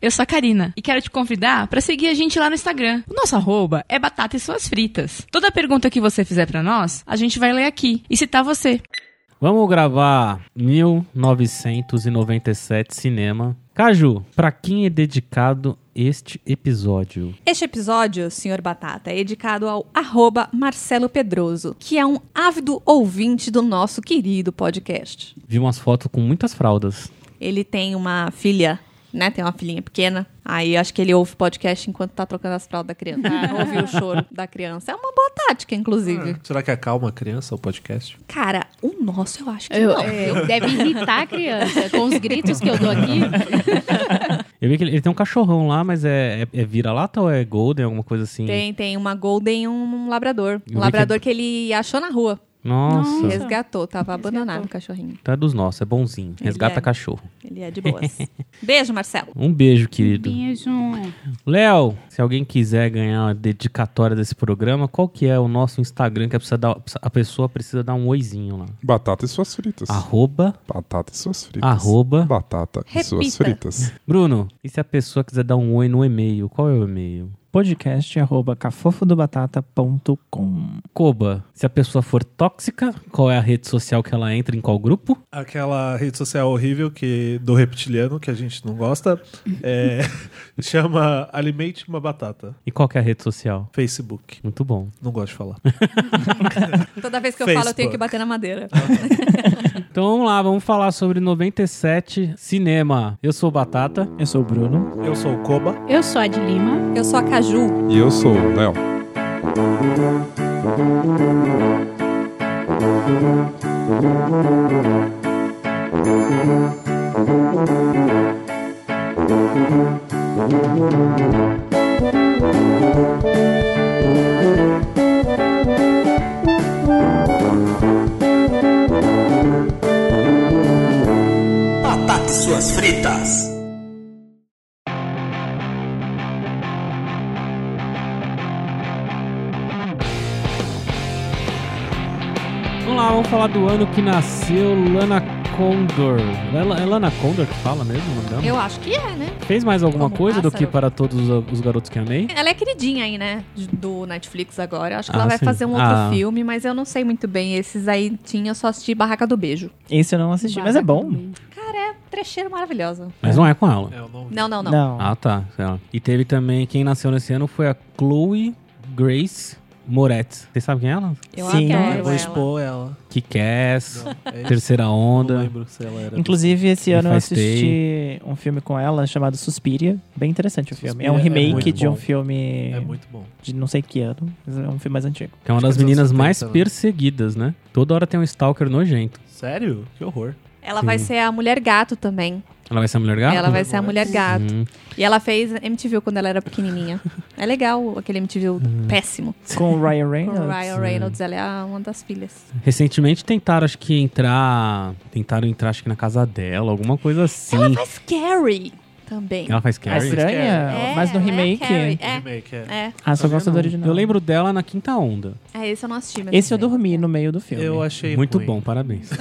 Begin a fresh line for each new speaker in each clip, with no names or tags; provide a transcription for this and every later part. Eu sou a Karina e quero te convidar para seguir a gente lá no Instagram. O nosso arroba é batata e suas fritas. Toda pergunta que você fizer para nós, a gente vai ler aqui e citar você.
Vamos gravar 1997 Cinema. Caju, pra quem é dedicado este episódio?
Este episódio, Senhor Batata, é dedicado ao arroba Marcelo Pedroso, que é um ávido ouvinte do nosso querido podcast.
Vi umas fotos com muitas fraldas.
Ele tem uma filha, né? Tem uma filhinha pequena. Aí acho que ele ouve podcast enquanto tá trocando as fraldas da criança. Ah, ouve o choro da criança. É uma boa tática, inclusive.
Será que acalma a criança o podcast?
Cara, o nosso eu acho que
Eu,
não.
é, deve irritar a criança com os gritos que eu dou aqui.
Eu vi que ele, ele tem um cachorrão lá, mas é, é, é vira-lata ou é golden, alguma coisa assim?
Tem, tem uma Golden e um labrador.
vi
Um labrador que ele achou na rua.
Nossa,
Resgatou, tava abandonado o cachorrinho.
tá dos nossos, é bonzinho. Resgata
é.
cachorro.
Ele é de boas. Beijo, Marcelo.
Um beijo, querido.
Beijo.
Léo, se alguém quiser ganhar uma dedicatória desse programa, qual que é o nosso Instagram que a pessoa, dá- a pessoa precisa dar um oizinho lá?
Batata e suas fritas.
Arroba,
Batata e suas fritas.
arroba.
Batata e suas
Repita.
fritas.
Bruno, e se a pessoa quiser dar um oi no e-mail, qual é o e-mail?
podcast.cafofodobatata.com
Coba, se a pessoa for tóxica, qual é a rede social que ela entra em qual grupo?
Aquela rede social horrível que, do reptiliano, que a gente não gosta, é, chama Alimente uma Batata.
E qual que é a rede social?
Facebook.
Muito bom.
Não gosto de falar.
Toda vez que eu falo, eu tenho que bater na madeira.
Então vamos lá, vamos falar sobre 97 cinema. Eu sou o Batata.
Eu sou o Bruno.
Eu sou o Koba.
Eu sou a de Lima.
Eu sou a Caju.
E eu sou o Léo.
Batata e suas fritas.
Vamos lá, vamos falar do ano que nasceu Lana Condor. É, La- é Lana Condor que fala mesmo, não dela?
Eu acho que é, né?
Fez mais alguma
Como
coisa do
pássaro.
que para todos os, os garotos que amei?
Ela é queridinha aí, né? de- Do Netflix agora. Eu Acho que
Ah,
ela vai
sim.
fazer um outro
Ah.
filme, mas eu não sei muito bem. Esses aí tinha, eu só assisti Barraca do Beijo.
Esse eu não assisti, mas é bom.
Cara, é trecheiro maravilhosa.
Mas não é com ela.
É o nome.
Não, não, não.
Ah, tá. sei lá. E teve também, quem nasceu nesse ano foi a Chloe Grace Moretz. Vocês sabem quem é ela?
Eu
Sim,
adoro
Vou
ela.
expor ela.
Kick-Ass,
É isso.
Terceira
Não
Onda.
lembro se ela era.
Inclusive, esse
Me
ano eu
faz
assisti um filme com ela chamado Suspiria. Bem interessante o filme. É um
Suspiria é
remake
muito
de
bom.
um filme
É muito bom.
de não sei que ano, mas é um filme mais antigo.
Que é uma
Acho
das
que é dos
meninas
anos
mais
70, né?
perseguidas, né? Toda hora tem um stalker nojento.
Sério? Que horror.
Ela vai ser a Mulher Gato também.
Ela vai ser a mulher gata?
ela vai ser a Mulher Gato.
Hum.
E ela fez MTV quando ela era pequenininha. É legal aquele MTV péssimo.
Com o Ryan
Com
Reynolds.
o Ryan Reynolds, ela é uma das filhas.
Hum. Recentemente tentaram, acho que, entrar. Tentaram entrar, acho que na casa dela, alguma coisa assim.
Ela faz Carrie também.
Ela faz
A
Carrie.
estranha,
É,
Ah, mas no
ela é a
remake.
Carrie.
Remake, é.
É, é.
ah, só gosto do original.
Eu lembro dela na Quinta Onda.
É, esse eu não assisti. Mas
Esse eu
não sei.
dormi no meio do filme.
Eu achei
Muito
ruim.
bom, parabéns.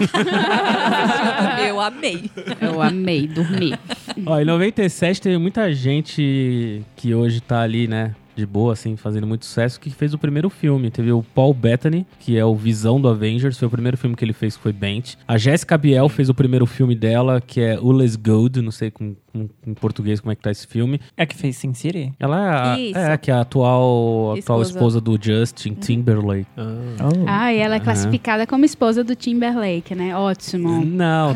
Eu amei.
Eu amei dormir.
Ó, em 97 teve muita gente que hoje tá ali, né? De boa, assim, fazendo muito sucesso, que fez o primeiro filme. Teve o Paul Bettany, que é o Visão do Avengers, foi o primeiro filme que ele fez, que foi Bent. A Jéssica Biel fez o primeiro filme dela, que é O Les Gold, não sei com, com- em português como é que tá esse filme.
É que fez Sin City?
Ela é,
Isso.
a, é, que é a atual, atual esposa
Esposa.
do Justin Timberlake.
Ah,
Oh.
Ah, e ela é
Aham.
classificada como esposa do Timberlake, né? Ótimo.
Não,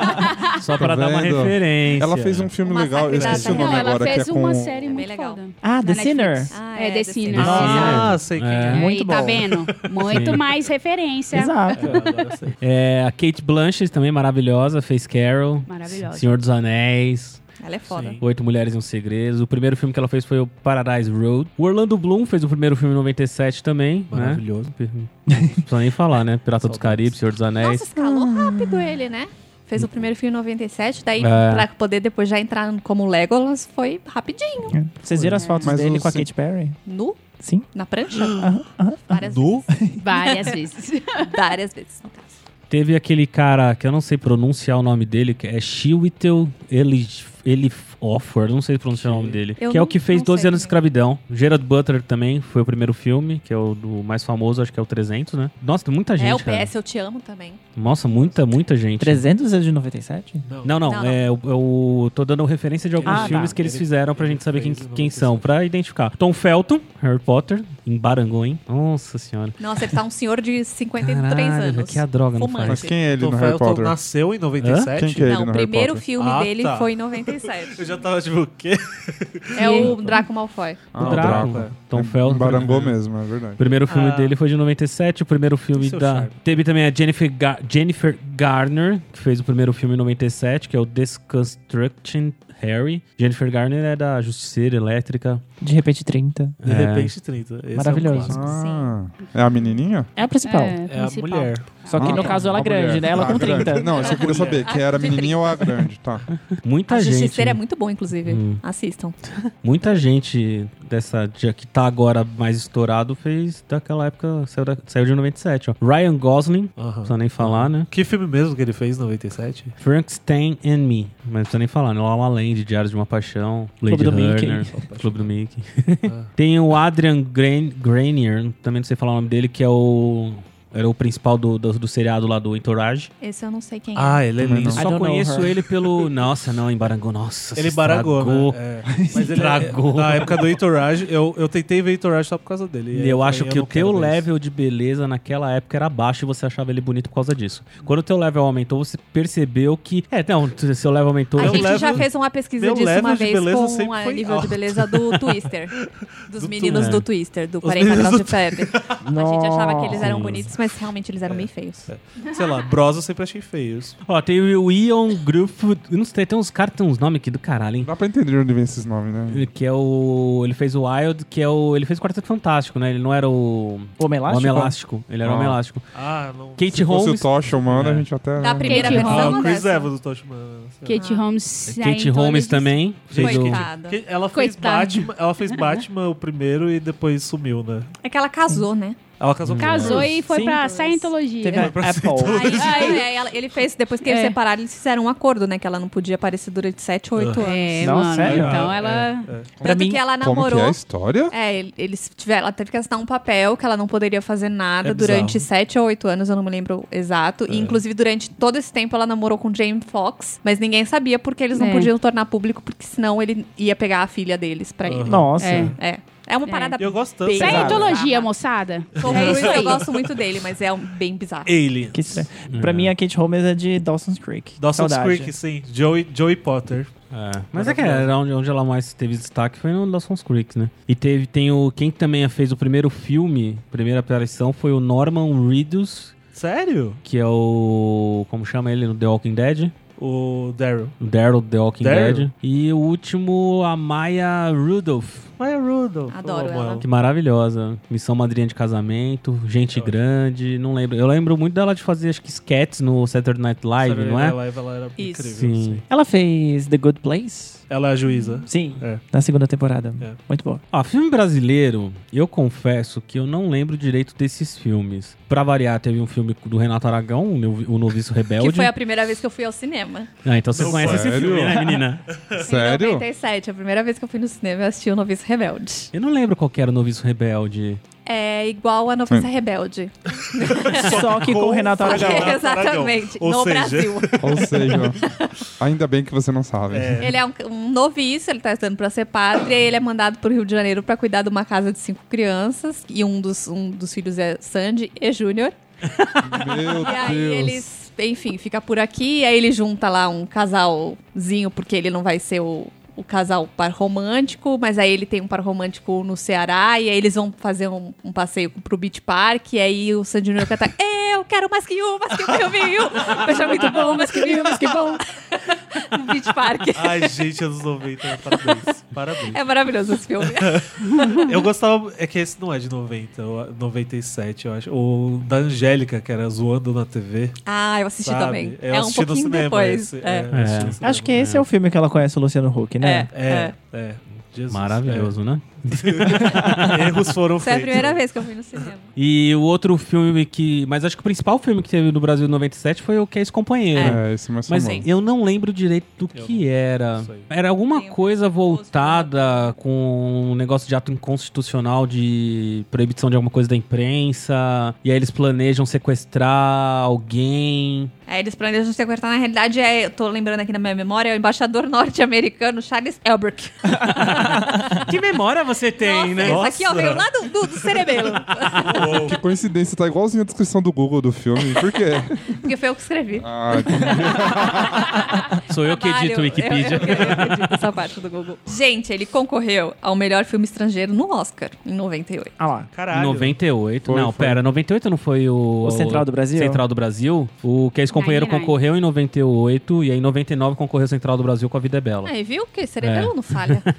só pra dar uma
Tá vendo?
referência.
Ela fez um filme
O
legal, eu
Massacre da
esqueci o
Serra.
nome
Não, Tá ela
agora,
fez
que é com...
uma série
É bem
muito
legal.
foda.
Ah, The
Na Netflix.
Sinner.
Ah,
É, The Sinner.
Sinner.
Ah, sei quem
É.
é.
Muito
Aí, Tá
bom.
vendo? Muito
Sim.
mais referência.
Exato.
É, agora eu sei.
É, a Kate Blanchett também, maravilhosa, fez Carol.
Maravilhosa.
Senhor dos Anéis,
Ela é foda.
Sim.
Oito Mulheres e um Segredo. O primeiro filme que ela fez foi o Paradise Road. O Orlando Bloom fez o primeiro filme em 97 também, né?
Maravilhoso.
Não precisa nem falar, né? Pirata dos
Saudades.
Caribes, Senhor dos Anéis.
Nossa, escalou rápido ele, né? Fez o primeiro filme em 97, daí
É.
pra poder depois já entrar como Legolas, foi rapidinho.
Vocês viram as fotos
Mas
dele
o
com a
Sin-
Katy Perry?
Nu,
Sim.
na prancha, várias,
Nu?
Várias vezes.
várias vezes, no caso.
Teve aquele cara que eu não sei pronunciar o nome dele, que é Chiwetel Elijah. Ele Offord, não sei pronunciar o nome dele.
Eu
que é o
não-
que fez
não
12
sei
anos de
também.
escravidão. Gerard Butler também foi o primeiro filme, que é o do mais famoso, acho que é o 300, né? Nossa, tem muita gente,
é o
cara.
PS Eu Te Amo também.
Nossa, muita, muita gente.
300 é de 97?
Não, não,
Não, não.
É, o- é o- tô dando referência de alguns
Ah, tá.
filmes que eles
Ele-
fizeram pra gente saber quem,
fez o
quem são, pra identificar. Tom Felton, Harry Potter, em Barangon, hein? Nossa senhora.
Nossa, ele tá um senhor de 53
Caralho, é
anos.
que a droga não
Fumante.
faz.
Mas quem é ele
Tom
no Harry
Felton
Potter?
nasceu em 97?
Quem que é ele
Não,
no
o
Harry
primeiro
Potter?
filme
Ah,
dele
tá.
foi
é?
em 97.
Eu já tava tipo, o quê?
É o Draco Malfoy.
Ah,
o Drácula. Tom Felton.
Barangou mesmo, é verdade.
O primeiro filme
Ah.
dele foi de 97, o primeiro filme
Seu
da...
charme.
Teve também a Jennifer, Ga- Jennifer Garner, que fez o primeiro filme em 97, que é o Desconstructing Harry. Jennifer Garner é da Justiceira Elétrica.
De repente 30.
De
É.
repente 30. Esse é um
Maravilhoso.
clássico.
Ah, é a menininha?
É a principal.
É a
principal.
mulher.
Só que
Ah,
no
tá.
caso ela
A
é grande,
mulher.
né? Ela
Ah,
com
grande.
30.
Não, isso eu queria saber. Quem era a menininha ou a grande, tá.
Muita
A
gente.
Justiceira é
né?
muito bom, inclusive.
Hum.
Assistam.
Muita gente dessa já que tá agora mais estourado fez daquela época, saiu, da- saiu de 97, ó. Ryan Gosling, não
Aham.
precisa nem falar, né?
Que filme mesmo que ele fez em 97?
Frankenstein and Me, mas não precisa nem falar, né? La La Land, Diários de uma Paixão, Lady
Clube do Mickey.
Runner, Clube do Mickey.
Ah.
Tem o Adrian Gran Granier, também não sei falar o nome dele, que é o... Era o principal do, do, do seriado lá do Entourage.
Esse eu não sei quem é.
Ah, ele é
Também
lindo.
I
Eu
don't
só
know
conheço
her.
ele pelo... Nossa, não, embarangou. Nossa,
Ele
se
baragou,
estragou.
né? É. Mas ele
Estragou.
Na época do Entourage, eu, eu tentei ver Entourage só por causa dele. E aí
Eu
falei,
acho que
não
o teu
quero ver
level de beleza naquela época era baixo e você achava ele bonito por causa disso. Quando o teu level aumentou, você percebeu que. É, não, t- seu level aumentou.
A
Meu
gente já
level-
fez uma pesquisa
meu
disso
level
uma
de
vez
beleza
com
sempre
o
foi
nível
alto.
de beleza do Twister. Dos
Do
meninos do
Twister.
Twister, do
Os
40
meninos
graus de
do
febre. A gente achava que eles eram
Nossa.
bonitos, mas realmente eles eram bem feios.
isso. Sei lá, Bros eu sempre achei feios.
Ó, tem o Ion Gruffo. eu Não sei, tem uns caras que tem uns nomes aqui do caralho, hein?
Dá pra entender onde vem esses nomes, né?
Que é o. Ele fez o Wild, que é o. Ele fez o Quarteto Fantástico, né? Ele não era o.
Homem
o
elástico?
Homem Elástico. Ele era o
Ah.
Homem Elástico.
Ah, não.
Kate
Se fosse o
Holmes.
Tocha humano,
É.
a gente
Da
até... né?
primeira
Kate
Ah,
versão
o
Holmes.
Chris
dessa.
Evans do Toshman.
assim.
Kate Holmes.
É Kate
então
Holmes também. Fez o...
Coitada.
Que- Ela fez,
Coitada.
Batman, ela fez Batman o primeiro e depois sumiu, né?
É que ela casou, né?
Ela casou com
Casou
o
e foi
Sim.
pra né?
Teve
Scientologia.
a Apple.
Aí, aí, é, ela- ele fez, depois que eles
É.
separaram, eles fizeram um acordo, né? Que ela não podia aparecer durante 7 ou 8 anos.
É,
Não,
mano.
sério?
Então
É,
ela.
é, é.
Pra
Tanto
mim,
que ela
Como que é
namorou.
a história?
É, ele- eles tiveram, ela teve que assinar um papel que ela não poderia fazer nada
É
durante
bizarro. É.
sete ou oito anos, eu não me lembro exato. E, inclusive, durante todo esse tempo, ela namorou com James Fox, mas ninguém sabia porque eles não
É.
podiam tornar público, porque senão ele ia pegar a filha deles pra ele.
Nossa.
É.
É. É uma parada.
E Eu gosto tanto.
Bem-
dela.
Scientology.
Scientologia, é moçada.
Como
É
isso,
isso
eu
aí.
gosto muito dele, mas é um- bem bizarro.
Alien.
Que estranho. Pra mim, a Kate Holmes é de Dawson's Creek.
Dawson's
Saudade.
Creek, sim. Joey, Joey Potter.
É, mas é que era onde, onde ela mais teve destaque foi no Dawson's Creek, né? E teve, tem o. Quem também fez o primeiro filme, primeira aparição, foi o Norman Reedus,
Sério?
que é o. Como chama ele no The Walking Dead?
O Daryl.
O Daryl do The Walking
Daryl?
Dead. E o último, a Maya Rudolph.
Maya Rudolph.
Adoro
Oh,
ela.
mano.
Que maravilhosa. Missão Madrinha de Casamento, Gente Grande, não lembro. Eu lembro muito dela de fazer, acho que, sketches no Saturday Night Live,
Saturday
não
Night
é?
Live, ela era
Isso.
incrível.
Sim.
sim.
Ela fez The Good Place?
Ela é a juíza.
Uhum.
Sim.
É.
Na segunda temporada.
É.
Muito boa.
Ah, filme brasileiro, eu confesso que eu não lembro direito desses filmes. Pra variar, teve um filme do Renato Aragão, o Novi- O Noviço
é
Rebelde.
Que foi a primeira vez que eu fui ao cinema.
Ah, então você
Não,
conhece esse
sério?
filme, né, menina?
Em
Sério?
97, a primeira vez que eu fui no cinema, eu assisti o Novice Rebelde.
Eu não lembro qual que era o Noviço Rebelde.
É igual a
Hum.
Novice Rebelde.
Só que com o Renato
Tá
Aragão.
Exatamente.
Ou
no
seja-
Brasil.
Ou seja, ainda bem que você não sabe.
Ele é um, um noviço, ele tá estudando pra ser padre, e ele é mandado pro Rio de Janeiro pra cuidar de uma casa de cinco crianças, e um dos, um dos filhos é Sandy e Júnior.
Meu
E aí
Deus.
eles, enfim, fica por aqui, e aí ele junta lá um casalzinho, porque ele não vai ser o, o casal par romântico, mas aí ele tem um par romântico no Ceará, e aí eles vão fazer um, um passeio pro Beach Park, e aí o Sandy Júnior canta, eu quero mais que um, mais que um, que eu vi um, mas é muito bom, mas que um, mas que bom, no Beach Park.
Ai, gente, é anos 90, né? parabéns. Parabéns.
É maravilhoso esse filme.
Eu gostava. É que esse não é de 90, ou 97, eu acho. O da Angélica, que era zoando na TV.
Ah, eu assisti
sabe?
também.
Eu
é um
assisti no
pouquinho
cinema
depois.
esse,
É.
eu assisti no
É.
cinema.
Acho que esse é o filme que ela conhece o Luciano Huck, né?
É.
É, é. Jesus,
Maravilhoso, né?
é. Erros foram
Essa é a
feitos.
primeira vez que eu fui no cinema.
E o outro filme que. Mas acho que o principal filme que teve no Brasil em 97 foi o Que é Ex-Companheiro.
É, esse é mais
Mas
famoso.
eu não lembro direito do que era.
Isso aí.
Era alguma
Tem um
coisa
famoso
voltada com um negócio de ato inconstitucional de proibição de alguma coisa da imprensa. E aí eles planejam sequestrar alguém.
Aí É, eles planejam sequestrar, na realidade, é, eu tô lembrando aqui na minha memória, é o embaixador norte-americano Charles Elbert.
que memória você tem,
né? Nossa, Isso aqui, ó,
Nossa.
veio lá do, do, do cerebelo.
Uou.
Que coincidência, tá igualzinho a descrição do Google do filme. Por quê?
Porque foi eu que escrevi.
Ah, entendi.
Sou eu que edito o
Trabalho,
Wikipedia.
Eu, eu, eu, eu edito essa parte do Google. Gente, ele concorreu ao melhor filme estrangeiro no Oscar, em 98.
Ah lá.
Caralho.
98.
Foi,
não,
foi.
pera, 98 não foi o.
O Central do Brasil?
Central do Brasil. O que é ex-companheiro
99.
concorreu em 98 e aí em 99 concorreu Central do Brasil com a Vida é Bela.
Aí, viu? Que cerebelo não falha.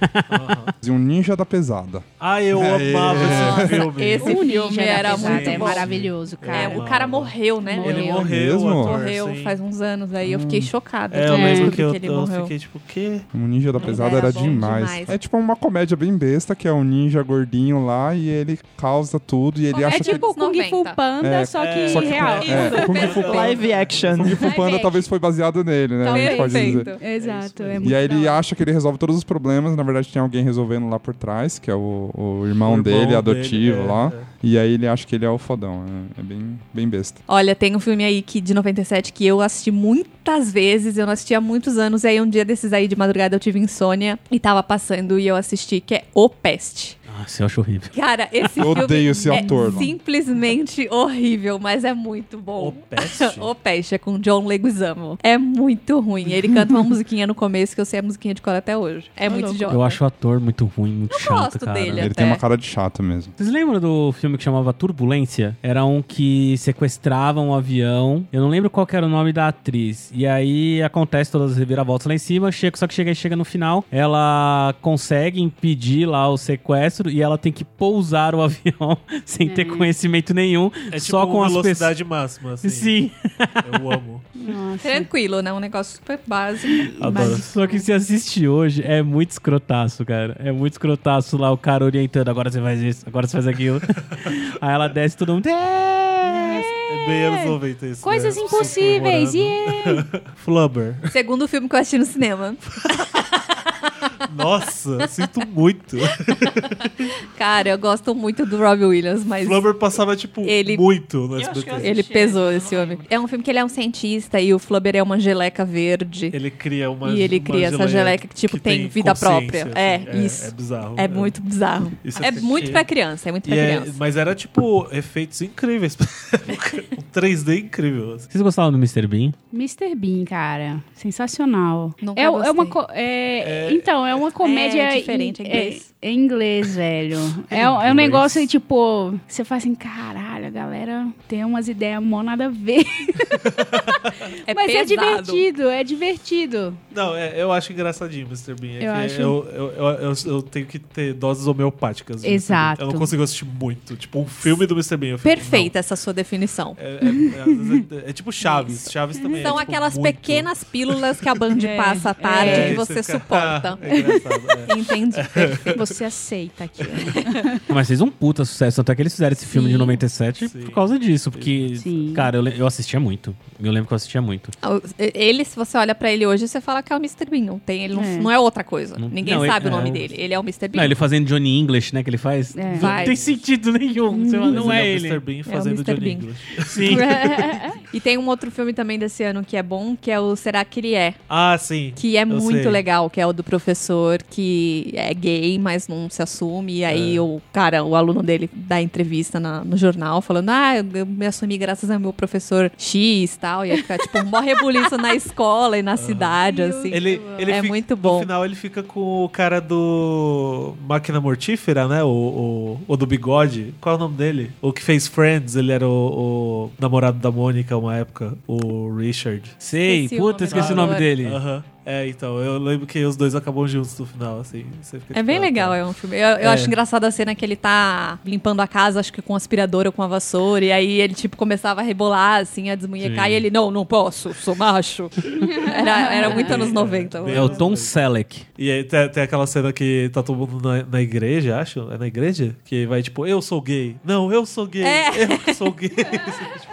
E um ninja da pesada.
Ah, eu amava
Nossa,
esse filme.
esse
O
filme
Ninja
era
era
muito
é
bom.
maravilhoso, cara.
É, o cara morreu, né?
Morreu.
Ele
Ele
morreu,
mesmo?
ator,
Morreu
sim.
faz uns anos aí, eu fiquei chocada.
É, eu
É.
lembro
Porque
que eu,
ele
eu
morreu.
fiquei tipo, o quê?
Um ninja da pesada
era
era,
bom
demais.
demais.
É tipo uma comédia bem besta, que é um ninja gordinho lá e ele causa tudo e ele
Comédia
acha
É tipo o
Acho que eles-
Kung Fu
90.
Panda,
É,
só que
é,
só que-
real.
é,
Isso,
Kung
Fu
perfeito.
Live action.
que o Kung Fu Panda
Live
talvez foi baseado nele, né? A gente pode dizer.
Então, Perfeito.
Exato. É muito
E aí
da
ele
hora.
acha que ele resolve todos os problemas, na verdade tem alguém resolvendo lá por trás, que é o, o irmão,
O irmão
dele,
dele,
adotivo
é,
lá.
é.
E aí ele acha que ele é o fodão. É, é bem, bem besta.
Olha, tem um filme aí que, de 97 que eu assisti muitas vezes, eu não assisti há muitos anos, e aí um dia desses aí de madrugada eu tive insônia e tava passando e eu assisti, que é O Peste.
Nossa, Ah, eu acho horrível.
Cara, esse
Eu
filme
odeio esse
é
ator, mano.
simplesmente horrível, mas é muito
O
bom.
Peste? Tipo,
O Peste é com John Leguizamo. É muito ruim. Ele canta uma musiquinha no começo que eu sei a musiquinha de cor até hoje.
Tá
É muito idiota.
Eu acho o ator muito ruim, muito chato,
gosto
cara.
dele.
Ele
até.
tem uma cara de chato mesmo.
Vocês lembram do filme que chamava Turbulência? Era um que sequestrava um avião. Eu não lembro qual que era o nome da atriz. E aí acontece todas as reviravoltas lá em cima. Chega, só que chega chega no final. Ela consegue impedir lá o sequestro e ela tem que pousar o avião sem ter conhecimento nenhum.
É tipo
só com as pessoas.
velocidade máxima, assim.
Sim.
Eu amo.
Nossa.
Tranquilo, né? Um negócio super básico.
Adoro.
Só que se assistir hoje é muito escrotaço, cara. É muito escrotaço lá o cara orientando. Agora você faz isso, agora você faz aquilo. aí ela desce todo mundo. "É!"
É bem anos 90 isso.
Coisas
né?
impossíveis. é
Super humorando.
Yeah.
Flubber.
Segundo filme que eu assisti no cinema.
Nossa, sinto muito.
Cara, eu gosto muito do Robbie Williams, mas
Flubber passava, tipo,
Ele-
muito no
acho que eu
SBT.
ele pesou esse homem. É um filme que ele é um cientista e o Flubber é uma geleca verde.
Ele cria uma
E ele
uma
cria essa geleca que, tipo, tem vida
consciência,
própria. É,
assim.
isso.
É bizarro.
É muito bizarro.
Isso
É
assisti.
muito pra criança, é muito
E
pra
é-
criança.
mas era, tipo, efeitos incríveis. um 3D incrível. assim.
Vocês gostavam do Mr. Bean?
Mr. Bean, cara. Sensacional.
Nunca
É, é uma
gostei.
co- é- então, é uma comédia.
é diferente,
em,
é inglês.
é- é inglês, velho. É, um- é um
inglês.
negócio que, tipo, você fala assim: caralho, a galera tem umas ideias mó nada a ver.
É
Mas é
pesado.
divertido, é divertido.
Não, é- eu acho engraçadinho, Mr. Bean. É
Eu
que
acho-
eu, eu, eu, eu- eu tenho que ter doses homeopáticas. de Mr. Bean.
Exato.
Eu não consigo assistir muito. Tipo, um filme do Mr. Bean. eu fico,
Perfeita essa sua definição.
não. É, é- é- às vezes é- é tipo Chaves. Chaves também. é,
São
tipo,
aquelas
muito.
pequenas pílulas que a Band
É,
passa à tarde
É,
que você
fica-
suporta.
É engraçado. é.
Entendi.
Você aceita aqui. né?
Mas fez um puta sucesso. Tanto é que eles fizeram esse filme de
Sim.
97
Sim.
por causa disso. Porque,
Sim.
cara, eu, le- eu assistia muito. Eu lembro que eu assistia muito.
Ele, se você olha pra ele hoje, você fala que é o Mr. Bean. Não tem, ele não
É.
não é outra coisa.
Não-
Ninguém
não, ele-
sabe o
é,
nome
o-
dele. Ele é o Mr. Bean.
Não, ele fazendo Johnny English, né? Que ele faz.
É.
Não
Vai.
tem sentido nenhum.
Hum.
Você fala, não é
o
ele.
Mr. Bean
o
fazendo
Mr.
Johnny
Bean.
English.
Sim.
E tem um outro filme também desse ano que é bom, que é o Será que ele é?
Ah, sim.
Que é
Eu
muito
sei.
legal, que é o do professor que é gay, mas não se assume. E
É.
aí o cara, o aluno dele dá entrevista na- no jornal falando: Ah, eu, eu me assumi graças ao meu professor X e tal. E aí fica, tipo, um mó rebuliço na escola e na cidade, assim.
Ele, ele
É
fica-
muito bom.
No final ele fica com o cara do Máquina Mortífera, né? O, o, o do bigode. Qual é o nome dele? O que fez Friends, ele era o, o namorado da Mônica uma época, o Richard.
Sei,
Esqueci o
puta,
nome
esqueci o
dele.
nome dele.
Aham. É, então, eu lembro que os dois acabam juntos no final, assim. Você fica
É bem
tipo, ah,
legal,
tá.
é um filme. Eu, eu
É.
acho engraçada a cena que ele tá limpando a casa, acho que com aspiradora ou com a vassoura, e aí ele, tipo, começava a rebolar, assim, a desmunhecar,
Sim.
e ele, não, não posso, sou macho. era, era muito anos 90.
Bem-
É o Tom Selleck.
E aí tem, tem aquela cena que tá todo mundo na, na igreja, acho. É na igreja? Que vai tipo, eu sou gay. Não, eu sou gay.
É.
Eu que sou gay.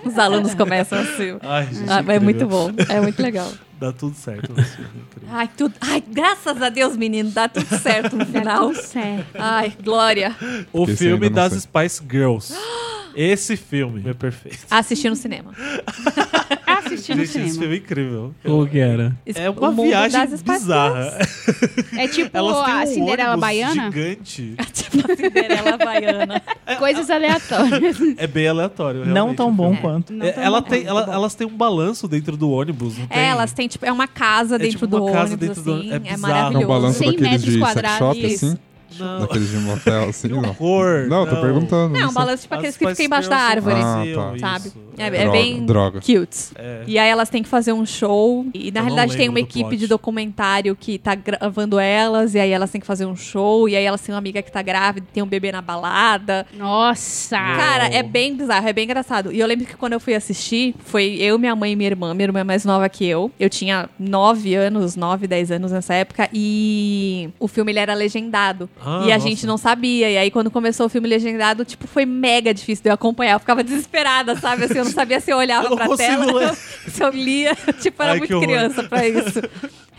Os alunos começam assim.
Ai, gente.
Ah, é
incrível.
muito bom, é muito legal.
Dá tudo certo. nesse filme, incrível.
Ai, tudo... Ai, graças a Deus, menino, dá tudo certo no
Dá
final.
tudo certo.
Ai, glória.
O
Esse
filme
ainda não
das Spice Girls. Esse filme é perfeito.
Assistir no cinema.
Assistir no
Gente, esse
Tá cinema.
filme é incrível.
Qual que era?
É
O
uma
mundo
viagem
das Spice
bizarra.
É tipo
Elas têm
a
um
Cinderela
ônibus
Baiana,
gigante.
Tipo a Cinderela Baiana.
coisas aleatórias.
É bem aleatório,
Não
realmente,
tão
o
bom
filme.
quanto.
Não
É,
tão
ela
bom.
tem, ela- elas têm um balanço dentro do ônibus, não tem?
É, elas têm, tipo, é uma casa dentro
tipo
do
uma casa
ônibus,
dentro do-
assim,
é
é,
bizarro.
É um
maravilhoso.
balanço
100
daqueles de
metros
sex shop,
quadrados.
assim?
Não,
Daqueles de motel, assim?
que
Não,
horror.
não, tô perguntando. assim.
Não,
Não,
um
sei.
balanço tipo
As
aqueles que
Spice
ficam embaixo da
Girls
árvore,
Ah,
faziam
tá.
isso.
sabe? É, é
Droga,
bem
droga.
cute.
É.
E aí elas têm que fazer um show. E na
Eu não
realidade tem
lembro
uma
do
equipe
plot.
de documentário que tá gravando elas. E aí elas têm que fazer um show. E aí elas têm uma amiga que tá grávida, tem um bebê na balada.
Nossa!
Cara, é bem bizarro, é bem engraçado. E eu lembro que quando eu fui assistir, foi eu, minha mãe e minha irmã. Minha irmã é mais nova que eu. Eu tinha 9 anos, 9, 10 anos nessa época. E o filme ele era legendado.
Ah,
e a
nossa.
gente não sabia. E aí, quando começou o filme legendado, tipo, foi mega difícil de eu acompanhar. Eu ficava desesperada, sabe? Assim, eu não sabia se eu olhava
Eu não
pra
consigo
tela,
ler.
se eu lia. Tipo, era
Ai, que
muito
horror.
criança pra isso.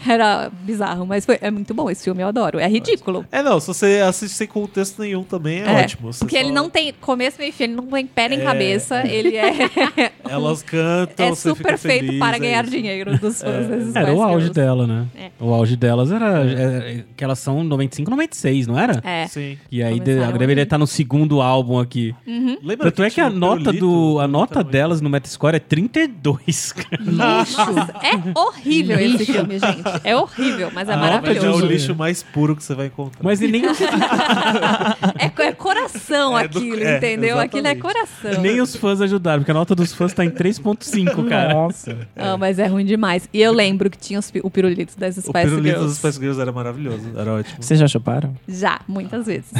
Era bizarro, mas foi, é muito bom esse filme, eu adoro. É ridículo.
É, não, se você assiste sem contexto nenhum também é, ótimo. Você
Porque
só-
ele não tem começo, meio e fim, ele não tem pé nem
É.
cabeça, ele é,
Elas cantam,
é
Então você
super
fica
feito
feliz,
para
é
ganhar
isso. É.
dinheiro dos fãs desses
Era
Spice
o auge
Girls.
dela, né?
É.
O auge delas era, é, é, que elas são 95, 96, não era?
É.
Sim.
E aí de,
Começaram Uhum.
ela deveria estar no segundo álbum aqui.
Lembra
Tanto é que
tinha
a
um
nota
pirulito
do a
do
nota
tamanho?
delas no Metascore é 32, cara.
Nossa, é horrível esse filme, gente. É horrível, mas é
A nota já é o
maravilhoso.
lixo mais puro que você vai encontrar.
Mas e nem,
É, co- é coração
É do-
aquilo,
é,
entendeu? Aquilo é
exatamente.
coração.
nem os fãs ajudaram, porque a nota dos fãs tá em 3.5, cara.
Nossa.
Não, mas é ruim demais. E eu lembro que tinha os pi- o pirulito das
o
Spice
pirulito dos
Girls.
Spice Girls era maravilhoso, era ótimo.
Vocês já chuparam?
Já, muitas vezes.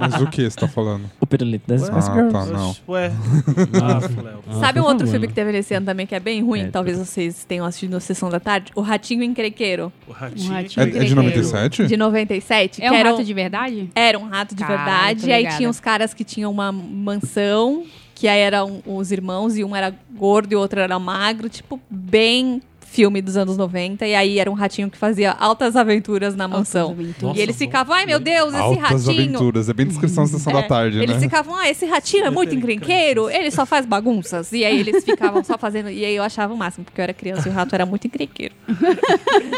Mas o que você tá falando?
O pirulito das é Spice
Ah,
Girls.
tá, não.
Ué. Ah, Léo.
Sabe um
por favor.
outro filme que teve nesse ano também que é bem ruim?
É,
Talvez
tá.
vocês tenham assistido na Sessão da Tarde. O Ratinho Encrequeiro,
O ratinho.
Um ratinho.
É, é de
Creio.
97?
Hum.
de 97.
É
que
um
era
rato de verdade?
Era um rato de
Tá,
verdade.
tô
E aí
ligada.
tinha os caras que tinham uma mansão, que aí eram os irmãos, e um era gordo e o outro era magro, tipo, bem filme dos anos 90. E aí era um ratinho que fazia altas aventuras na mansão.
Nossa,
e eles
bom.
ficavam, ai meu Deus, esse
Altas
ratinho.
aventuras. É bem descrição da sessão
É,
da tarde,
eles
né?
ficavam, ah, esse ratinho é muito encrenqueiro, ele só faz bagunças. E aí eles ficavam só fazendo. E aí eu achava o máximo, porque eu era criança e o rato era muito encrenqueiro.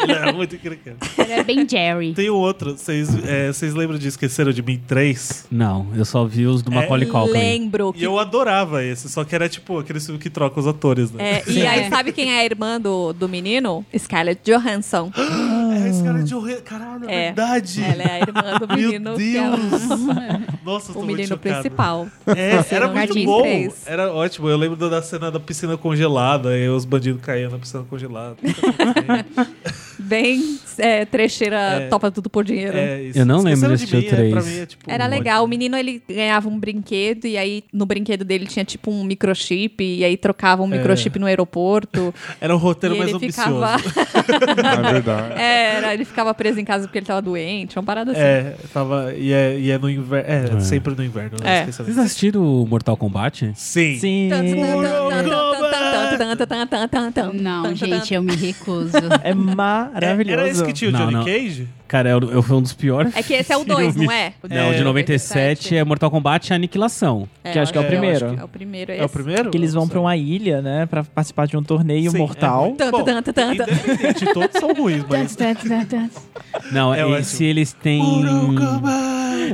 Ele era é muito incrível.
Ele é bem Jerry.
Tem um outro, vocês é, vocês lembram de Esqueceram de Mim 3?
Não, eu só vi os do Macaulay Culkin.
Lembro
E
que
eu adorava esse, só que era tipo aquele filme que troca os atores, né?
É, e aí,
É.
sabe quem é a irmã do, do menino? Scarlett Johansson.
É, esse cara de horror. Caralho, é,
É.
verdade.
Ela é a irmã do menino.
Meu
que é o-
Deus! Nossa, eu tô
o
muito
menino
chocado.
principal. um
É, era muito
Jardim
bom.
três.
Era ótimo. Eu lembro da cena da piscina congelada e os bandidos caindo na piscina congelada.
Bem é, trecheira,
É.
topa tudo por dinheiro.
É, isso.
Eu não lembro
Esqueceram
desse
de mim, é, pra
três.
mim, é, tipo,
Era
um
legal. O
ótimo.
menino, ele ganhava um brinquedo e aí no brinquedo dele tinha tipo um microchip e aí trocava um microchip no aeroporto.
É. Era um roteiro
e
mais
ele
ambicioso.
ficava...
É verdade.
É, era, ele ficava preso em casa porque ele tava doente, uma parada assim.
É, tava, e, é, e é no inverno. É, sempre no inverno. né?
É.
Esqueceram
Vocês
de mim.
assistiram o Mortal Kombat?
Sim.
Sim.
Não, gente, eu me recuso.
É maravilhoso.
Era esse que tinha o
Não,
Johnny
não.
Cage?
Cara, eu, eu fui um dos piores.
É que esse é o 2, não é? O
Não, o de 97 é Mortal Kombat e Aniquilação.
Que acho que é
É,
o
eu
primeiro.
É o primeiro,
É o primeiro?
Que eles vão
Não sei.
pra uma ilha, né? Pra participar de um torneio
Sim, é
mortal.
muito
Tanta,
bom.
tanta, tanta.
Independente, todos são ruins, mas.
Tanto, tanto, tanto, tanto.
Não,
É ótimo.
esse eles têm.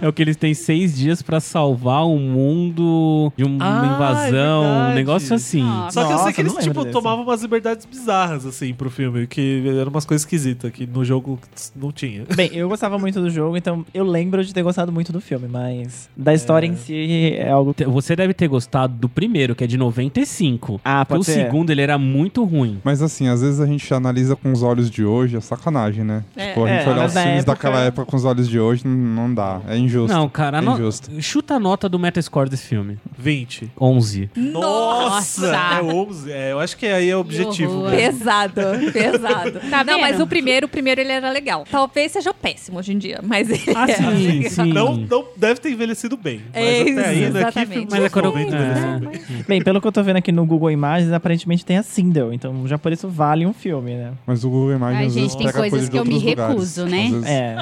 É o que eles têm seis dias pra salvar o mundo de um- uma
Ah, é
invasão, um
verdade.
negócio assim.
Ah,
Só que eu sei
Nossa,
que eles,
não lembro
tipo,
dessa.
tomavam umas liberdades bizarras, assim, pro filme, que eram umas coisas esquisitas, que no jogo não tinha.
Bem, eu gostava muito do jogo, então eu lembro de ter gostado muito do filme, mas da história em si é algo.
Te- Você deve ter gostado do primeiro, que é de 95.
Ah,
Porque o segundo ele era muito ruim.
Mas assim, às vezes a gente analisa com os olhos de hoje, é sacanagem, né?
É.
tipo, a gente
É,
olhar
mas
os
na
filmes
época-
daquela época com os olhos de hoje, não, não dá. É injusto.
Não, cara,
é
no-
injusto.
chuta a nota do Metascore desse filme.
20.
11.
Nossa! É 11. É, eu acho que aí é o objetivo.
horror.
mesmo.
Pesado, pesado.
Tá
não,
vendo?
mas o primeiro, o primeiro ele era legal. Talvez seja o péssimo hoje em dia, mas ele é.
Ah,
era
sim,
legal.
sim.
Não, não deve ter envelhecido bem. Mas
É isso,
até aí, né, que
exatamente.
filmes
Mas é
dos
quando eu-
90 envelheceram bem.
Bem, pelo que eu tô vendo aqui no Google Imagens, aparentemente tem a Sindel, então já por isso vale um filme, né?
Mas o Google Imagens
Ai,
às
gente,
vezes
tem
pega
coisas
coisa de
que eu me
outros lugares.
recuso, né?
Às vezes-
É.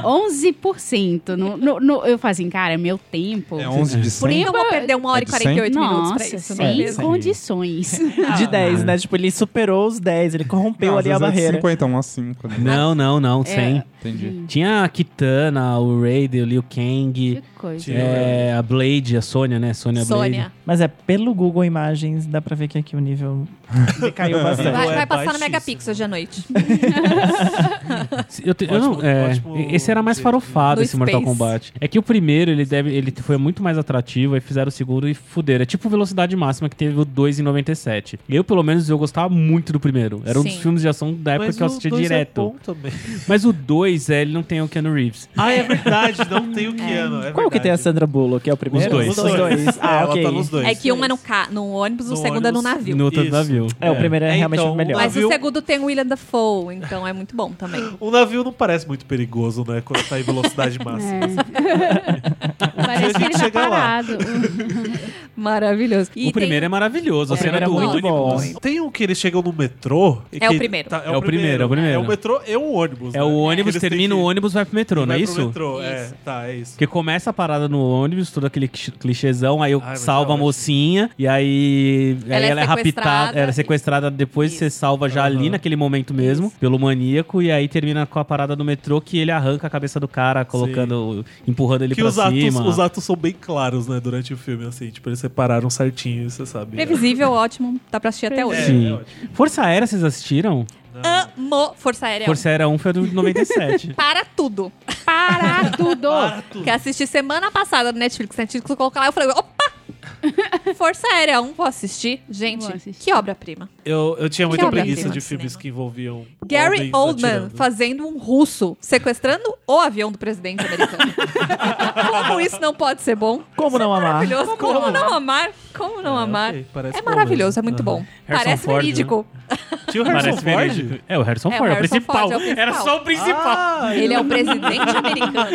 11%. No, no, no- eu falo assim, cara, meu tempo.
É 11 de
Por
100?
isso que eu vou perder uma hora
É
e
de
48 minutos pra
Nossa,
isso.
sem
né?
Sim.
condições.
Ah,
De 10, né? Tipo, ele superou os 10, ele corrompeu
Não, às
ali a
vezes é de
barreira.
50, 1 a 5. né?
Não, não, não, 100.
Entendi.
Tinha a Kitana, o Raiden, o Liu Kang,
Que coisa.
é, a Blade, a Sônia, né? Sônia,
Sônia.
Mas é, pelo Google Imagens, dá pra ver que aqui o nível caiu bastante.
Vai,
Não, é
vai passar no
baixíssimo.
Megapixel hoje à noite.
Blade. Eu te- eu não-
Ótimo,
é,
ótimo
esse era mais
jeito.
farofado,
No
esse Mortal
Space.
Kombat. É que o primeiro, ele, deve, ele foi muito mais atrativo, aí fizeram o segundo e fuderam. É tipo Velocidade Máxima, que teve o 2 em 97. Eu, pelo menos, eu gostava muito do primeiro. Era um dos
Sim.
filmes de ação da época
Mas
que eu
o
assistia
dois é
direto.
bom também.
Mas o 2, é, ele não tem o Keanu Reeves.
Ah, é verdade, não tem o Keanu. É
Qual que tem a Sandra Bullock? É o primeiro?
Os dois.
Os dois. Ah,
Ela
ok.
tá nos dois.
É que um é no, ca... no ônibus, o
No
segundo é no
ônibus.
navio.
No outro
Isso.
navio.
É, o primeiro é,
É,
realmente
então,
o melhor.
Mas
Navio.
o segundo tem o William Dafoe, então é muito bom também.
Um navio não parece muito perigoso, né? Quando tá em velocidade máxima.
Parece que ele tá
chega lá.
parado.
Maravilhoso. E
o primeiro é maravilhoso. A
O
cena
primeiro
do
é muito
ônibus.
bom.
Tem um que eles chegam no metrô. e
É
que
o primeiro.
tá-
É o primeiro, é o primeiro.
É o metrô e o ônibus. né?
É o ônibus, termina o ônibus, vai pro metrô, não é
Pro
isso?
metrô. É, tá, é isso.
Porque começa a parada no ônibus, todo aquele clichê- clichêzão, aí eu
Ai, mas
salvo
é
a
ótimo.
mocinha, e aí aí ela,
Ela é
é raptada,
sequestrada.
ela é sequestrada depois, você salva já ali naquele momento mesmo, pelo maníaco, e aí termina com a parada no metrô que ele arranca a cabeça do cara, colocando, empurrando ele
Que
pra
os atos,
cima.
os atos são bem claros, né? Durante o filme, assim. Tipo, eles separaram certinho, você sabe.
Previsível, ótimo. Dá pra assistir até hoje.
Sim.
É, é ótimo.
Força Aérea, vocês assistiram?
Amo Força
É.
Aérea.
Força Aérea 1 foi a do 97.
Para tudo.
Para tudo.
Para tudo.
Que assisti semana passada no Netflix. Netflix colocou lá, eu falei, opa! Força Aérea 1, vou assistir. Gente,
Vou assistir.
que obra-prima.
Eu, eu tinha muita
obra
preguiça
prima
de
de
filmes
cinema.
que envolviam.
Gary
homens
Oldman
atirando.
fazendo um russo sequestrando o avião do presidente americano. Como isso não pode ser bom?
Como não amar?
Maravilhoso. Como, não amar? Como não
Ah, É,
amar?
ok, parece
é
bom
maravilhoso,
mesmo.
é muito
Aham.
bom.
né?
Harrison
Parece
Ford,
verídico.
Tinha o Harrison
Parece
Ford?
verídico. É, o Harrison
É, o
Ford, é o
Harrison
principal.
Ford é o principal.
Era só o principal.
Ah,
Ele é o presidente americano.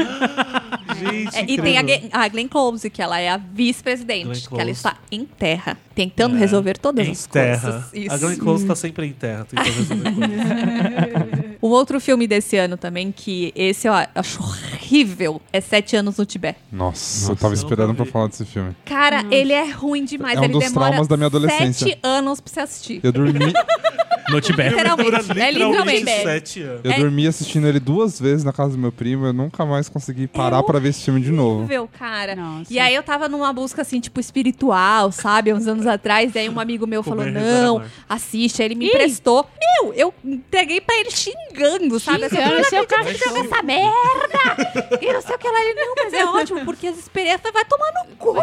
gente,
É, e
incrível.
tem a, Glenn- a Glenn Close, que ela é a vice-presidente,
Glenn
que ela
Close.
está em terra,
É,
tentando resolver todas
Em
as
terra.
coisas.
A Glenn Close tá sempre em terra. Tem que resolver coisas.
Um outro filme desse ano também, que esse eu acho horrível, é Sete Anos no Tibete.
Nossa,
Nossa,
eu tava
eu
esperando
nunca
pra
vi.
falar desse filme.
Cara, ele é ruim demais.
É um
ele
dos
demora
traumas da minha adolescência.
sete anos pra você assistir.
Eu dormi,
Ah, No Tibete.
Dura
Literalmente. É literalmente.
literalmente sete anos.
eu
É-
dormi assistindo ele duas vezes na casa do meu primo, eu nunca mais consegui parar pra ver esse filme de novo.
horrível, cara.
Nossa.
E aí eu tava numa busca, assim, tipo, espiritual, sabe? Uns anos atrás. Daí um amigo meu
Comer,
falou,
rezar,
não,
amar."
assiste. Aí ele me emprestou. Meu, eu entreguei pra ele xingando, sabe? Assim,
Xingando, seu cara
acredito
joga
que- um
essa merda.
E não sei o que lá. Ele, não, mas é ótimo, porque as experiências vai tomar no cu.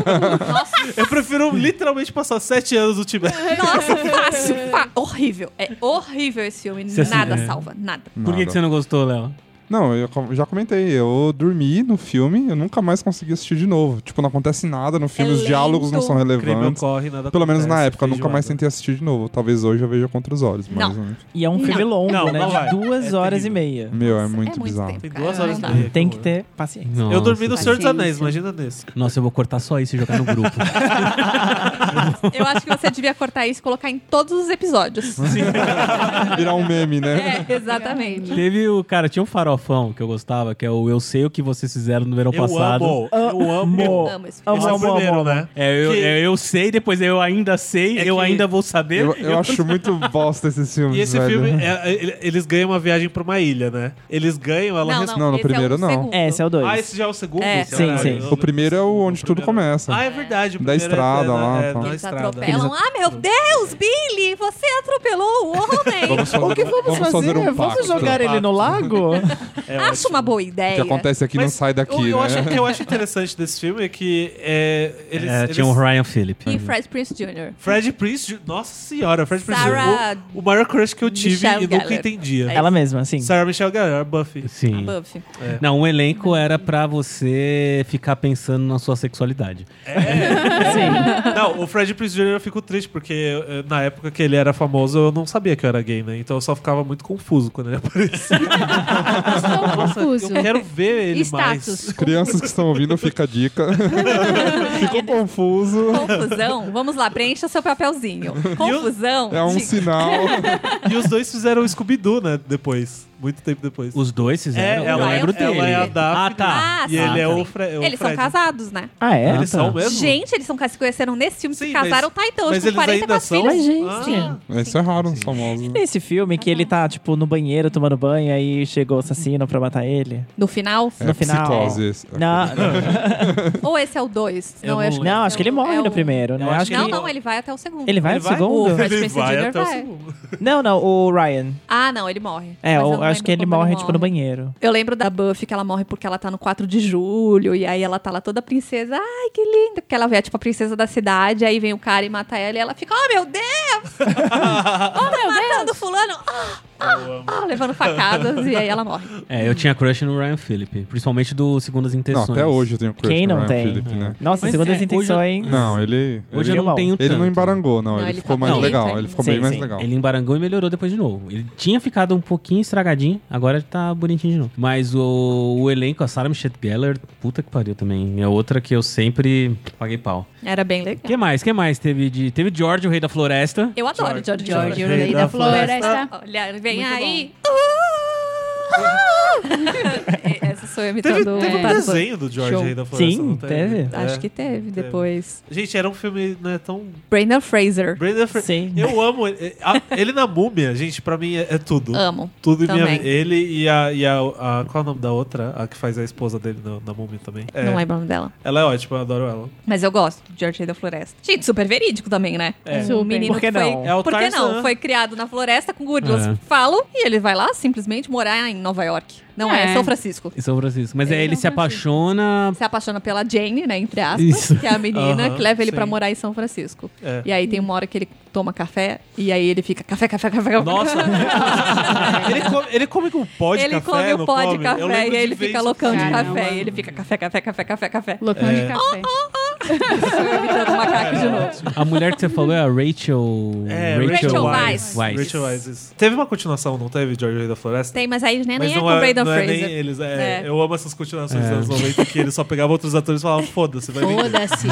Nossa,
Eu prefiro literalmente passar sete anos no Tibete.
nossa, fácil. fa- Horrível. É horrível esse filme.
Você assi-
Nada
é.
salva, nada.
Por que,
Nada.
que você não gostou, Léo?
Não, eu com- já comentei, eu dormi no filme, eu nunca mais consegui assistir de novo. Tipo, não acontece nada no filme, os
lento.
diálogos não são
Crime
relevantes.
ocorre, nada
Pelo menos na
acontece,
época, eu nunca
feijoada.
mais tentei assistir de novo. Talvez hoje eu veja contra os olhos, mas.
E é um filme longo,
Não,
né?
não vai.
de duas
É
horas
terrível.
e meia.
Meu, é
é
muito
muito
bizarro.
tempo.
Tem duas
Cara,
horas
não
e
dá.
meia.
Tem
pô.
que ter paciência.
Eu dormi no
Nossa,
Senhor dos
paciência.
Anéis, imagina nesse.
Nossa, eu vou cortar só isso e jogar no grupo.
Eu acho que você devia cortar isso e colocar em todos os episódios.
Virar um meme, né?
É, exatamente.
Teve o cara, tinha um farofa bafão que eu gostava, que é o Eu Sei O Que Vocês Fizeram no Verão
Eu
Passado.
amo.
Ah,
Eu amo.
Amo esse
Esse
filme.
é o
Amo, amo,
primeiro,
amo.
né?
É, eu,
Que-
é, eu sei, depois eu ainda sei,
É
eu
que-
ainda vou saber.
Eu, eu acho muito bosta esses filmes,
E esse
velho.
filme, é- ele- eles ganham uma viagem pra uma ilha, né? Eles ganham, ela
não, no
esse é o
primeiro não.
segundo.
É, esse é o dois.
Ah, esse já é o segundo?
É.
Sim,
Caralho,
sim.
eu
O primeiro é o onde
O
tudo
primeiro.
começa.
Ah, é verdade. o
Da
primeiro é-
estrada
é-
lá,
é
tá.
da
Eles
estrada.
atropelam. Ah, meu Deus, Billy, você atropelou o homem.
Vamos fazer,
O que vamos,
vamos
fazer?
fazer um pacto.
vamos jogar ele no lago?
É
Acho
ótimo.
uma boa
O
ideia.
que acontece aqui não
Mas
sai daqui,
o, eu
né?
acho, o que um eu acho interessante desse filme é que é, eles,
É,
eles-
tinha um Ryan Phillip.
E Fred Prince Jr.
Fred Prince, Ju- nossa senhora, Fred Prince,
Sarah
o, o maior crush que eu tive
Michelle
e nunca
Gellar. É.
entendia.
Ela mesma, assim.
Sarah Michelle Gellar, Buffy.
Sim.
Buffy.
Não, um elenco era pra você ficar pensando na sua sexualidade.
É. Não, o Fred Prince Jr. eu fico triste porque eh, na época que ele era famoso eu não sabia que eu era gay, né? Então eu só ficava muito confuso quando ele aparecia.
Estou confuso.
Eu quero ver ele mais.
Status.
Crianças que estão ouvindo, fica a dica. Ficou confuso.
Confusão? Vamos lá, preencha seu papelzinho. Confusão?
É um
Diga.
sinal.
E os dois fizeram o Scooby-Doo, né? Depois. Muito tempo depois.
Os dois fizeram?
É, ela
eu
é-
lembro dele.
ela é a Daphne.
Ah, tá.
Ah,
e ele é
sim.
o, Fre é o
Eles são
Fred.
casados, né?
Ah, é?
Eles
Ah, tá.
são mesmo?
Gente, eles são, se conheceram nesse filme, se
Sim,
casaram,
mas-
tá então,
mas
com
eles ainda
44
são?
filhos.
Mas, gente.
Ah.
Isso é raro nos famosos. né?
Esse filme que ele tá, tipo, no banheiro tomando banho, aí chegou o assassino pra matar ele.
No final?
É
No final.
psicose esse.
Não,
Ou esse é o 2?
Eu não
acho,
não, acho que ele morre
é
no
o-
primeiro, né?
Eu acho
Acho que
Não,
ele...
não, ele vai até o segundo.
ele vai no segundo?
Fred
Ele
Prinze
vai
Jr.
até o
vai.
segundo.
Não, não, o Ryan.
Ah, não, ele morre.
É,
Mas eu
eu,
não
acho
lembro
que ele
como
morre, tipo, no banheiro.
Eu lembro da Buffy que ela morre porque ela tá no 4 de julho, e aí ela tá lá toda princesa, ai, que linda, porque ela é tipo a princesa da cidade, aí vem o cara e mata ela, e ela fica, oh meu Deus! oh, tá matando fulano! Ah, ah, ah, levando facadas, e aí ela morre.
É, eu tinha crush no Ryan Phillip, principalmente do Segundas
Não,
Intenções.
até hoje eu tenho crush
Quem
no
não
Ryan
tem?
Phillip, né?
Nossa,
Mas
segundo
é,
as
hoje eu-
intenções.
Não, ele...
Hoje eu
ele,
não tenho
ele não
tanto.
embarangou, não.
Não,
ele,
ele
ficou mais
tá-
legal.
Ele
Ele ficou
tá-
bem
Sim,
mais
sim.
legal.
Ele embarangou e melhorou depois de novo. Ele tinha ficado um pouquinho estragadinho, agora tá bonitinho de novo. Mas o, o elenco, a Sarah Michelle Gellar, puta que pariu também. É outra que eu sempre paguei pau.
Era bem legal.
que mais? que mais teve de... Teve George, o Rei da Floresta.
Eu adoro George
George,
George.
Rei
Rei
da
da floresta.
Olha, vem
Muito
aí. Uh! Essa sou eu
Teve,
imitando
teve um
o Pato
desenho né? do George
Tá Show.
aí da Floresta. não
Sim,
É.
teve.
Bo- Acho que teve depois.
Gente, era um filme né, tão...
Brandon Fraser.
Brandon Fra-
Sim.
Eu amo ele. é, A- Ele na múmia, gente, pra mim é, é tudo.
Amo.
Tudo em minha
Ah, Também.
vida. Ele e, a, e a, a- Qual é o nome da outra? A que faz a esposa dele na, na múmia também. É,
Não lembro o nome dela.
Ela é ótima, eu adoro ela.
Mas eu gosto de George da Floresta. Gente, super verídico também, né?
É.
O menino
Por que
que foi...
não?
É o
Por que
Tarzan.
não? Foi criado na floresta com gorilas
É.
falam e ele vai lá simplesmente morar em Nova York. Não é,
É.
São Francisco.
E São Francisco. Mas
É,
aí ele
São
se
Francisco.
apaixona...
Se apaixona pela Jane, né? Entre aspas,
Isso.
que é a menina
Aham,
que leva ele
sim.
pra morar em São Francisco.
É.
E aí tem uma hora que ele toma café e aí ele fica café, café, café, café.
Nossa! Ah, ele, come, ele come com pó de
ele
café,
come
não
o pó
come?
de
Eu
café
lembro
e
de
aí ele
ver
fica
isso.
loucão de
Caramba.
café. E ele fica café, café, café, café, café. Ah,
Loucão
É.
de café.
Imitando o macaco de novo.
A mulher que você falou é a Rachel...
É,
Rachel
Weisz.
Weisz.
Weisz.
Rachel Isis. Teve uma continuação, não teve? George Rei da Floresta?
Tem, mas aí nem, nem é com
não
o Brandon
não
Fraser.
nem eles. É,
É.
Eu amo essas continuações
É.
dos anos 90 que eles só pegavam outros atores e falavam, foda-se, vai vender.
Foda-se.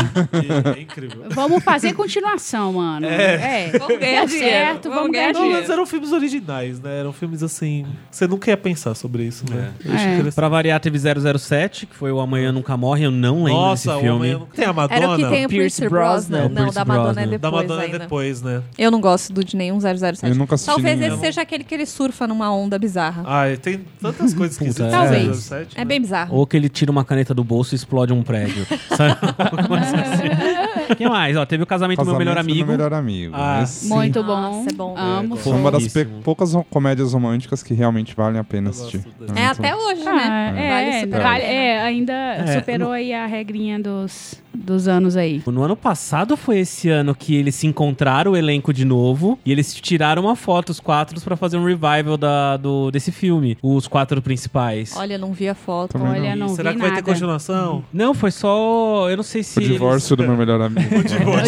E É incrível.
Vamos fazer continuação, mano. É.
Vamos ganhar dinheiro.
Deu certo, vamos ganhar
Não,
dinheiro.
mas eram filmes originais, né? Eram filmes assim. Você nunca ia pensar sobre isso, né? Eu acho
É.
interessante.
Pra variar, teve 007, que foi o Amanhã Nunca Morre. Eu não lembro
Nossa,
desse
o
filme.
Homem- não Tem a Madonna?
Era o que tem o
Pierce
Pierce
Brosnan.
Brosnan.
É, o
Não,
Pierce
da Madonna é
Brosnan.
depois
da Madonna
ainda.
depois, né?
Eu não gosto do de nenhum 007.
Eu nunca assisti
Talvez
nenhum.
esse seja aquele que ele surfa numa onda bizarra.
Ai, tem tantas coisas que
Puta,
existem.
é.
no
Talvez.
07,
é
né?
bem bizarro.
Ou que ele tira uma caneta do bolso e explode um prédio. Sabe? Uma coisa assim. que mais? Ó, teve o casamento, do meu melhor
Casamento do
amigo.
Melhor Amigo.
Ah.
Esse
Muito bom.
Nossa, é bom.
Amo.
Foi uma das pe-
Pouquíssimo.
poucas ro- comédias românticas que realmente valem a pena
Eu gosto
assistir.
desse.
É
muito
até
bom.
hoje, né?
Ah, é,
Vale super a
vale-
pena.
é, ainda
É,
superou aí a regrinha dos, dos anos aí.
No ano passado foi esse ano que eles se encontraram, o elenco de novo, e eles tiraram uma foto, os quatro, pra fazer um revival da, do, desse filme. Os quatro principais.
Olha, não vi a foto.
Também
Olha,
E
não
será
vi
que vai
nada.
ter continuação?
Não, foi só. Eu não sei se.
O divórcio do meu melhor amigo.
Eu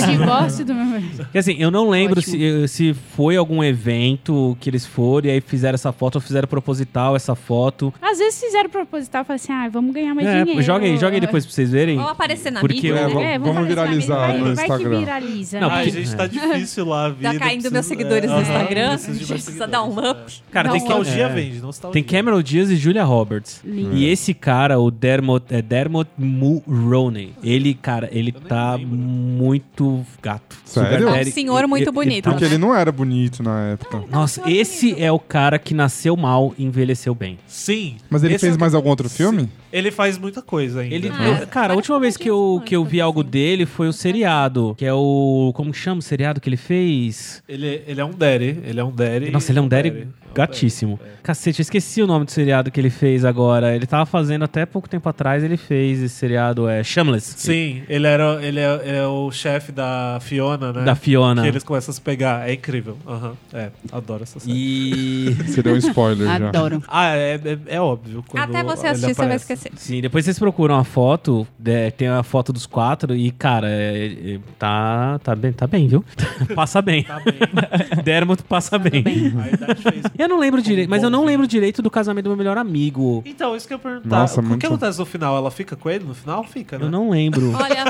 divórcio do meu marido.
Porque assim, eu não lembro
Ótimo.
se, se foi algum evento que eles foram e aí fizeram essa foto ou fizeram proposital essa foto.
Às vezes fizeram proposital, falaram assim, ah, vamos ganhar mais
É,
dinheiro.
joga aí, joga aí depois pra vocês verem.
Ou aparecer na
Porque
mídia,
eu-
É,
É,
né?
vamos,
aparecer na
viralizar
mídia.
no
vai, Vai que
Instagram.
viraliza.
Não,
Ai,
porque-
gente,
é.
tá difícil lá a vida.
Tá caindo
preciso-
meus seguidores
é,
no
aham,
Instagram.
preciso de mais
Precisa
seguidores.
dar um up.
Cara,
Não,
tem, Cam-
Nostalgia
é.
vende, nostalgia.
tem Cameron Diaz e Julia Roberts.
Lindo.
E esse cara, o Dermot, é Dermot Mulroney, ele, cara, ele tá muito gato.
Sério?
Super
É um
daddy.
senhor muito bonito,
tá-
Porque
é
ele não era bonito na época.
Nossa, esse é o cara que nasceu mal e envelheceu bem.
Sim.
Mas ele
Esse
fez
é o-
mais algum outro filme?
Sim. Ele faz muita coisa ainda.
Ah,
Ele,
né?
é.
eu- cara, a última vez que eu, que eu vi algo dele foi o seriado, que é o. Como que chama o seriado que ele fez?
ele, ele é um daddy. Ele é um daddy.
Nossa, ele é um daddy gatíssimo.
É.
Cacete, eu esqueci o nome do seriado que ele fez agora. Ele tava fazendo até pouco tempo atrás, ele fez esse seriado, é Shameless.
Sim, ele, era, ele é, ele é o chefe da Fiona, né?
Da Fiona.
Que eles começam a se pegar. É incrível. Aham. É, adoro essa série.
E.
Seria um spoiler já.
Adoro.
Ah, é, é, é óbvio. quando
Até você
ele
assistir, você vai
aparece.
esquecer.
Sim, depois vocês procuram a foto, é, tem a foto dos quatro e, cara, é, é, tá, tá bem, tá bem, viu? passa bem.
Tá bem. Tá
Dermot passa bem.
A idade fez.
Eu não lembro direito, mas eu não lembro direito do casamento do meu melhor amigo.
Então, isso que eu ia perguntar.
Nossa,
o que
muito-
acontece no final? Ela fica com ele? No final fica, né?
Eu não lembro.
Olha,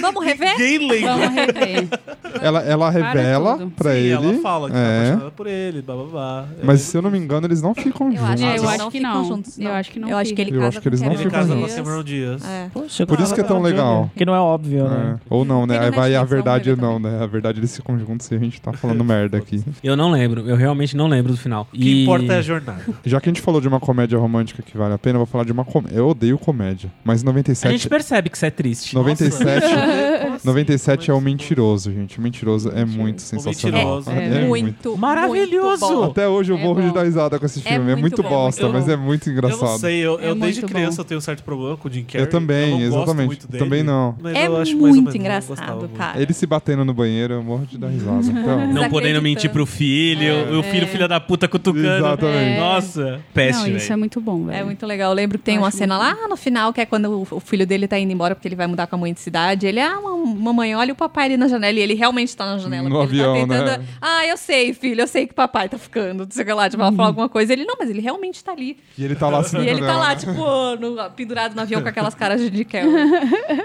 vamos rever?
Ninguém lembra.
Vamos rever.
Ela, ela revela
tudo.
pra
Sim,
ele.
ela fala que tá
é.
apaixonada por ele, blá blá blá.
Mas se eu não me engano, eles não ficam
Eu acho,
juntos.
É, eu
não
acho que
ficam
não.
juntos,
Eu acho que não
Eu acho que
fica.
ele
Eu
casa
acho que eles
com
não um
lembro. Ele
Cameron
casa com a
Diaz.
Cameron Diaz.
É.
Poxa,
Por isso que é tão legal.
Que não é óbvio, né?
É. Ou não, né?
Tem
Aí
no
vai
Netflix,
a
vamos
verdade
ver
ou não, né? A verdade eles ficam juntos e a gente tá falando merda aqui.
Eu não lembro, eu realmente não lembro do final.
O que importa é a jornada.
Já que a gente falou de uma comédia romântica que vale a pena, eu vou falar de uma comédia. Eu odeio comédia. Mas
A gente
97.
percebe que isso é triste.
97.
Nossa.
97 é o
Mas-
mentiroso, gente. O mentiroso é muito sensacional.
Mentiroso. É,
muito.
Muito.
Maravilhoso!
muito bom.
Até hoje eu
É
morro de
bom.
dar risada com esse filme. É muito,
muito bom,
bosta,
muito
mas
bom.
é muito
Eu
engraçado.
não sei, eu,
É
eu desde
muito
criança
bom.
eu tenho um certo problema com o Jim Carrey.
Eu também,
não gosto
exatamente.
muito dele,
Também não.
mas
É
eu acho mais ou menos,
muito
eu não gostava
engraçado,
muito.
cara.
Ele se batendo no banheiro, eu morro de dar risada. Então,
Não
Desacreditando.
podendo mentir pro
É,
filho, o filho, filha da puta cutucando.
Exatamente.
Nossa, peste,
Não,
velho.
isso é muito bom, velho.
É muito legal. Eu lembro que tem
Eu
uma
acho
cena
muito
lá no final, que é quando o- o filho dele tá indo embora, porque ele vai mudar com a mãe de cidade. Ele, ah, mam- mamãe, olha o papai ali na janela. E ele realmente tá na janela.
No
porque
avião,
ele tá tentando.
né?
Ah, eu sei, filho, eu sei que papai tá ficando. Não sei o que lá, tipo, ela fala alguma coisa. Ele, não, mas ele realmente tá ali.
E ele tá lá assim.
E ele tá
né?
lá, tipo, no- pendurado no avião com aquelas caras de Jim Carrey.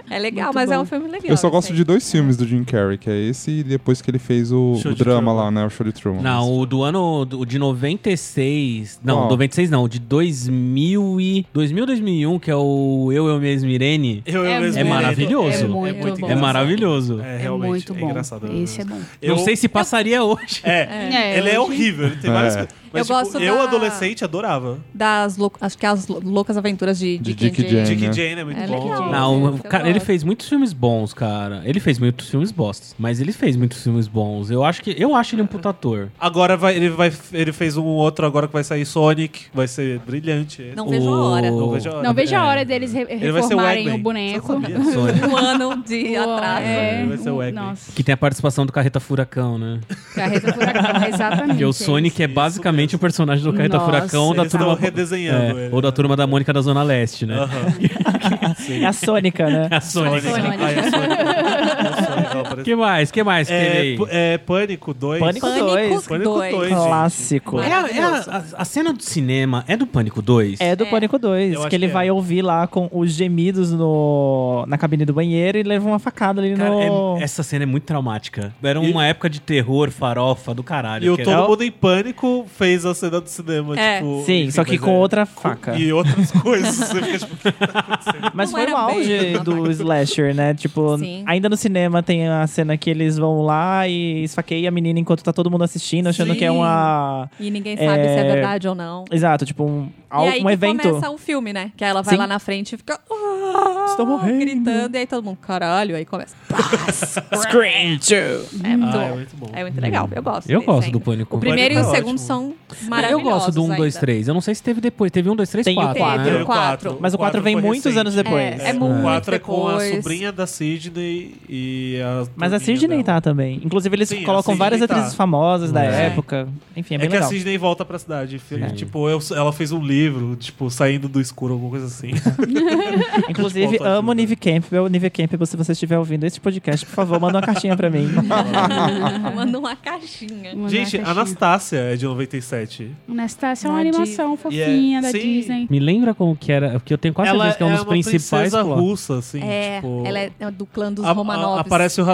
É legal,
Muito
mas é
bom.
um filme legal.
Eu só gosto
assim.
de dois filmes do Jim Carrey, que é esse e depois que ele fez o,
Show
o
de
drama
Truman.
lá, né? O Show de Truman.
Não, o do ano o de 96. Não,
Qual?
96 não, o de 2000 e 2000 2001, que é o Eu eu mesmo Irene.
Eu, eu
É
mesmo
É
me lembro.
maravilhoso.
É muito bom.
É maravilhoso.
É,
É
realmente,
muito
é
bom.
engraçado.
Esse é bom.
Eu,
Não sei se passaria hoje.
É,
É,
ele é
hoje-
horrível, ele tem várias
É.
coisas. Mas,
Eu
tipo,
gosto
eu
da-
adolescente adorava.
Das lou- Acho que é as lou- loucas aventuras de,
De
Dick,
Dick
and
and
Jane.
É,
Dick
né?
Jane é muito
É
bom.
legal.
Não,
Eu
cara, ele
gosto.
fez muitos filmes bons, cara. Ele fez muitos filmes bostas, mas ele fez muitos filmes bons. Eu acho que eu acho ele um puta ator.
Agora vai, ele, vai, ele fez um outro agora que vai sair Sonic, vai ser brilhante. esse.
Não vejo a
O-
hora.
Não vejo a hora.
Não vejo
É.
a hora deles re-
Ele vai ser o
reformarem o
Eggman.
boneco.
Você sabia?
Sonic.
Um ano de
Uou,
atrás.
é,
Vai ser o
um-
Eggman.
Nossa,
Que tem a participação do Carreta Furacão, né?
carreta furacão, exatamente.
Porque o Sonic é
isso
basicamente
mesmo.
o personagem do Carreta
Nossa.
Furacão ou da
Eles estão
turma.
redesenhando
é,
ele.
ou da turma da Mônica da Zona Leste, né?
Aham. Sim.
É a Sônica, né?
A Sonic.
Sonic.
Ah, é a Sonic. É a Sonic, ela aparece.
Que mais? Que mais? que
É,
teve
pu-
aí?
é Pânico 2.
Pânico
Pânico
2.
Pânico
2.
dois.
Clássico.
É, a- é a, a- a cena do cinema é do Pânico 2?
É do Pânico 2,
Eu acho
que ele
que é.
vai ouvir lá com os gemidos no, na cabine do banheiro e leva uma facada ali
Cara,
no...
é- essa cena é muito traumática. Era uma época de terror, farofa do caralho.
E o
que
Todo
era-
Mundo em Pânico fez a cena do cinema,
É.
tipo...
Sim,
enfim,
só que
mas
com
é-
outra faca.
E outras coisas. Você fica tipo...
Mas
Não
foi
era
o
bem
auge
uma
do
faca.
slasher, né? Tipo,
Sim.
ainda no cinema tem a cena que eles vão lá e esfaqueia a menina enquanto tá todo mundo assistindo, achando que é
Sim.
uma...
E ninguém sabe se é
É.
verdade ou não.
Exato, tipo, um, al-
e aí
um
que
evento.
começa o filme, né? Que ela vai
Sim.
lá na frente e fica... "Ah!"
Estou morrendo.
Gritando. E aí todo mundo, caralho. Aí começa...
Scream 2.
É muito,
ah, é
bom.
muito bom.
é muito legal. Eu gosto.
Eu
desse
gosto do
ainda.
Pânico.
O primeiro e
Pânico
o
é
segundo
ótimo.
são
tipo, Eu
maravilhosos
gosto do 1,
ainda.
2, 3. Eu não sei se teve depois. Teve 1, 2, 3,
Tem o
4.
quatro.
né?
Teve
Teve
o quatro.
Mas o 4 vem
foi
muitos
recente.
anos depois.
É, é muito
O 4 é com a
depois.
sobrinha da Sidney e a...
Mas
turminha
a
dela.
Sidney tá também. Inclusive, eles
Sim, a
colocam
Sidney
várias
tá.
atrizes famosas da
É.
época. Enfim, é
É,
bem
que a
legal.
Sidney volta pra cidade. fica, Tipo, eu- ela fez um livro, tipo, saindo do escuro, alguma coisa assim.
Inclusive,
Volta
amo Nive Campbell. Nive Campbell, se você estiver ouvindo esse podcast, por favor, manda uma cartinha pra mim.
Manda uma caixinha.
Mandar
Gente,
a caixinha.
Anastácia é de 97.
Anastácia é uma
Da
animação
E é-
fofinha da
sim.
Disney.
Me lembra como que era, porque eu tenho quase certeza que é um dos
uma
principais.
princesa
plots.
russa, assim,
É,
tipo...
ela é do clã dos
a- a-
Romanovs.
aparece o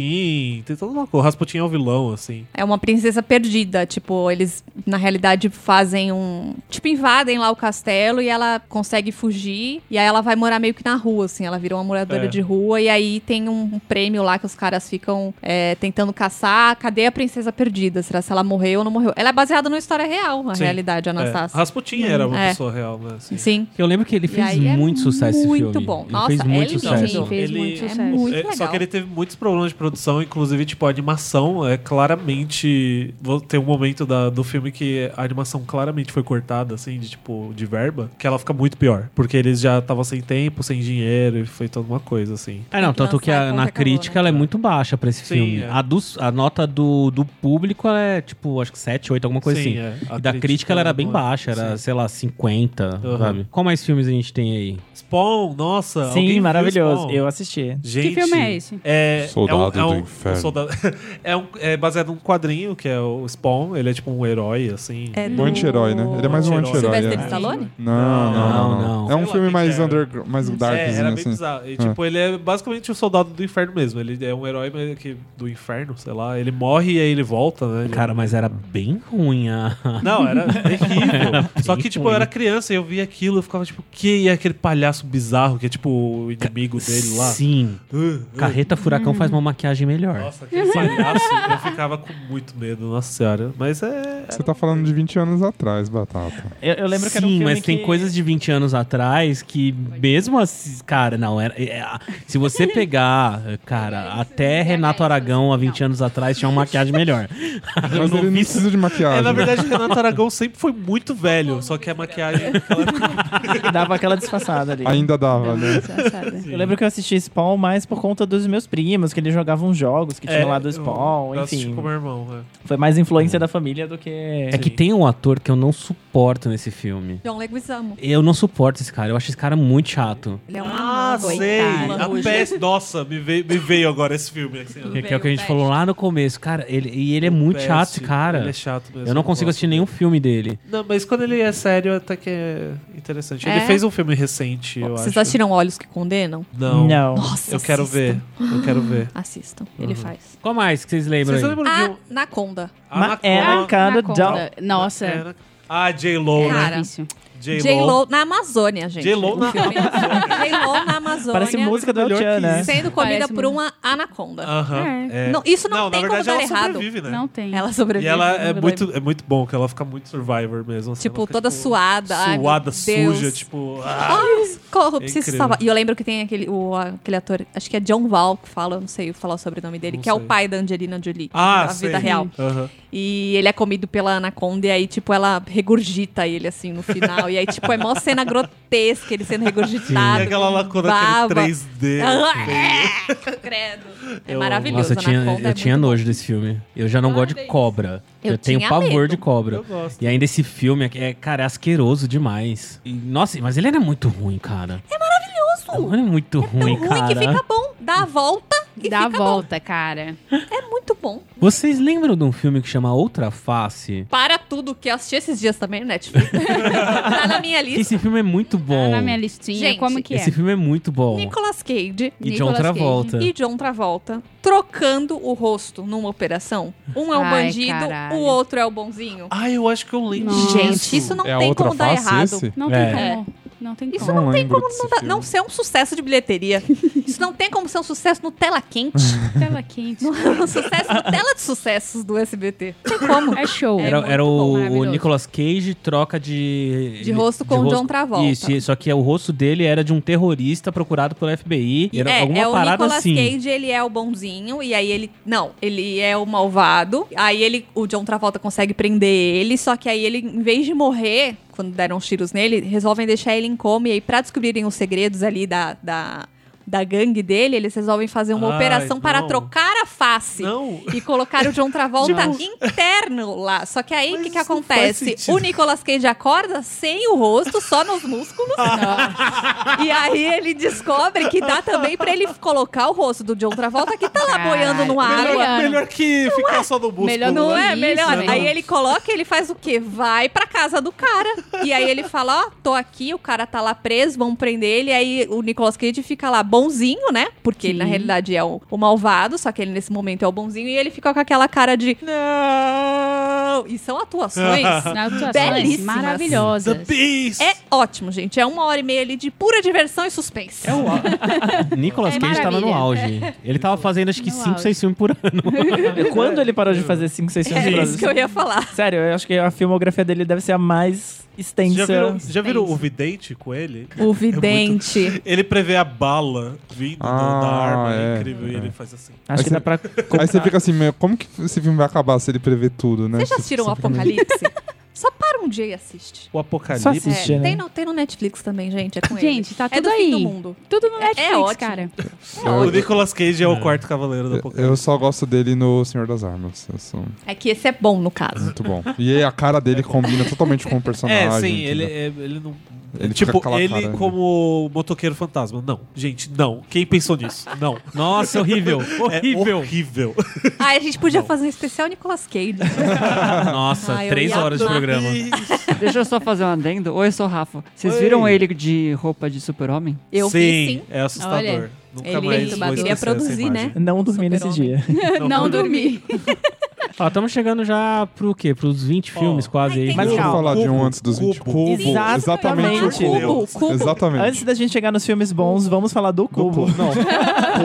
Rasputin, tem toda uma coisa. O Rasputin é o vilão, assim.
É uma princesa perdida. Tipo, eles, na realidade, fazem um. Tipo, invadem lá o castelo e ela consegue fugir. E aí ela vai morar meio que na rua, assim. Ela virou uma moradora
É.
de rua. E aí tem um prêmio lá que os caras ficam é, tentando caçar. Cadê a princesa perdida? Será se ela morreu ou não morreu? Ela é baseada numa história real, na
Sim.
realidade,
É.
Anastasia.
Rasputin era uma
É.
pessoa real, né? assim.
Sim.
Eu lembro que ele
E
fez
aí é
muito sucesso esse
muito
filme.
bom.
Ele
Nossa,
fez
é
muito
lindo.
sucesso.
Sim, fez
Ele-
muito
é
sucesso.
muito-
É, Só
legal.
que ele teve muitos problemas de produção, inclusive, tipo, a animação é claramente. vo- Tem um momento da- do filme que a animação claramente foi cortada, assim, de tipo, de verba, que ela fica muito pior. Porque eles já estavam sem tempo, sem dinheiro, e foi toda uma coisa, assim.
É, não,
que
tanto
lançar
que a-
quando
na
acabou,
crítica
né?
ela é muito baixa pra esse
Sim,
filme.
é.
A, dos- a nota do, do público ela é tipo, acho que 7, 8, alguma coisa assim.
é. A
E da crítica, ela era bem
não-
baixa, era,
Sim.
sei lá, 50,
Uhum.
sabe? Qual mais filmes a gente tem aí?
Spawn, nossa. alguém
Sim,
viu
maravilhoso.
Spawn?
Eu assisti.
Gente,
Que filme é esse?
É,
Soldado
é um, é
do
um,
Inferno.
soldado- é, um- é baseado num quadrinho que é o Spawn. Ele é tipo um herói, assim.
É
O anti-herói, né? Ele é mais um
Anti-herói.
anti-herói.
Sylvester
é.
Stallone?
Não, não, não,
Não, não.
É um
Sei lá
filme
quem
mais
que era.
underground, mais
É, era
darkzinho,
bem
assim.
bizarro. E,
Ah.
tipo, ele é basicamente o soldado do inferno mesmo. Ele é um herói meio que do inferno, sei lá. Ele morre e aí ele volta, né? Ele-
Cara, mas era bem ruim a.
Não, era terrível. Só que,
bem
tipo,
ruim.
eu era criança e eu via aquilo eu ficava, tipo, que é aquele palhaço bizarro que é, tipo, o inimigo dele lá?
Sim.
Uh, uh.
Carreta Furacão
Hum.
faz uma maquiagem melhor.
Nossa, aquele palhaço, eu ficava com muito medo, nossa senhora. Mas é.
Você tá falando de 20 anos atrás, Batata.
Eu, eu lembro
Sim,
que era um filme
mas tem
que-
coisas de 20 anos atrás que mesmo assim, cara, não era. é, a- se você pegar, cara, até Renato Aragão
assim,
há 20 anos atrás tinha uma maquiagem melhor. Eu
Mas ele não
vi-
precisa de maquiagem. né?
É, na verdade, o Renato Aragão sempre foi muito velho, só que a maquiagem.
dava aquela disfarçada ali.
Ainda dava, né?
Eu lembro que eu assisti Spawn mais por conta dos meus primos, que eles jogavam jogos que tinham lá
um
do Spawn,
É, eu, eu assisti
enfim.
com meu irmão, né?
Foi mais influência da família do que.
É que tem um ator que eu não suporto nesse filme.
John Leguizamo.
Eu não suporto esse cara, eu acho esse cara muito chato.
Ele é um
Ah, sei! A peste. Nossa, me veio, me veio agora esse filme. assim, ó.
Que, que é o que a
Veio
gente
o
falou lá no começo, cara. Ele, e ele é muito
Peste,
chato, esse cara.
Ele é chato mesmo.
eu não consigo
gosto
assistir
dele.
nenhum filme dele.
Não, mas quando ele é sério, até que é interessante. Ele
É?
fez um filme recente, eu
Vocês
acho.
assistiram Olhos que Condenam?
Não.
Não.
Nossa,
Eu quero ver. Eu quero ver.
Assistam.
Uhum.
Ele faz.
Qual mais que vocês lembram?
Vocês
aí?
lembram de um.
Anaconda.
Ma-
Anaconda-
Era cada
Anaconda. Ah, Nossa, é
Era- Ah, J-Lo, né?
Cara,
difícil.
J-Lo.
J-Lo na Amazônia, gente.
J-Lo na
J-Lo na Amazônia.
Parece música do
melhor
Elchan,
que
né?
isso.
Sendo comida
Parece
por uma anaconda.
Aham.
É.
é.
Não, isso não,
na
tem como
verdade
dar
ela
errado.
sobrevive, né?
Não tem.
Ela sobrevive.
E ela é
sobrevive.
muito, é muito bom, que ela fica muito survivor mesmo. assim, ela
Tipo,
fica,
toda suada. Ai, meu
Suada,
Deus.
suja, tipo. ah.
Ai, corro, preciso
incrível.
salvar. E eu lembro que tem aquele, o, aquele ator, acho que é John Val que fala, eu não sei falar o sobrenome dele,
Não
que é
sei.
o pai da Angelina Jolie,
Ah,
na
sei.
vida real.
Aham.
E ele é comido pela anaconda e aí, tipo, ela regurgita ele, assim, no final. E aí, tipo, é mó cena grotesca, ele sendo regurgitado.
E aquela
com
lacuna
baba.
daquele 3D.
Ah, é, credo. É
Eu-
maravilhoso.
Nossa, eu tinha,
Anaconda
eu
é
tinha
muito
nojo desse filme. Eu já não gosto de cobra. Eu,
Eu
tenho
tinha
pavor
medo.
de cobra.
Eu gosto.
E ainda esse filme, é, é, cara, é asqueroso demais. E, nossa, mas ele era muito ruim, cara.
maravilhoso.
Ele é muito
Tão
ruim,
ruim
cara.
que fica bom. Dá a volta e
Dá a
fica
volta, cara.
bom. É muito bom.
Vocês lembram de um filme que chama Outra Face?
Para tudo que eu assisti esses dias também no Netflix. tá na minha
Que
lista.
esse filme é muito bom.
Tá na minha listinha.
Gente,
Como que é?
Esse filme é muito bom.
Nicolas Cage
E John
Nicolas Cage.
Travolta.
e John Travolta trocando o rosto numa operação. Um é um
Ai,
bandido,
caralho.
o outro é o bonzinho.
Ah, eu acho que eu lembro.
Nossa.
Gente, isso não
é a
tem
outra
como dar
face
errado.
esse?
Não tem
É.
como. Não tem
Isso
como.
não
tem
lembro
como
desse
não, dar-
filme.
não ser um sucesso de bilheteria. Isso não tem como ser um sucesso Nutella quente.
Tela quente.
Não é um sucesso Nutella de sucessos do SBT. Não tem como.
É show.
Era,
muito
era
bom,
o, o
maravilhoso.
Nicolas Cage troca de.
De rosto com o John Travolta.
Isso, e- só que o rosto dele era de um terrorista procurado pelo FBI. E era
é,
alguma
é o
parada
Nicolas
assim.
Cage, ele é o bonzinho, e aí ele. Não, ele é o malvado. Aí ele, o John Travolta consegue prender ele, só que aí ele, em vez de morrer, quando deram os tiros nele, resolvem deixar ele em coma. E aí, pra descobrirem os segredos ali da. da da gangue dele, eles resolvem fazer uma
Ai,
operação para
não.
trocar a face.
Não.
E colocar o John Travolta
Não.
interno lá. Só que aí o
Mas
que, que
isso não faz
acontece?
sentido.
O Nicolas Cage acorda sem o rosto, só nos músculos. E aí ele descobre que dá também pra ele colocar o rosto do John Travolta que tá lá
Caralho.
boiando no ar.
Melhor-
Melhor,
Mariano.
melhor que ficar só no músculo. né?
Melhor
Não
Isso, né?
é melhor?
velho.
Aí ele coloca, ele faz o quê? Vai pra casa do cara. E aí ele fala, ó, tô aqui, o cara tá lá preso, vamos prender ele. Aí o Nicolas Cage fica lá bonzinho, né? Porque ele na
Sim.
realidade é o, o malvado, só que ele nesse momento é o bonzinho. E ele fica com aquela cara de, não! E são atuações...
Atuações
Belíssimas.
The
maravilhosas.
Beast!
É ótimo, gente. É uma hora e meia ali de pura diversão e suspense.
um
É o Nicolas
É
Cage tava no
maravilha.
auge. Ele tava fazendo acho que
No
5,
auge.
6 filmes por ano.
É, Quando ele parou de fazer 5, 6 filmes
É
por
isso que eu ia falar.
Sério, eu acho que a filmografia dele deve ser a mais
Você Já
extensa.
viram, já viram o vidente com ele?
É
O vidente.
Ele prevê a bala vindo do- da
Ah,
arma, é,
é,
incrível, e
é.
ele faz assim.
Acho
Aí
que
você-
dá pra.
Aí você fica assim, meu, como que esse filme vai acabar se ele prever tudo, né?
Vocês já
Você-
assistiram o
você fica meio-
Apocalipse? Só para um dia e assiste.
O Apocalipse.
Só assiste,
É,
né?
tem, no, tem no Netflix também, gente. É com ele.
Gente, tá tudo
é do
aí.
fim do mundo.
Tudo no
É- é
Netflix,
ótimo.
cara.
O Nicolas Cage é o quarto cavaleiro do
Eu, eu
Apocalipse.
só gosto dele no Senhor das Armas. Eu sou
É que esse é bom, no caso.
muito bom. E aí a cara dele combina totalmente com o personagem.
É, sim, ele,
entendeu?
é- ele não.
Ele fica
tipo,
com aquela
ele
cara, né?
como motoqueiro fantasma. Não, gente, não. Quem pensou nisso? Não.
Nossa, horrível.
É
Horrível.
horrível.
Ah, a gente podia
Não.
fazer um especial Nicolas Cage.
Nossa,
Ah, eu
três
ia
horas de
amar.
programa.
Deixa eu só fazer um adendo. Oi, eu sou o Rafa. Vocês
Oi.
viram ele de roupa de super-homem?
Eu
sim,
vi sim.
é assustador.
Olha,
Nunca
ele
mais vou
bateria
esquecer
produzir,
essa imagem.
né?
Não dormi nesse
Super-homem.
dia.
Não, dormi.
Ó, estamos chegando já pro quê? Pros 20
Ó.
filmes quase aí.
tem
Mas
Mas
calma.
vamos falar de um antes dos 20.
Cubo.
Cubo.
Exatamente.
Exatamente o
Cubo,
Cubo.
Cubo.
Exatamente.
Antes da gente chegar nos filmes bons, vamos falar do
Do
Cubo.
Cubo. Não,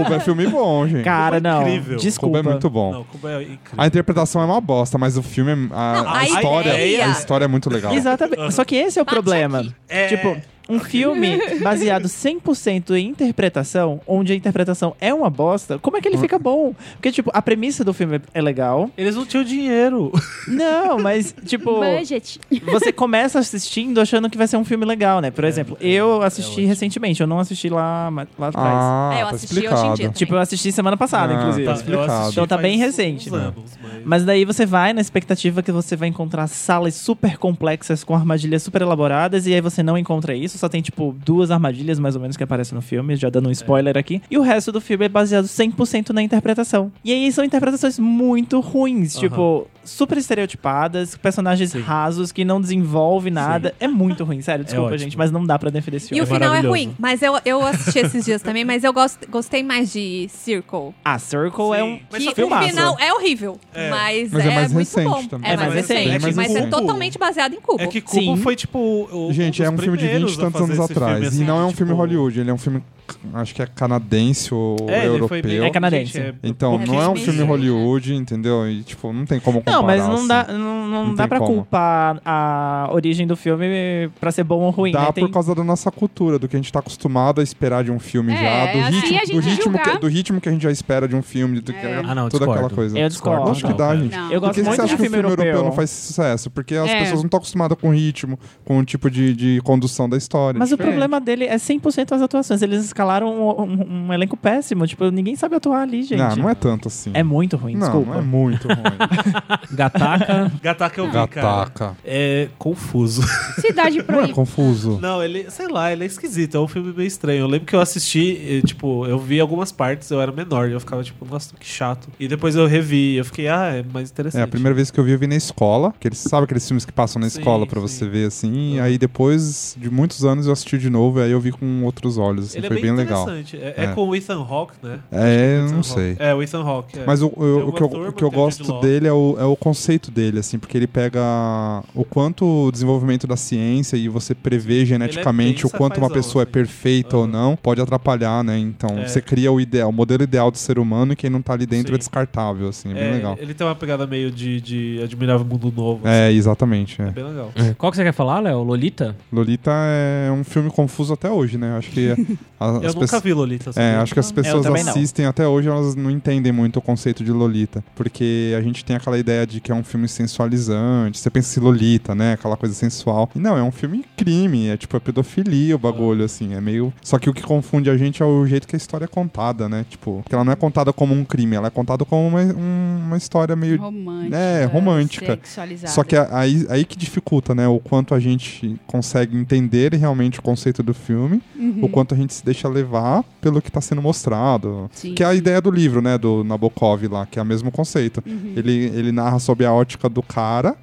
Cubo é filme bom, gente.
Cara, não.
incrível.
Cubo
Desculpa.
é muito bom.
Não, Cuba é incrível.
A interpretação é uma bosta, mas o filme, é- a,
Não,
a
a
história,
ideia-
a história é muito legal.
Exatamente. Só que esse é o
Bate
problema.
aqui.
É.
Tipo, um filme baseado 100% em interpretação, onde a interpretação é uma bosta, como é
Hum.
que ele fica bom? Porque, tipo, a premissa do filme é legal.
Eles não tinham dinheiro.
Não, mas, tipo,
Budget.
você começa assistindo achando que vai ser um filme legal, né? Por
É,
exemplo, eu assisti recentemente, eu não assisti lá, lá atrás.
Ah,
É, eu
tá
assisti
explicado.
hoje em dia.
Tipo, eu assisti semana passada,
Ah,
inclusive.
tá.
eu assisti
Então tá
faz
bem
uns
recente, né?
anos, mas-
Mas daí você vai na expectativa que você vai encontrar salas super complexas com armadilhas super elaboradas e aí você não encontra isso, só tem tipo duas armadilhas mais ou menos que aparecem no filme, já dando um spoiler aqui. E o resto do filme é baseado 100% na interpretação. E aí são interpretações muito ruins,
Aham.
tipo super estereotipadas, personagens
Sim.
rasos que não desenvolvem nada. É muito ruim, sério, desculpa,
ótimo.
gente, mas não dá pra defender esse
E
filme.
o final é
maravilhoso.
ruim. Mas eu, eu assisti esses dias também, mas eu gost- gostei mais de Circle.
Ah, Circle é
Sim.
um
Mas
Que
só
o
que
filmaço.
final é horrível.
É.
Mas,
Mas é mais
muito
recente
bom.
também.
É
É
mais
mais recente.
recente,
Bem mais
mas é
recente.
totalmente baseado em Cubo.
É que Cubo
Sim.
foi tipo. o-
Gente,
um
é um
dos
filme de 20
primeiros
e
a
tantos anos
fazer esse filme,
atrás.
assim,
e não é um filme
tipo-
Hollywood, ele é um filme, acho que é canadense ou
É, ele foi
europeu.
bem...
É canadense.
Gente, é-
Então,
É
não é um
bem
né?
filme
diferente,
Hollywood, entendeu? E, tipo, não tem como comparar.
Não, mas não dá,
assim.
não, não
Não
dá
tem
pra
como.
culpar a origem do filme pra ser bom ou ruim.
Dá
né?
por
Tem-
causa da nossa cultura, do que a gente tá acostumado a esperar de um filme
É,
já, do
é assim
ritmo,
a gente
do, ritmo
julgar. É.
que, do ritmo que a gente já espera de um filme, do que,
Ah, não,
toda
discordo.
aquela coisa.
Eu discordo.
Lógico que
Não,
dá,
cara.
gente.
Não.
Por
Eu gosto
que você
muito
acha
de
que o filme europeu, não
europeu.
faz sucesso? Porque as
É.
pessoas não estão acostumadas com o ritmo, com o tipo de, de condução da história. Tipo,
Mas o
Diferente.
problema dele é 100% as atuações. Eles escalaram um, um- um elenco péssimo. Tipo, ninguém sabe atuar ali, gente.
Não, não é tanto assim.
É muito ruim,
não,
desculpa.
não é muito ruim.
Gataca.
Gataca eu vi, cara.
Gataca.
É confuso.
Cidade
Não é
proibida.
confuso.
Não, ele, sei lá, ele é esquisito. É um filme meio estranho. Eu lembro que eu assisti, eh, tipo, eu vi algumas partes, eu era menor, e eu ficava tipo, nossa, que chato. E depois eu revi, e eu fiquei, ah, é mais interessante.
É, a primeira vez que eu vi, eu vi na escola. Que eles, sabe aqueles filmes que passam na
Sim,
escola pra
sim.
você ver assim? E
Uhum.
aí depois de muitos anos eu assisti de novo, e aí eu vi com outros olhos. Assim,
Ele é
foi
bem,
bem, legal.
interessante. É, é
É.
com o Ethan Hawke, né?
É, eu
Ethan
não
Hawke.
sei.
É, o Ethan Hawke. é.
Mas o, eu-
Tem o
o que eu,
ator,
o que
tem
eu
o Jude
gosto
Law.
dele é o, é o conceito dele, assim, porque ele pega o quanto o desenvolvimento da ciência e você prever geneticamente o quanto uma
é safazão,
pessoa
assim.
é perfeita ou
Aham.
não pode atrapalhar, né? Então
É.
você cria o ideal, o modelo ideal do ser humano e quem não tá ali dentro
Sim.
é descartável, assim, é bem
É,
legal.
Ele tem uma pegada meio de, de Admirável Mundo Novo. assim.
É, exatamente. é.
É bem legal.
Qual que você quer falar, Léo? Lolita?
Lolita é um filme confuso até hoje, né? Acho que a- as
Eu nunca
pessoas-
vi Lolita.
É,
sabia?
acho que as pessoas
também não.
assistem até hoje, elas não entendem muito o conceito de Lolita. Porque a gente tem aquela ideia de que é um filme sensualizante, você pensa em Lolita, né? Aquela coisa sensual. E não, é um filme crime, é tipo é pedofilia o bagulho, assim. É meio. Só que o que confunde a gente é o jeito que a história é contada, né? Tipo, que ela não é contada como um crime, ela é contada como uma, um- uma história meio
Romântica.
É, romântica.
Sexualizada.
só que é a- aí, aí que dificulta, né? O quanto a gente consegue entender realmente o conceito do filme,
Uhum.
o quanto a gente se deixa levar pelo que está sendo mostrado.
Sim.
Que é a ideia do livro, né? Do Nabokov lá, que é o mesmo conceito.
Uhum.
Ele, ele narra sobre a ótica do cara.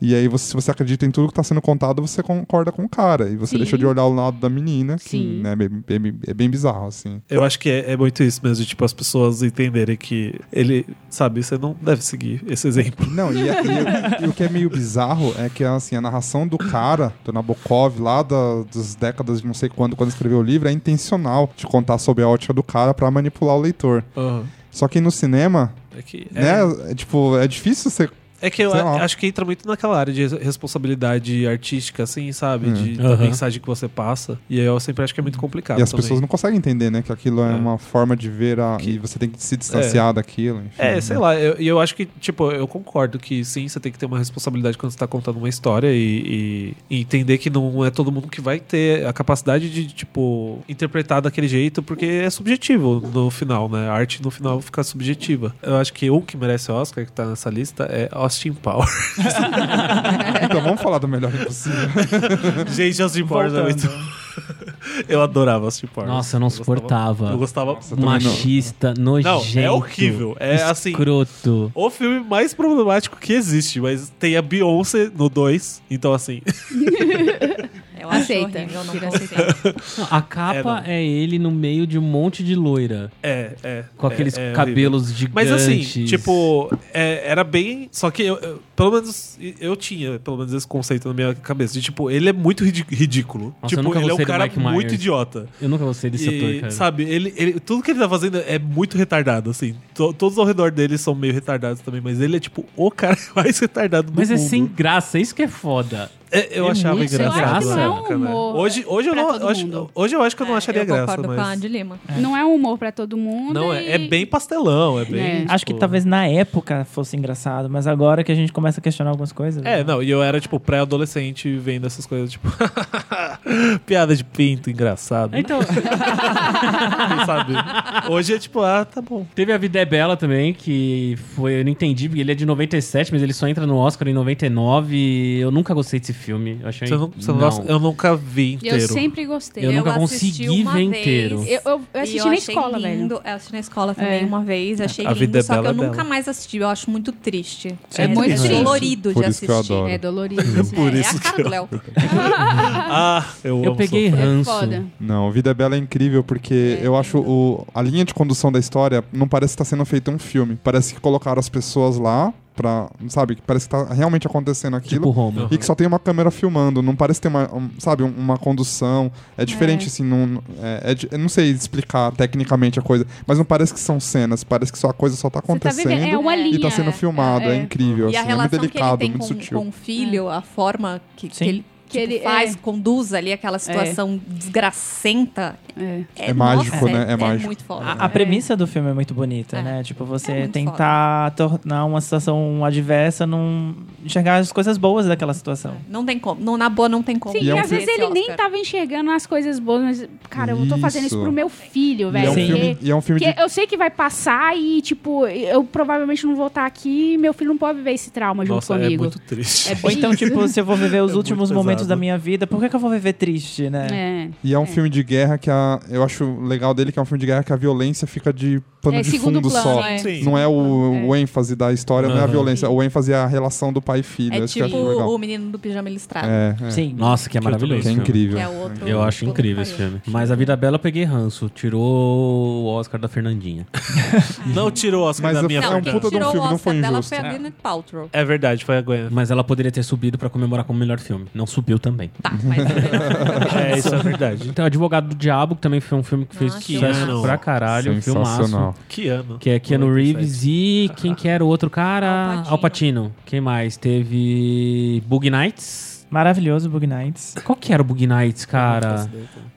E aí, você, se você acredita em tudo que está sendo contado, você concorda com o cara. E você
Sim.
deixa de olhar o lado da menina, que
Sim.
né, é, bem, bem- é bem bizarro, assim.
Eu acho que é, é muito isso mesmo, de, tipo, as pessoas entenderem que ele, sabe, você não deve seguir esse exemplo.
Não, e, e- e o que é meio bizarro é que assim, a narração do cara, do Nabokov, lá da- das décadas de não sei quando, quando escreveu o livro, é intencional de contar sobre a ótica do cara para manipular o leitor. Só que no cinema,
É que, é,
né, é, tipo, é difícil você.
é que eu
Sei
a-
lá.
acho que entra muito naquela área de res- responsabilidade artística, assim, sabe?
Hum.
De, Da
Aham.
mensagem que você passa. E eu sempre acho que é muito complicado.
E as
também.
pessoas não conseguem entender, né, que aquilo é,
É.
uma forma de ver a.
Que-
E você tem que se distanciar daquilo. enfim,
É,
né.
sei lá, eu- e eu, acho que, tipo, eu concordo que sim, você tem que ter uma responsabilidade quando você tá contando uma história e, e- e entender que não é todo mundo que vai ter a capacidade de, tipo, interpretar daquele jeito, porque é subjetivo no final, né? A arte no final fica subjetiva. Eu acho que um que merece Oscar, que tá nessa lista, é Austin Power.
Então vamos falar do melhor impossível.
Gente, Austin Powers é muito. eu adorava Austin Powers.
Nossa, eu não suportava.
Eu gostava.
Machista,
Não,
nojento.
é horrível. É assim.
Escroto.
O filme mais problemático que existe, mas tem a Beyoncé no 2, então assim.
Eu acho
Aceita,
horrível, eu não
Kira,
consigo.
Não, a
É,
capa
não.
é, ele no meio de um monte de loira.
É, é.
Com
é,
aqueles
é horrível.
cabelos gigantes.
Mas assim, tipo, é, era bem. Só que eu, eu- pelo menos eu tinha, pelo menos, esse conceito na minha cabeça. De tipo, ele é muito ridí- ridículo.
Nossa, eu
tipo,
nunca
ele é um
gostei do
cara
Mike Myers.
muito idiota.
Eu nunca gostei desse ator,
E,
cara.
sabe, ele, ele- tudo que ele tá fazendo é muito retardado, assim. To- todos ao redor dele são meio retardados também, mas ele é tipo o cara mais retardado do
Mas é
mundo.
sem graça, isso que é foda.
É, eu
É
achava
muito
engraçado.
sem graça.
na
Não é um
época, né?
humor
Hoje, hoje, eu
pra
não,
todo
eu acho,
mundo.
hoje eu acho que eu não
É,
acharia
eu
graça,
concordo com a
mas...
de Lima.
Não é um humor pra todo mundo.
Não, é, é
e-
bem pastelão, é bem...
É.
Acho que
tipo-
talvez na época fosse engraçado, mas agora que a gente começa a questionar algumas coisas.
É, não, e eu era, tipo, pré-adolescente vendo essas coisas, tipo... piada de pinto, engraçado.
Então,
sabe? Hoje é tipo, ah, tá bom.
teve a Vida é Bela também, que foi. Eu não entendi, porque ele é de 97, mas ele só entra no Oscar em 99. e eu nunca gostei desse filme. Eu achei.
Você não, você não gosta- eu nunca vi inteiro.
Eu sempre gostei.
Eu nunca
assisti
consegui
uma
ver
vez
inteiro.
Eu, eu- eu
e
assisti
eu
na
achei
escola,
lindo.
velho.
Eu assisti na escola também
É.
uma vez, achei
A
lindo,
vida é
só que eu
bela
nunca
dela.
mais assisti. Eu acho muito triste.
É
muito
muito
triste.
dolorido
Por
de
isso que eu
assistir.
adoro.
É dolorido. assim.
Por
é,
isso
é a cara
que
do Léo.
Ah, eu amo
Eu peguei
sofrer.
É
ranço.
foda.
Não, Vida é Bela é incrível porque eu acho o, a linha de condução da história não parece estar sendo feito um filme. Parece que colocaram as pessoas lá pra, sabe, que parece que tá realmente acontecendo aquilo.
Tipo Roma.
E que só tem uma câmera filmando, não parece ter uma, um, sabe, um- uma condução. É diferente, assim, não, é, é di- eu não sei explicar tecnicamente a coisa, mas não parece que são cenas, parece que só a coisa só tá
Você tá
acontecendo
vivendo. É uma linha.
e tá sendo
é.
filmado.
É.
É, incrível,
E a
assim, é
relação
muito
que ele
delicado,
tem
muito
com,
sutil.
com o filho, a forma que, que
Sim.
ele,
Que
tipo,
ele é.
faz, conduz ali aquela situação desgracenta,
É.
é,
É mágico,
nossa,
né? É
É,
mágico.
muito foda.
A, a premissa do filme é muito bonita,
É.
né? Tipo, você
É muito
tentar tornar uma situação adversa num. enxergar as coisas boas daquela situação.
Não tem como. Não, na boa, não tem como.
Sim,
E
e,
é um
às vezes
Esse
ele nem tá-
Oscar.
tava enxergando as coisas boas, mas, cara, eu tô fazendo isso
Isso.
pro meu filho,
E é,
velho.
um
Sim.
filme, e é um filme
Porque
de
eu sei que vai passar e, tipo, eu provavelmente não vou estar aqui e meu filho não pode viver esse trauma junto
Nossa, é
comigo.
muito triste.
É
Ou
bem
então,
isso.
tipo, se eu vou viver os
É
últimos
muito
momentos
pesado.
da minha vida, por que, que eu vou viver triste, né?
É.
E é um filme de guerra que a, eu acho legal dele que é um filme de guerra que a violência fica de pano
É,
de
segundo
fundo
plano,
só.
é.
Sim.
Não é o, o ênfase da história, não é a
Aham.
violência. O ênfase é a relação do pai e filho.
É
isso que eu
tipo
acho legal.
o menino do pijama listrado.
É, é.
Sim.
Nossa, que é
Que eu também-
maravilhoso.
Que é
esse filme.
incrível.
É outro-
Eu acho
Puta
incrível
que
esse
pariu.
filme. Mas a Vida Bela eu peguei ranço. Tirou o Oscar da Fernandinha.
Não tirou o Oscar
é- Mas
da
eu-
minha
é um
Não,
verdade.
quem
puta de um
tirou
filme,
o
não
Oscar
foi
dela
injusto.
foi a Gwyneth Paltrow.
É verdade, foi a Goiânia.
Mas ela poderia ter subido pra comemorar como melhor filme. Não subiu também.
Tá, mas...
É, isso é verdade.
Então, Advogado do Diabo, que também foi um filme que fez
Nossa,
sucesso
que
pra
massa.
caralho. um Filmaço.
Sensacional.
Que ano.
Que é Keanu
97.
Reeves e quem que era o outro cara?
Al Pacino.
Al Pacino. Quem mais? Teve Bug Nights.
Maravilhoso Bug Nights.
Qual que era o Bug Nights, cara?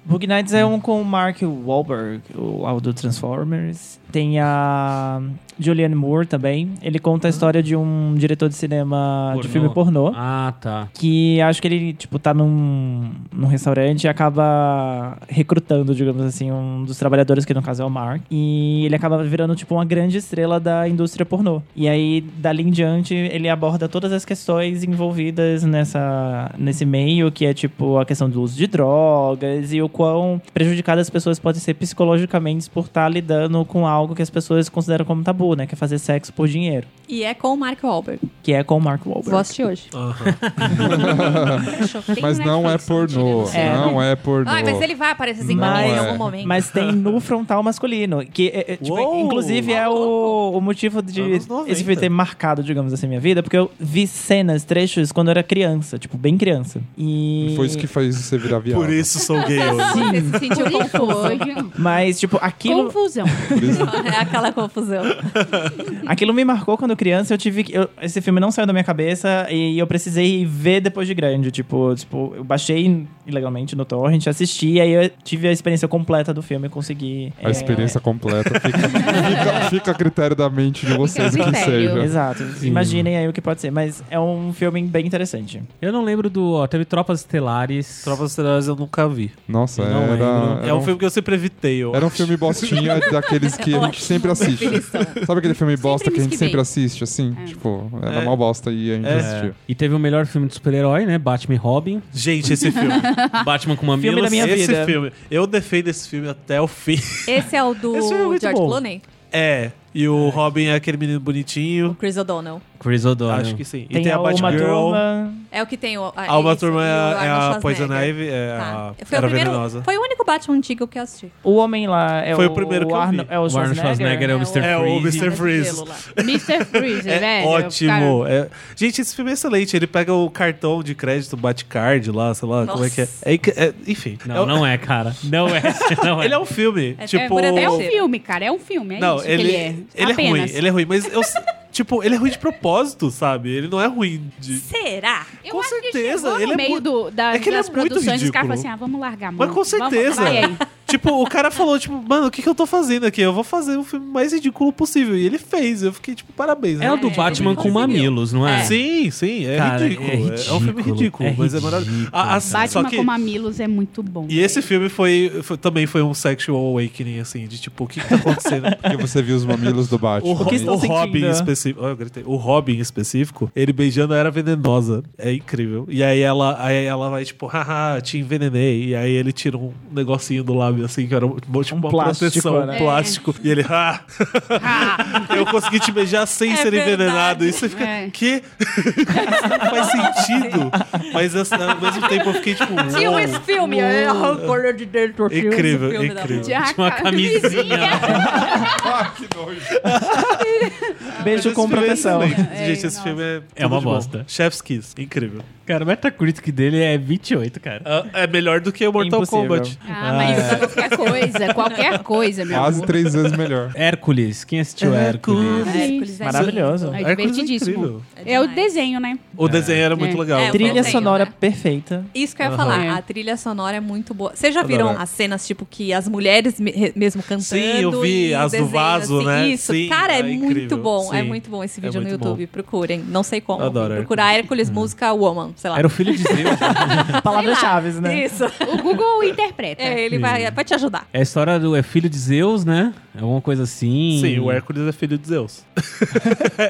Bug Nights é um com o Mark Wahlberg, o, o do Transformers. Tem a Julianne Moore também. Ele conta a história de um diretor de cinema de
Pornô.
filme pornô.
Ah, tá.
Que acho que ele, tipo, tá num, num restaurante e acaba recrutando, digamos assim, um dos trabalhadores, que no caso é o Mark. E ele acaba virando, tipo, uma grande estrela da indústria pornô. E aí, dali em diante, ele aborda todas as questões envolvidas nessa, nesse meio, que é, tipo, a questão do uso de drogas e o quão prejudicadas as pessoas podem ser psicologicamente por estar lidando com algo que as pessoas consideram como tabu, né? Que é fazer sexo por dinheiro.
E é com o Mark Wahlberg.
Que é com o Mark Wahlberg.
Vou assistir hoje.
Mas não é pornô.
É.
né?
Não é pornô.
Ai, mas ele vai aparecer assim pra
Mas-
mim em algum momento.
Mas tem nu frontal masculino. Que, é, é, tipo,
Uou!
inclusive, é o, o motivo de
Anos 90.
esse filme ter marcado, digamos assim, minha vida. Porque eu vi cenas, trechos, quando eu era criança. Tipo, bem criança. E...
Foi isso que fez você virar viado.
Por isso sou gay hoje.
Você se sentiu confuso.
Mas, tipo, aquilo,
Confusão.
Por isso-
É aquela confusão.
aquilo me marcou quando criança. Eu tive que- eu- esse filme não saiu da minha cabeça e eu precisei ver depois de grande. Tipo, tipo, eu baixei ilegalmente no torrent, assisti, aí eu tive a experiência completa do filme e consegui.
A experiência completa fica, fica- fica a critério da mente de vocês o
a
que
critério.
seja.
é, Exato. Imaginem aí o que pode ser. Mas é um filme bem interessante.
Eu não lembro do. Ó, teve Tropas Estelares.
Tropas Estelares eu nunca vi.
Nossa,
Não
era,
lembro.
era
É um filme que eu sempre evitei. Eu
Era um
acho.
filme bostinha daqueles que a gente
Ótima
sempre assiste.
definição.
Sabe aquele filme bosta que a
me
gente sempre
esquivei.
assiste,
É.
assim? Tipo, era uma bosta e a gente
É.
assistiu.
E teve o melhor filme de super-herói, né? Batman e Robin.
Gente, esse filme.
Batman com mamilos.
Filme da minha
esse
vida.
filme. Eu defendo esse filme até o fim.
Esse é o do
Esse filme é muito
George
bom.
Clooney?
É. E o Robin é aquele menino
O
bonitinho.
Chris O'Donnell.
Chris O'Donnell.
Acho que sim. E
Tem,
tem, a
Uma
Batgirl.
Turma.
É o que tem o.
A Uma
isso,
Turma
e o
é, é a
Arnold
Poison
Schwarzenegger.
Ivy. É
Tá.
a
Foi, o
Era
primeiro-
Venenosa.
foi o único Batman antigo que eu assisti.
O homem lá é
Foi
o,
o primeiro que eu
Arno-
vi.
É o
O Arnold
Schwarzenegger.
Schwarzenegger é o Mr.
É o
Freeze.
Mr. Freeze.
Mr. Freezer,
É
velho.
ótimo. É- Gente, esse filme é excelente. Ele pega o cartão de crédito, Batcard lá, sei lá, como é que é.
Nossa.
É inc- é- enfim.
Não,
É o-
não é, cara. Não é. Não é.
Ele é um filme.
É-
tipo.
É, um
Cheiro.
filme, cara. É um filme. É
não,
isso
ele,
que ele é.
ele é ruim.
Apenas.
Ele é ruim, mas eu. tipo, ele é ruim de propósito, sabe? Ele não é ruim de.
Será?
Eu
é com
acho que
certeza,
chegou
ele
no
é
meio
muito-
do, das,
é que ele é
das
muito
produções, os caras
ridículo.
falam assim, ah, vamos largar a mão.
Mas com certeza.
Vamos, vai aí.
Tipo, o cara falou, tipo, mano, o que, que eu tô fazendo aqui? Eu vou fazer o filme mais ridículo possível. E ele fez. Eu fiquei, tipo, parabéns.
É o do
realmente.
Batman com mamilos, não é?
Sim, sim, é,
Cara,
ridículo.
é
é um filme
ridículo,
ridículo,
é
mas é maravilhoso.
ridículo.
Ah, assim, só
Batman
que...
com mamilos é muito bom.
E esse filme foi, foi- também foi um sexual awakening, assim, de tipo, o que, que tá acontecendo?
Porque você viu os mamilos do Batman.
O, Ro-
que estão
É tipo o Robin
sentindo?
em específico. Olha, eu gritei. O Robin em específico, ele beijando a era venenosa. É incrível. E aí ela, aí ela vai, tipo, haha, te envenenei. E aí ele tira um negocinho do lábio, assim, que era um- tipo,
Um
uma
plástico,
proteção,
né?
um plástico. E ele, ah, eu consegui te beijar sem
É
ser
verdade.
envenenado.
né?
E você fica,
Ah, É.
que? Isso não faz sentido. Mas assim, ao mesmo tempo eu fiquei, tipo,
Tinha
uou.
esse filme, é rancor de dentro. tinha esse
Incrível,
filme da
incrível.
Já
Tinha uma
ca-
camisinha.
Ah, que nojo.
Beijo com
Esse filme é
proteção.
excelente.
É,
Gente, esse
nossa.
filme é.
É uma
tudo de bom.
bosta.
Chef's Kiss, incrível.
Cara, o Metacritic dele é 28, cara.
Ah, É melhor do que o Mortal
Impossível.
Kombat.
Ah, mas qualquer coisa, qualquer coisa, meu
Ah,
Quase
amor.
três vezes melhor.
É Hércules, quem assistiu Hércules?
Hércules.
Hércules, é
Maravilhoso.
É
Hércules
divertidíssimo.
incrível.
É, o desenho, né?
O desenho era muito
É.
legal.
É, o
Trilha
desenho,
sonora
né?
perfeita.
Isso que eu ia
Aham.
falar,
É.
a trilha sonora é muito boa. Vocês já viram
Adoro.
as cenas, tipo, que as mulheres me- re- mesmo cantando?
Sim, eu vi,
e o
as do
desenho,
vaso,
assim,
né?
Isso,
Sim,
cara, é,
é
muito
incrível.
bom. É
Sim,
muito bom esse
é
vídeo no
muito
YouTube, procurem. Não sei como.
Adoro Uhum. um
Procurar Hércules Música Woman, sei lá.
Era o filho de Zeus.
Palavras-chave, né?
Isso.
O Google interpreta.
É, ele vai, vai te ajudar.
É a história do é filho de Zeus, né? Alguma coisa assim.
Sim, o Hércules é filho de Zeus.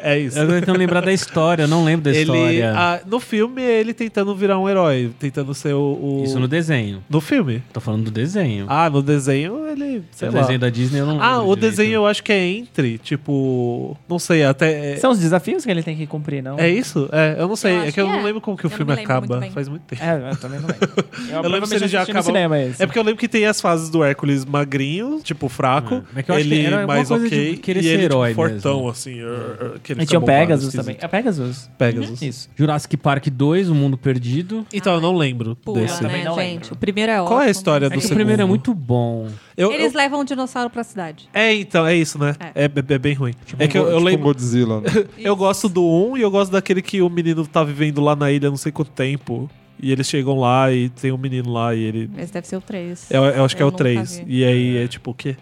é isso.
Eu tô tentando lembrar da história, eu não lembro da
Ele,
história.
ah, no filme, é ele tentando virar um herói, tentando ser o. o-
Isso no desenho.
No filme.
Tô falando do desenho.
Ah, no desenho ele. Sei
o
lá.
É, desenho da Disney eu não lembro.
Ah, o
direito.
desenho eu acho que é entre, tipo. Não sei, até. é-
São os desafios que ele tem que cumprir, não?
É isso? É, eu não sei.
Eu
é
acho
que eu
que
não
é.
lembro como que
Eu
o
não
filme
me lembro muito
acaba.
bem.
Faz muito tempo.
É, eu também não lembro. Eu,
lembro se ele já
assisti no
acabou.
cinema esse.
É porque eu lembro que tem as fases do Hércules magrinho, tipo fraco,
É. É que eu acho que
ele
era alguma
mais
coisa de
ok,
querer
e
ser
ele
herói
tipo, fortão
mesmo.
assim, uh, uh, aquele
E
um
tinha o
camobado
Pegasus
esquisito.
também. É Pegasus.
tipo, Pegasus.
É
Isso.
Jurassic Park 2, O Mundo Perdido.
Então eu não lembro
Pula,
desse.
também
né,
não
gente?
lembro.
O primeiro é ótimo.
Qual é a história
É
do
que o
segundo?
primeiro é muito bom.
Eu, eu-
Eles levam um dinossauro pra cidade.
É, então, é isso, né? É, é- é bem ruim. é que eu, eu
Tipo
lembro.
Godzilla. né?
Eu gosto do um e eu gosto daquele que o menino tá vivendo lá na ilha há não sei quanto tempo. E eles chegam lá e tem um menino lá e ele.
Esse deve ser o 3.
Eu, eu acho que é
Eu
o
nunca
3.
vi.
E aí é tipo, o quê?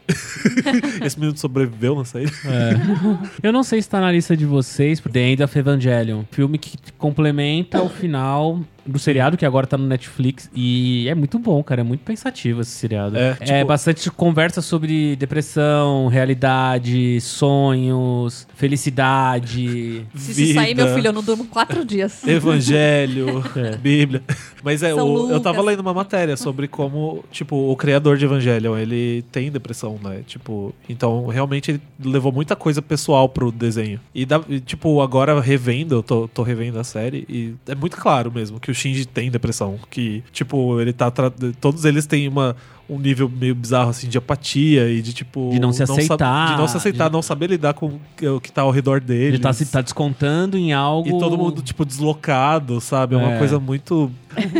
Esse menino sobreviveu nessa ilha?
É. Eu não sei se tá na lista de vocês, The End of Evangelion. Filme que complementa o final do seriado, que agora tá no Netflix. E é muito bom, cara. É muito pensativo esse seriado.
É,
É,
tipo-
bastante conversa sobre depressão, realidade, sonhos, felicidade.
Se isso sair, meu filho, eu não durmo quatro dias.
Evangelho, Bíblia. Mas é,
É. São
o- eu tava
Lucas.
lendo uma matéria sobre como, tipo, o criador de Evangelion, ele tem depressão, né? Tipo, então realmente ele levou muita coisa pessoal pro desenho. E, dá- e, tipo, agora revendo, eu tô, tô revendo a série, e é muito claro mesmo que o Shinji tem depressão. Que, tipo, ele tá. tra- Todos eles têm uma. Um nível meio bizarro, assim, de apatia e de, tipo...
De não se
sab-
aceitar,
De não se aceitar,
de-
não saber lidar com o que tá ao redor dele.
Ele tá, se, tá descontando em algo.
E todo mundo, tipo, deslocado, sabe? É uma
É.
coisa muito.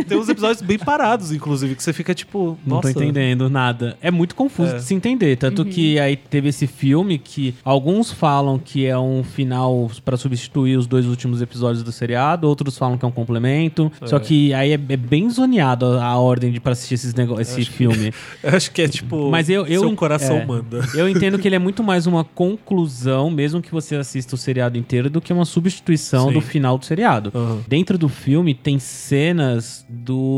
Tem uns episódios bem parados, inclusive, que você fica tipo.
Não
Nossa,
tô entendendo nada. É muito confuso
É.
de se entender. Tanto que aí teve esse filme que alguns falam que é um final pra substituir os dois últimos episódios do seriado, outros falam que é um complemento. Só que aí é, é bem zoneado a, a ordem de pra assistir esses nego- esse filme.
Eu acho que é tipo.
Mas eu- eu
seu
en-
coração
é.
manda.
Eu entendo que ele é muito mais uma conclusão, mesmo que você assista o seriado inteiro, do que uma substituição
Sim.
do final do seriado.
Aham.
Dentro do filme tem cenas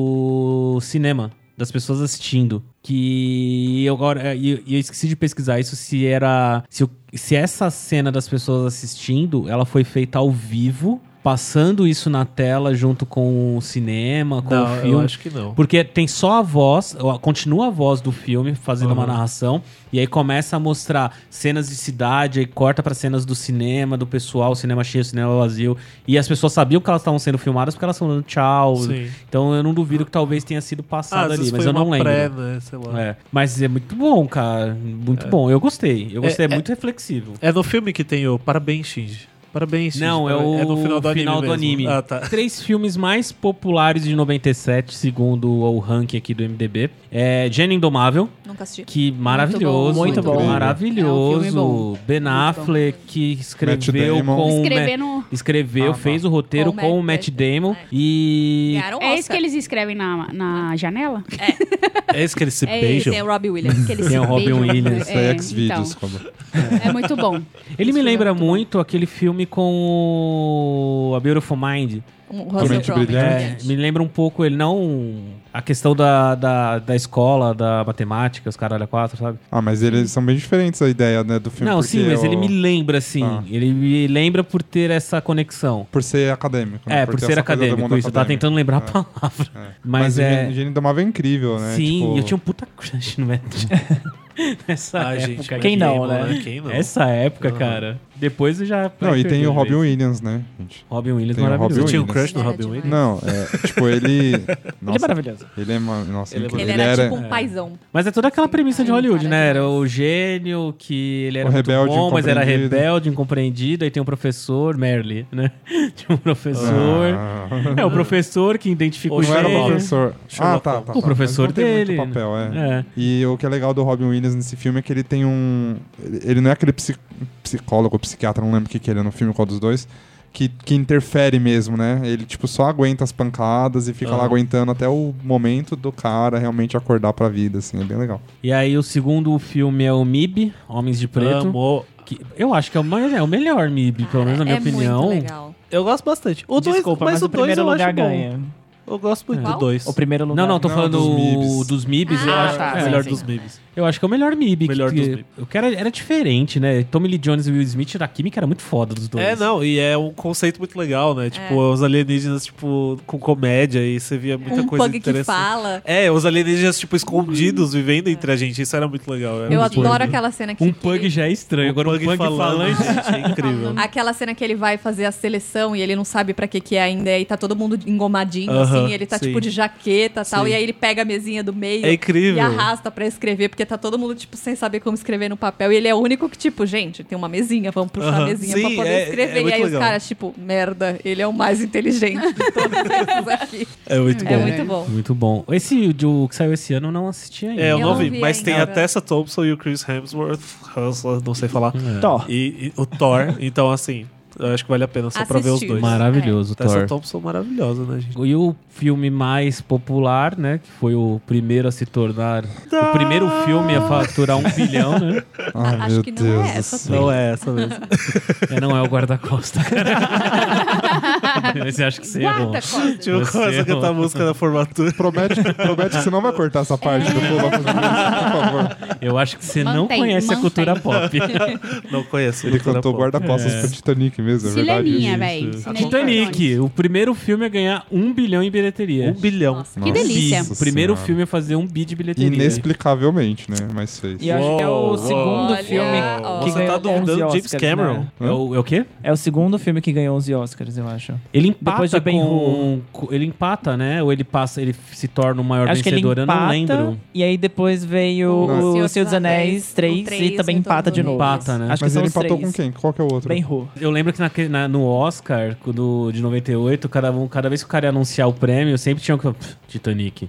do cinema, das pessoas assistindo. Que eu agora e eu, eu esqueci de pesquisar isso se era se, o- se essa cena das pessoas assistindo, ela foi feita ao vivo, passando isso na tela junto com o cinema, com
Não,
o filme.
eu acho que não.
Porque tem só a voz, ó, continua a voz do filme fazendo uma
Aham.
narração, e aí começa a mostrar cenas de cidade, aí corta pra cenas do cinema, do pessoal, cinema cheio, cinema vazio. E as pessoas sabiam que elas estavam sendo filmadas porque elas estavam dando tchau.
Sim.
Então eu não duvido que talvez tenha sido
Ah, às
passado
vezes
ali, mas
foi
eu não
uma
lembro.
pré, né? Sei lá.
É, mas é muito bom, cara. Muito bom. Eu gostei. Eu gostei. É,
é-
muito reflexivo.
É no filme que tem o Parabéns, Shinji. Parabéns, Shinji.
Não, é o
Parabéns. no final do
final
anime.
do
mesmo.
anime.
Ah, tá.
Três filmes mais populares de 97, segundo o ranking aqui do MDB. É Gênio Indomável,
Nunca assisti.
que maravilhoso.
Muito bom.
Maravilhoso.
É um filme bom.
Ben Affleck, que escreveu
Matt Damon.
com...
Escrevendo.
Escreveu,
Ah, tá.
fez o roteiro
Com
com,
o
o
Matt
Matt Damon.
Damon, é.
E...
Ganharam um
É isso que
Oscar.
eles escrevem na, na janela?
É esse que eles se
É esse,
beijam.
tem o Robbie Williams. Que ele
Tem o Robin Williams.
Isso aí um é
É,
Xvideos,
então.
como.
É muito bom.
Ele me
é
lembra muito aquele filme com o a Beautiful Mind.
Um
Também
Russell
te
Crowe.
brilhante.
então?
É, me lembra um pouco ele, não a questão da, da, da escola, da matemática, os caralho a quatro, sabe?
Ah, mas eles são bem diferentes a ideia, né, do filme.
não,
porque
sim, mas
o-
ele me lembra, assim.
Ah.
Ele me lembra por ter essa conexão.
Por ser acadêmico, né?
É, por
ter
ser
essa coisa do
acadêmico,
mundo
isso. Eu tava
acadêmico.
tentando lembrar
É.
a palavra.
É.
Mas
o
é.
Gene- Gene Domável é incrível, né?
sim,
Tipo,
eu tinha um puta crush no Matt.
é
Nessa
Ah,
época.
gente, mas
Quem não,
bom,
né?
Quem não?
Essa época,
Aham.
cara. Depois eu já.
Não, e tem o Robin
Williams.
Williams, né? gente?
Robin Williams
Tem o Robin
maravilhoso.
Você tinha um
Williams.
crush no
Era
Robin
demais.
Williams?
Não, é, tipo, ele...
Ele é
Nossa,
maravilhoso.
ele é... ma- Nossa,
Ele é
incrível.
Ele era, tipo um paizão.
Mas é toda aquela premissa de
Ai,
Hollywood,
cara,
né? Era o gênio que ele era
O
muito
rebelde,
bom, mas era
incompreendido.
rebelde, incompreendido. Aí tem o professor Merle, né? Tinha um professor.
Ah.
É o professor que identificou
Ou
o
Não era o
Sherlock.
gênio.
professor. Ah,
Sherlock
tá, tá,
Holmes.
tá.
O professor
Mas não tem muito
dele.
papel, é.
É.
E o que é legal do Robin Williams nesse filme é que ele tem um. Ele ele não é aquele psi- psicólogo ou psiquiatra, não lembro o que, que ele é no filme, qual dos dois, que, que interfere mesmo, né? Ele, tipo, só aguenta as pancadas e fica lá
Aham.
aguentando até o momento do cara realmente acordar pra vida, assim, é bem legal.
E aí o segundo filme é o MIB, Homens de Preto.
Amor.
que eu acho que é o, mais- é o melhor MIB, pelo menos na minha
é
opinião.
Muito legal.
Eu gosto bastante. O dois,
Desculpa, mas, o
dois
primeiro
eu acho
lugar
bom. tá,
ganha.
Eu gosto muito
Qual?
do dois.
O primeiro lugar.
Não, não, tô
Não,
falando
dos MIBs.
dos MIBs. eu,
Ah,
acho,
tá,
É,
é,
o melhor
sim,
dos
sim.
MIBs.
eu acho que é o melhor MIB.
Melhor
que,
dos MIB.
Eu quero, era diferente, né? Tommy Lee Jones e Will Smith, a química era muito foda dos dois.
É, não, e é um conceito muito legal,
É.
né? Tipo, os alienígenas, tipo, com comédia, e você via muita
um
coisa
pug que
interessante.
fala.
É, os alienígenas, tipo, escondidos, vivendo entre a gente. Isso era muito legal. era
Eu
É muito
adoro
legal.
aquela cena que...
Um
que
pug
ele-
já é estranho, agora um pug falante.
gente, é incrível.
Aquela cena que ele vai fazer a seleção e ele não sabe pra que que é ainda, e tá todo mundo engomadinho,
Aham,
assim, e ele tá
sim.
tipo de jaqueta e tal,
Sim.
e aí ele pega a mesinha do meio
É incrível.
e arrasta pra escrever, porque tá todo mundo, tipo, sem saber como escrever no papel, e ele é o único que, tipo, gente, tem uma mesinha, vamos puxar
Aham,
a mesinha
sim,
pra poder
é-
escrever.
é
e
muito
aí
legal.
os caras, tipo, merda, ele é o mais inteligente de todos esses aqui.
É muito bom.
É muito bom.
Muito bom. Esse o que saiu esse ano eu não assisti ainda.
É, eu, não
não
vi,
vi
mas tem a
ainda.
Tessa Thompson É. e o Chris Hemsworth, Hemsworth, não sei falar,
Tó.
e, e o Thor, então assim, Eu acho que vale a pena só pra ver os
Assistir.
dois.
Maravilhoso,
Tessa
Thor.
Thompson maravilhosa, né, gente?
E o filme mais popular, né? Que foi o primeiro a se tornar. O primeiro filme a faturar um bilhão, né?
Ai,
Acho
meu
que não
Deus
é
do
essa
céu.
Não é essa mesmo.
É, não é o guarda-costa, cara. Você acha que você
é
errou.
Guarda, Cosme.
Tipo,
Você
começa a
errou.
cantar música da formatura.
Promete, promete que você não vai cortar
É.
essa parte do Pula por favor.
Eu acho que você não
Mantém,
conhece a
mantém.
cultura pop.
Não conheço.
Ele
Cultura
cantou
Pop.
guarda-costas pro Titanic mesmo, é verdade.
Sileninha,
Isso.
véi. Sileninha.
Titanic, o primeiro filme a ganhar um bilhão em bilheteria.
Um bilhão.
Nossa,
Nossa
que delícia.
Senhora.
O primeiro filme a fazer um bi de bilheteria.
Inexplicavelmente, né? Mas fez.
E eu acho que é
Uou,
o
uou.
segundo
Olha,
filme
ó.
que
Você
ganhou
tá duvidando
11
de James
Oscars,
Cameron?
né?
É o, é o quê?
É o segundo filme que ganhou 11 Oscars, eu acho.
Ele
Depois de
empata
Ben
com, com- Ele empata, né? Ou ele passa, ele se torna o maior
acho que ele
vencedor,
empata,
eu não lembro.
e aí depois veio
Não.
o Senhor dos Anéis 3,
o
e também
Retorno
empata
do
de novo.
Rei.
Empata, né?
Acho
Mas
que são
ele
os
empatou
três.
com quem? Qual que é o outro?
Ben Hur.
Eu lembro que naquele- na- no Oscar do, de 98, cada, um- cada vez que o cara ia anunciar o prêmio, sempre tinha um que falar, "Pff, Titanic.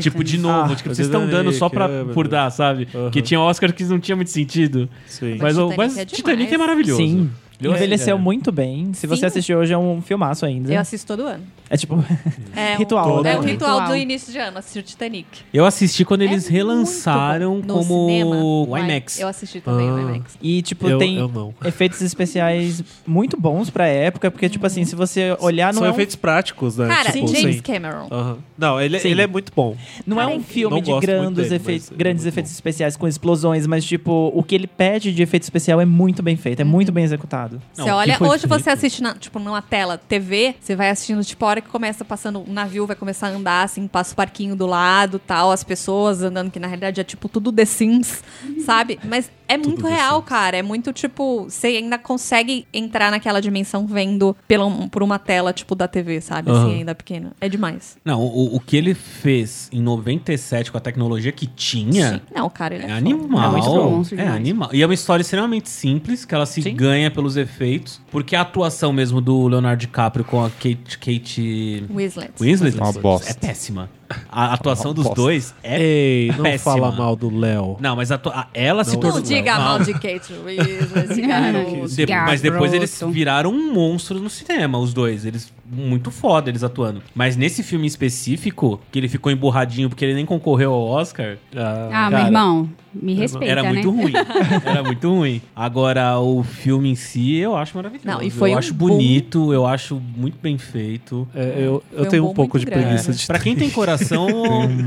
tipo, de novo,
Ah,
tipo, vocês estão
Titanic,
dando só pra,
é, meu
por
Deus.
dar, sabe?
Aham.
Que tinha Oscar que não tinha muito sentido.
Sim.
Mas, o mas
Titanic é
Titanic é
demais.
maravilhoso.
Sim.
um
Eu-
Envelheceu
é.
muito bem. Se
Sim.
você assistir hoje, é um filmaço ainda.
Eu assisto todo ano.
É tipo,
É
Ritual,
um,
né?
É um ritual do
Ritual.
início de ano, assistir o Titanic.
Eu assisti quando
É
eles relançaram
muito bom. No
como
cinema,
o
no
IMAX.
Eu assisti também o
Ah.
IMAX.
e tipo,
Eu,
tem
eu não.
efeitos especiais muito bons pra época, porque tipo assim, se você olhar, não
São
é, um,
efeitos práticos, né?
Cara,
Tipo,
James
sim.
Cameron.
Aham. Não, ele,
Sim.
ele é muito bom.
não é um
Não
filme de
gosto muito
grandes,
dele,
efeitos,
mas é
grandes
muito
efeitos
bom.
especiais com explosões, mas tipo, o que ele pede de efeito especial é muito bem feito, é muito bem executado.
Não,
Você
o que
olha,
foi
hoje
feito?
você assiste na, tipo, numa tela TV, você vai assistindo, tipo, a hora que começa passando um navio, vai começar a andar, assim, passa o parquinho do lado tal, as pessoas andando, que na realidade é tipo tudo The Sims,
Uhum.
sabe? Mas é muito
The
real,
Sims.
cara. É muito tipo, você ainda consegue entrar naquela dimensão vendo pela, um- por uma tela, tipo, da TV, sabe?
Aham.
Assim, ainda pequena. É demais.
Não, o, o que ele fez em 97 com a tecnologia que tinha.
Sim. Não, cara, ele é,
É
foda.
animal.
É muito bom, sim,
é
demais.
animal. E é uma história extremamente simples, que ela se
Sim.
ganha pelos efeitos. Porque a atuação mesmo do Leonardo DiCaprio com a Kate, Kate
Winslet.
Winslet
Uma bosta.
é péssima. A atuação dos
bosta.
dois é...
Ei, não
Péssima.
fala mal do Léo.
Não, mas a atua- a- ela se
Não
tornou...
Não diga
Não.
mal de Kate Winslet, esse garoto.
De- mas depois eles
Garoto.
viraram um monstro no cinema, os dois. Eles muito foda eles atuando. Mas nesse filme específico, que ele ficou emburradinho porque ele nem concorreu ao Oscar,
Ah,
Cara,
meu irmão, me respeita,
era
né?
muito ruim. Era muito ruim. Agora o filme em si eu acho maravilhoso.
Não, e foi
eu
um
acho
boom.
bonito, eu acho muito bem feito.
É, eu eu
Foi um
tenho um
bom
pouco
muito
de
grande.
preguiça de
Pra quem tem coração,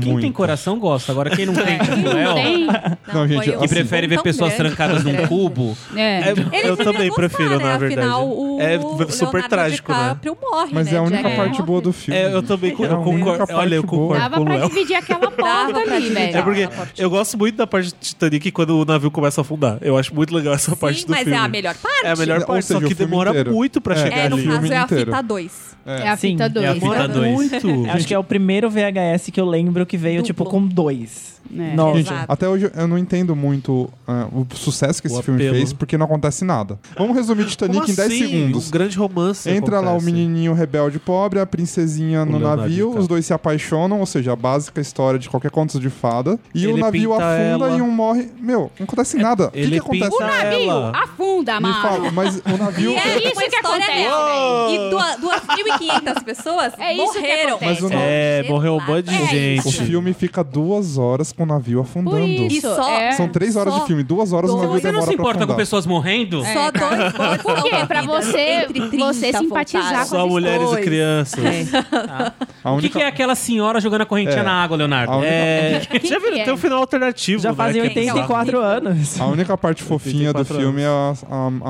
quem tem
muito.
coração gosta. Agora quem não tem, como
Não
é, ó,
tem?
Não, gente,
foi
que
um
que prefere
boom
ver
tão
pessoas
grande,
trancadas
tão
num
grande.
cubo,
É.
É, eu
devia
também
gostar,
prefiro,
né?
na verdade.
Afinal, o
É
o
super
Leonardo
trágico, né?
DiCaprio morre,
Mas
né,
é a única
Jack?
parte
morre.
boa do filme.
É, eu também co-
Era a
eu concordo. Olha,
única
eu
parte boa.
concordo com
Dava
o
pra
Léo.
dividir aquela
Dava
porta
pra
ali,
dividir
velho.
É porque
Aquela parte.
eu gosto muito da parte do Titanic quando o navio começa a afundar. Eu acho muito legal essa
Sim,
parte do
mas
filme.
é a melhor parte.
É a melhor
Ou
parte,
seja,
só
o
que
filme
demora
inteiro.
muito pra
É,
chegar
É, no
ali.
filme
caso, é a
inteiro.
fita 2.
É a
Sim, é
fita
a
2.
é a fita
Demora
2.
muito.
Acho que é o primeiro VHS que eu lembro que veio,
Duplo.
tipo, com dois.
É.
Nossa.
Gente,
Exato.
até hoje eu não entendo muito ah, o sucesso que
O
esse filme
apelo.
fez, porque não acontece nada. Vamos resumir Titanic
Como
em 10
assim?
segundos.
Um grande romance.
Entra lá o
acontece.
menininho rebelde pobre, a princesinha no
Leonardo
navio,
DiCaprio.
os dois se apaixonam, ou seja, a básica história de qualquer conto de fada. E o
Ele
navio
pinta
afunda
ela. É,
e um morre. Meu, não acontece nada. O que, que
Ele
acontece?
pinta ela.
Afunda,
Me fala,
mano.
mas o navio.
E é
isso
isso
que
que acontece.
acontece.
E duas- 2.500 pessoas
É isso que
morreram.
acontece.
Mas o-
É, morreu um bando de
É
gente.
O filme fica duas horas com o navio afundando.
isso,
E só-
é.
São três horas
Só
de filme, duas horas o
dois.
navio
Você não
demora
se
pra
importa com
afundar.
pessoas morrendo?
Só dois botes Por
É, quê? Pra você- você simpatizar com
Só
Vocês
mulheres e
dois.
crianças.
A
O que,
única
que é aquela senhora jogando a correntinha
É.
na água,
A
Leonardo?
única-
É,
que
já viram,
é?
tem um final alternativo.
Já
né,
fazem
que é bizarro.
84
é?
anos.
A única parte fofinha do
84
filme é a,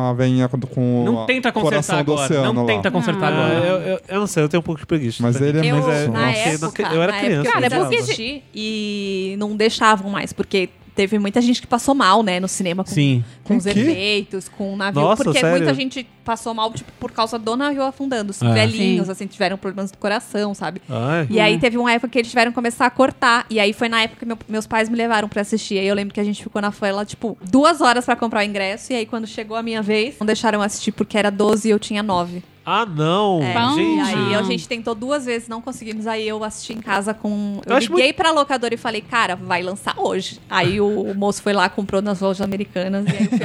a, a veinha com, com
Não
a-
tenta
o coração
consertar
do
agora.
oceano
Não
lá.
tenta consertar
Ah,
agora.
eu, eu- eu não sei, eu tenho um pouco de preguiça.
Mas ele é
Eu,
mais.
é-
na
nossa.
época,
eu era
na
criança, então.
Época, é
eu
eu
usava.
assisti e não deixavam mais, porque teve muita gente que passou mal, né, no cinema com,
Sim.
com
Com
os
quê?
efeitos, com o navio.
Nossa,
porque
sério? É.
muita gente passou mal, tipo, por causa do navio afundando. Os
Ah.
velhinhos,
Sim.
assim, tiveram problemas do coração, sabe?
Ai.
E aí teve uma época que eles tiveram que começar a cortar. E aí foi na época que meu- meus pais me levaram pra assistir. Aí eu lembro que a gente ficou na fila, tipo, duas horas pra comprar o ingresso. E aí quando chegou a minha vez, não deixaram eu assistir porque era 12 e eu tinha 9.
Ah, não!
É,
gente,
e aí a gente tentou duas vezes, não conseguimos. Aí eu assisti em casa com. Eu,
Eu acho
liguei pra locadora e falei, cara, vai lançar hoje. Aí o, o moço foi lá, comprou nas lojas americanas e aí eu fui a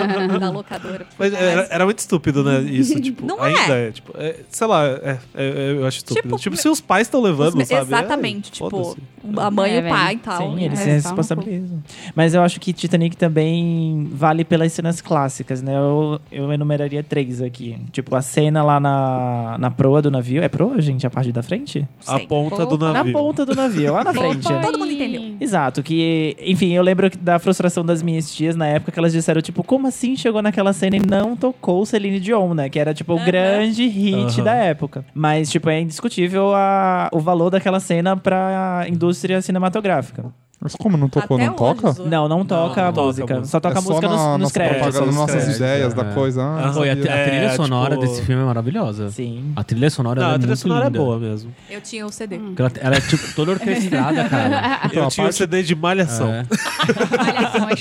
primeira cara da locadora.
Mas era, era muito estúpido, né? Isso, tipo,
Não é.
ainda é. tipo, é, sei lá, é, é, é, eu acho estúpido.
Tipo,
Tipo, se os pais estão levando,
Os-
sabe?
Exatamente,
É,
tipo,
foda-se.
a mãe e
É,
o pai e
velho.
tal.
Sim,
É.
eles
É,
se
fala um
responsabilizam. Mas eu acho que Titanic também vale pelas cenas clássicas, né? Eu, eu enumeraria três aqui. Tipo, a cena lá na, na proa do navio. É proa, gente? A parte da frente?
A
Sim.
ponta do
Na
navio.
ponta do navio, lá na frente.
Opa,
Todo mundo
e-
entendeu.
Exato, que, enfim, eu lembro que da frustração das minhas tias na época que elas disseram, tipo, como assim chegou naquela cena e não tocou Celine Dion, né? Que era, tipo, o grande hit
Aham.
da época. Mas, tipo, é indiscutível a, o valor daquela cena pra indústria cinematográfica.
Mas como não tocou,
Até
não
hoje,
toca? É
zoa.
Não, não
Não,
toca a
não toca a
música.
música.
Só toca a
só
música
na-
nos, nos
nossa
créditos.
propaganda,
nos
nossas
créditos,
ideias da
é.
coisa. Ah,
Aham.
Pô, e a,
sabia.
te- a
É,
trilha
tipo-
sonora desse filme é maravilhosa.
Sim.
A trilha sonora
Não,
ela
a
é
trilha
muito
sonora
linda.
é boa mesmo.
Eu tinha o CD.
Hum.
Porque Ela, ela é tipo toda orquestrada, cara.
Então,
eu
a
tinha o
parte-
CD de Malhação.
É.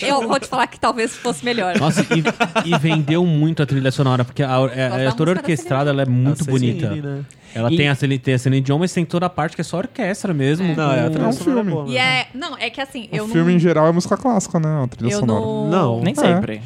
Eu vou te falar que talvez fosse melhor.
Nossa, e, e vendeu muito a trilha sonora, porque a, é- é toda
da música da
orquestrada ela é muito
Nossa,
bonita.
Celine, né?
Ela
E-
tem, a Celine, tem a Celine Dion, mas tem toda a parte que é só orquestra mesmo. com-
Ah,
Não, é, a
É
trilha
um
sonora
filme.
boa
né?
mesmo.
E é. Não, é que assim, eu
O filme
não.
em geral é música clássica, né? A trilha
eu
sonora.
não.
Não.
Nem
É.
Ah, sempre.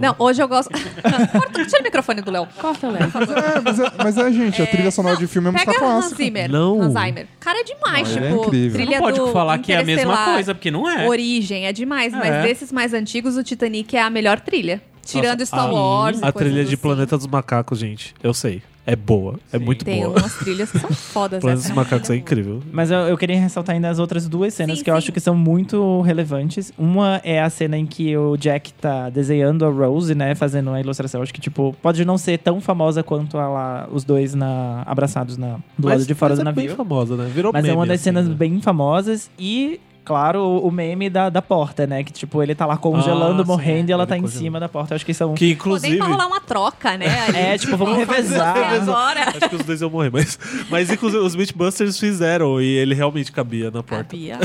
Não, hoje eu gosto. Corta, tira o microfone do Léo.
Corta, Léo.
É, mas é, mas é, gente, a trilha sonora de filme é música
Pega Hans
clássica.
Zimmer.
Não.
Hans Zimmer. Cara, é demais,
Não, ele é
tipo.
incrível.
Você
trilha
não pode
do
falar que é a mesma
Interestelar,
coisa, porque não é.
Origem, é demais.
É.
Mas desses mais antigos, o Titanic é a melhor trilha. Tirando
Nossa,
Star
a-
Wars. e
A
coisas
trilha de
assim.
Planeta dos Macacos, gente. Eu sei. É boa. É muito
Tem
boa.
umas trilhas que são fodas.
Planeta
essa
dos
é uma
Macacos é
trilha
incrível.
Mas eu, eu queria ressaltar ainda as outras duas cenas
Sim,
que eu
sim.
acho que são muito relevantes. Uma é a cena em que o Jack tá desenhando a Rose, né? Fazendo a ilustração. Acho que, tipo, pode não ser tão famosa quanto a lá, os dois na, abraçados na, do
Mas-
lado de fora
mas
do
é bem
navio.
famosa, né? Virou
Mas é
meme,
uma das
assim,
cenas
né?
bem famosas e. Claro, o o meme da, da porta, né? Que, tipo, ele tá lá congelando,
Ah, sim,
morrendo, e ela
ele
tá em
congelando.
cima da porta. Eu acho que são...
Que
Pô, nem
inclusive.
pra rolar uma troca, né? ali.
É, tipo, vamos revezar.
Você agora.
Acho que os dois iam morrer, mas. Mas inclusive, os Mythbusters fizeram e ele realmente cabia na porta.
Sabia.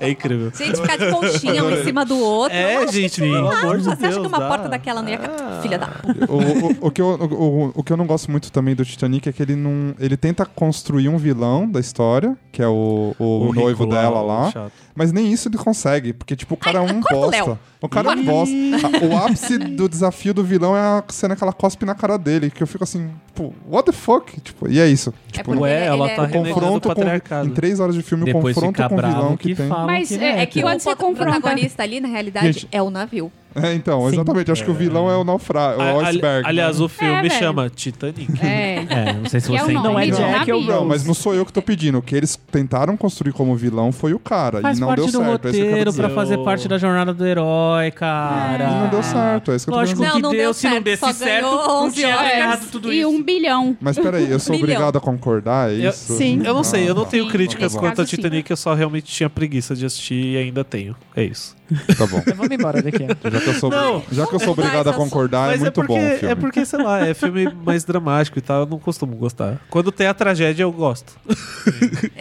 É incrível.
Gente, ficar de conchinha um em cima do outro.
É, gente, pelo amor de
Você
Deus.
acha que uma
dá. Ah.
porta daquela não ia ca- Filha da puta.
O, o- o que eu, o, o- o que eu não gosto muito também do Titanic é que ele não. Ele tenta construir um vilão da história, que é o, o,
rico
noivo
lá,
dela
o
lá.
é chato.
Mas nem isso ele consegue, porque, tipo, o cara é um
corta o Léo.
bosta. O cara é um bosta. A- O ápice do desafio do vilão é a cena que ela cospe na cara dele, que eu fico assim, tipo, what the fuck? Tipo, e é isso. Tipo,
porque
o
Ué,
ele-
ela
ele
tá
é-
renegando
confronto
o
com.
patriarcado.
Em três horas de filme, o
Depois
confronto
fica
com o
bravo
vilão
que,
que, tem.
fala
Mas
que
é- é
É que
Quando
o
você
pro-
confronta-
protagonista ali, na realidade,
Gente,
é o navio.
É, então,
Sim.
exatamente. Acho que o vilão é o naufrágio,
A-
o
ali-
iceberg. né?
aliás, o filme
É, velho.
chama Titanic.
É.
É, não sei se
Que é
você
o nome
Não é
de
Não,
Jack, é o
navio.
Rose.
Não, mas não sou eu que tô pedindo. O que eles tentaram construir como vilão foi o cara.
Faz
e não
parte
deu
do
certo. É isso que eu tô
roteiro pra
dizendo.
fazer parte da jornada do herói, cara.
E não deu certo. É isso que eu tô
Lógico
dizendo.
que
Não, não
deu,
deu
se não
certo,
desse
só
certo,
ganhou
não
11
tinha
horas
errado tudo
E
isso.
um bilhão.
Mas peraí, eu sou
Bilhão.
obrigado a concordar, é
Eu-
isso?
Sim.
Eu não sei, eu não
tá.
tenho
Sim,
críticas
nesse
quanto a
caso, sim.
Titanic, eu só realmente tinha preguiça de assistir e ainda tenho. É isso.
Tá bom.
Vamos embora daqui.
Já que eu sou,
Não.
já que eu sou obrigado a concordar, é
Mas
muito
porque,
bom o filme.
é porque, sei lá, é filme mais dramático e tal, eu não costumo gostar. Quando tem a tragédia, eu gosto.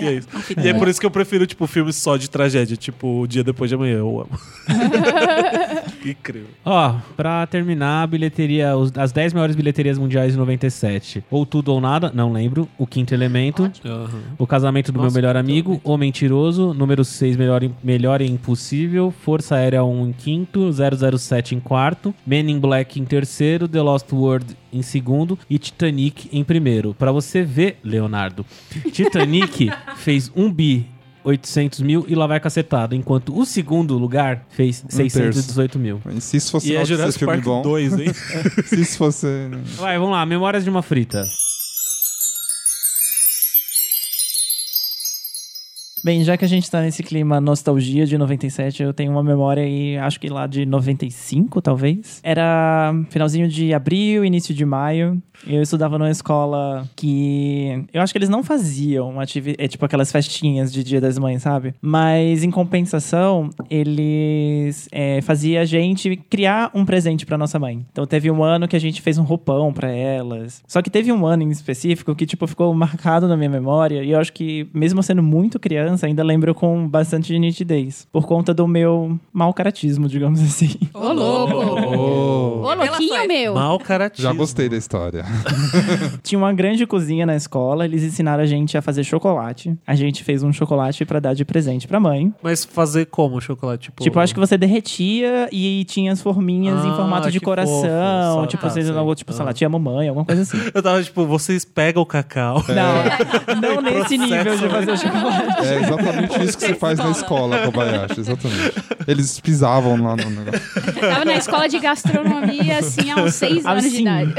e é isso. E é por isso que eu prefiro, tipo, filmes só de tragédia, tipo, o dia depois de amanhã, eu amo. Incrível.
Ó, pra terminar, a bilheteria, os- as 10 maiores bilheterias mundiais de 97. Ou Tudo ou Nada, não lembro. O Quinto Elemento. O Casamento do
Nossa,
Meu Melhor
Quinto
Amigo. O Mentiroso. Número 6, melhor, Im- melhor e Impossível. Força Aérea 1 em quinto. 007 em quarto. Men in Black em terceiro. The Lost World em segundo. E Titanic em primeiro. Pra você ver, Leonardo. Titanic fez um bi. 800 mil e lá vai cacetado. Enquanto o segundo lugar fez
terço.
618 mil.
E se isso fosse
E é
nosso
Jurassic
filme
Park
bom,
2, hein?
se isso fosse...
Vai, vamos lá. Memórias de uma frita.
Bem, já que a gente tá nesse clima nostalgia de 97, eu tenho uma memória aí, acho que lá de 95, talvez. Era finalzinho de abril, início de maio. Eu estudava numa escola que. Eu acho que eles não faziam ativi... é, tipo aquelas festinhas de Dia das Mães, sabe? Mas em compensação, eles é, faziam a gente criar um presente pra nossa mãe. Então teve um ano que a gente fez um roupão pra elas. Só que teve um ano em específico que, tipo, ficou marcado na minha memória. E eu acho que, mesmo sendo muito criança, ainda lembro com bastante nitidez. Por conta do meu mau caratismo, digamos assim.
Ô, louco.
Oh,
Ô,
é
louquinho meu.
Mal caratismo.
Já gostei da história.
Tinha uma grande cozinha na escola, eles ensinaram a gente a fazer chocolate. A gente fez um chocolate pra dar de presente pra mãe.
Mas fazer como o chocolate? Tipo,
Tipo, acho que você derretia e tinha as forminhas em
Ah,
formato de
que fofo,
coração.
saca,
tipo, vocês
sei.
não, tipo, sei lá,
Ah.
tinha mamãe, alguma coisa assim.
Eu tava tipo, vocês pegam o cacau.
Não, não
Processo,
nesse nível de fazer o chocolate.
É exatamente isso que se faz na escola, Kobayashi. Exatamente. Eles pisavam lá no negócio.
Tava na escola de gastronomia, assim, há uns seis anos de
Assim.
idade.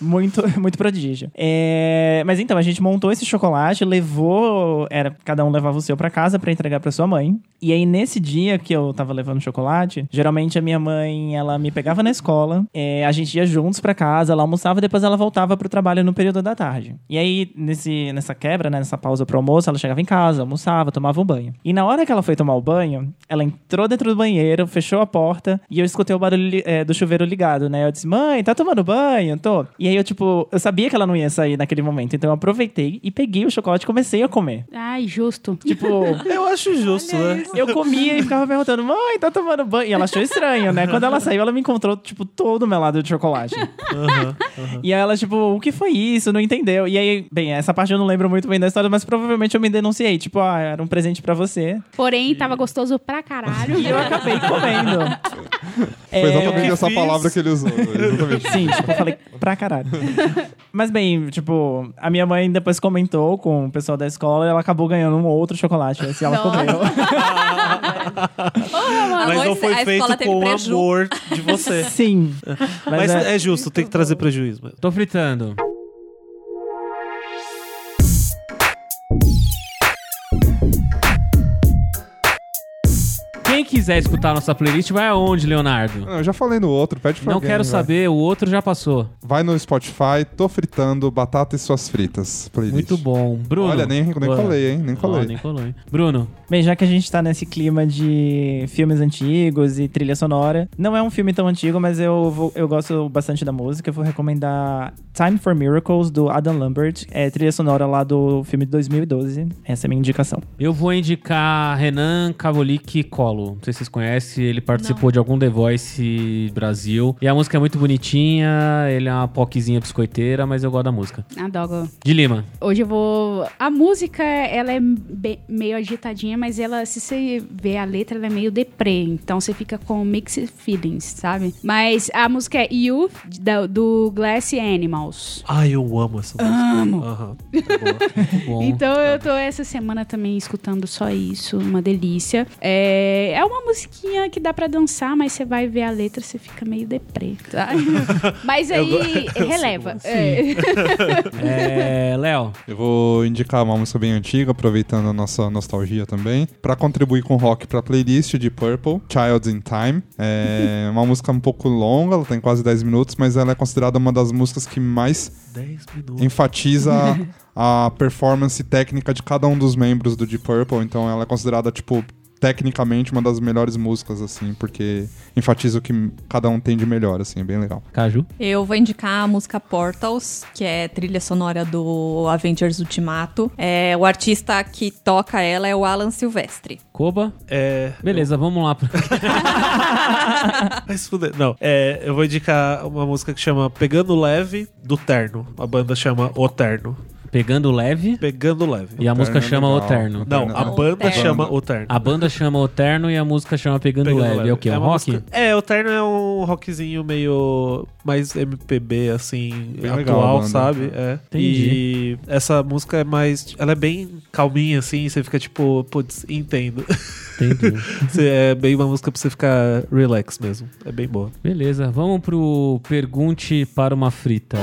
Muito, muito prodígio. É, mas então, a gente montou esse chocolate, levou. Era, cada um levava o seu pra casa pra entregar pra sua mãe. E aí, nesse dia que eu tava levando chocolate, geralmente a minha mãe, ela me pegava na escola, é, a gente ia juntos pra casa, ela almoçava, depois ela voltava pro trabalho no período da tarde. E aí, nesse, nessa quebra, né, nessa pausa pro almoço, ela chegava em casa, almoçava, tomava um banho. E na hora que ela foi tomar o banho, ela entrou dentro do banheiro, fechou a porta e eu escutei o barulho li- eh, do chuveiro ligado, né? Eu disse, mãe, tá tomando banho? Tô. E aí eu, tipo, eu sabia que ela não ia sair naquele momento, então eu aproveitei e peguei o chocolate e comecei a comer.
Ai, justo.
Tipo,
Eu acho justo, né?
eu comia e ficava perguntando, mãe, tá tomando banho? E ela achou estranho, né? Quando ela saiu, ela me encontrou, tipo, todo melado de chocolate. E aí ela, tipo, o que foi isso? Não entendeu. E aí, bem, essa parte eu não lembro muito bem da história, mas provavelmente eu me denunciei. Tipo, ah, era um presente pra você.
Porém, tava gostoso pra caralho.
E eu acabei comendo.
Foi exatamente
É,
essa
fiz.
palavra que ele usou. Exatamente.
Sim, tipo, eu falei pra caralho. Mas bem, tipo, a minha mãe depois comentou com o pessoal da escola e ela acabou ganhando um outro chocolate. Assim, ela
Nossa.
comeu.
Mas não
Arroz-
foi
a escola
feito
teve
com
preju.
amor de você.
Sim.
Mas,
é-
é, justo, tem que trazer prejuízo. mesmo.
Tô fritando. Quem quiser escutar nossa playlist, vai aonde, Leonardo?
Não, eu já falei no outro, pede pra
Não
alguém,
quero
vai.
saber, o outro já passou.
Vai no Spotify, tô fritando batata e suas fritas. Playlist.
Muito bom. Bruno.
Olha, nem, nem
Boa.
colei, hein? Nem
Ó,
colei.
nem colou, hein? Bruno,
Bem, já que a gente tá nesse clima de filmes antigos e trilha sonora, não é um filme tão antigo, mas eu, vou- eu gosto bastante da música. Eu vou recomendar Time for Miracles, do Adam Lambert. É trilha sonora lá do filme de 2012. Essa é a minha indicação.
eu vou indicar Renan Cavolic Colo. Não sei se vocês conhecem, ele participou de algum The Voice Brasil. E a música é muito bonitinha, ele é uma poquezinha biscoiteira, mas eu gosto da música.
Adoro.
De Lima.
Ah, Hoje eu vou. A música, ela é be- meio agitadinha, mas ela, se você vê a letra, ela é meio deprê. Então você fica com mixed feelings, sabe? Mas a música é You, da- do Glass Animals.
Ai, eu amo essa música.
Amo!
Aham.
Bom.
Então eu tô essa semana também escutando só isso, uma delícia. É, é uma musiquinha que dá pra dançar, mas você vai ver a letra, você fica meio deprê, tá? mas
Eu go-
aí
eu
releva. É.
É, Léo,
Eu vou indicar uma música bem antiga, aproveitando a nossa nostalgia também, pra contribuir com o rock pra playlist de Purple, Child in Time. É uma música um pouco longa, ela tem quase 10 minutos, mas ela é considerada uma das músicas que mais
10 minutos.
enfatiza a performance técnica de cada um dos membros do Deep Purple, então ela é considerada tipo tecnicamente uma das melhores músicas assim, porque enfatiza o que cada um tem de melhor assim, é bem legal.
Caju.
Eu vou indicar a música Portals, que é trilha sonora do Avengers Ultimato. É, o artista que toca ela é o Alan Silvestre.
Koba.
É.
Beleza, vamos lá.
Vai se fuder. Não, é, eu vou indicar uma música que chama Pegando Leve do Terno. A banda chama O Terno.
Pegando leve
Pegando Leve.
e a música
Terno é
chama
legal.
O Terno.
Não,
Terno
a
não.
banda
É.
chama O Terno.
A banda chama O Terno e a música chama Pegando,
Pegando
leve. É o quê? Um
uma
rock?
música- É, o Terno é um rockzinho meio mais MPB, assim,
Bem legal a
atual,
banda.
sabe? É.
Entendi.
E essa música é mais. Ela é bem calminha, assim, você fica tipo, putz, entendo.
Entendi.
Você- é bem uma música pra você ficar relax mesmo. É bem boa.
Beleza, vamos pro Pergunte para uma Frita.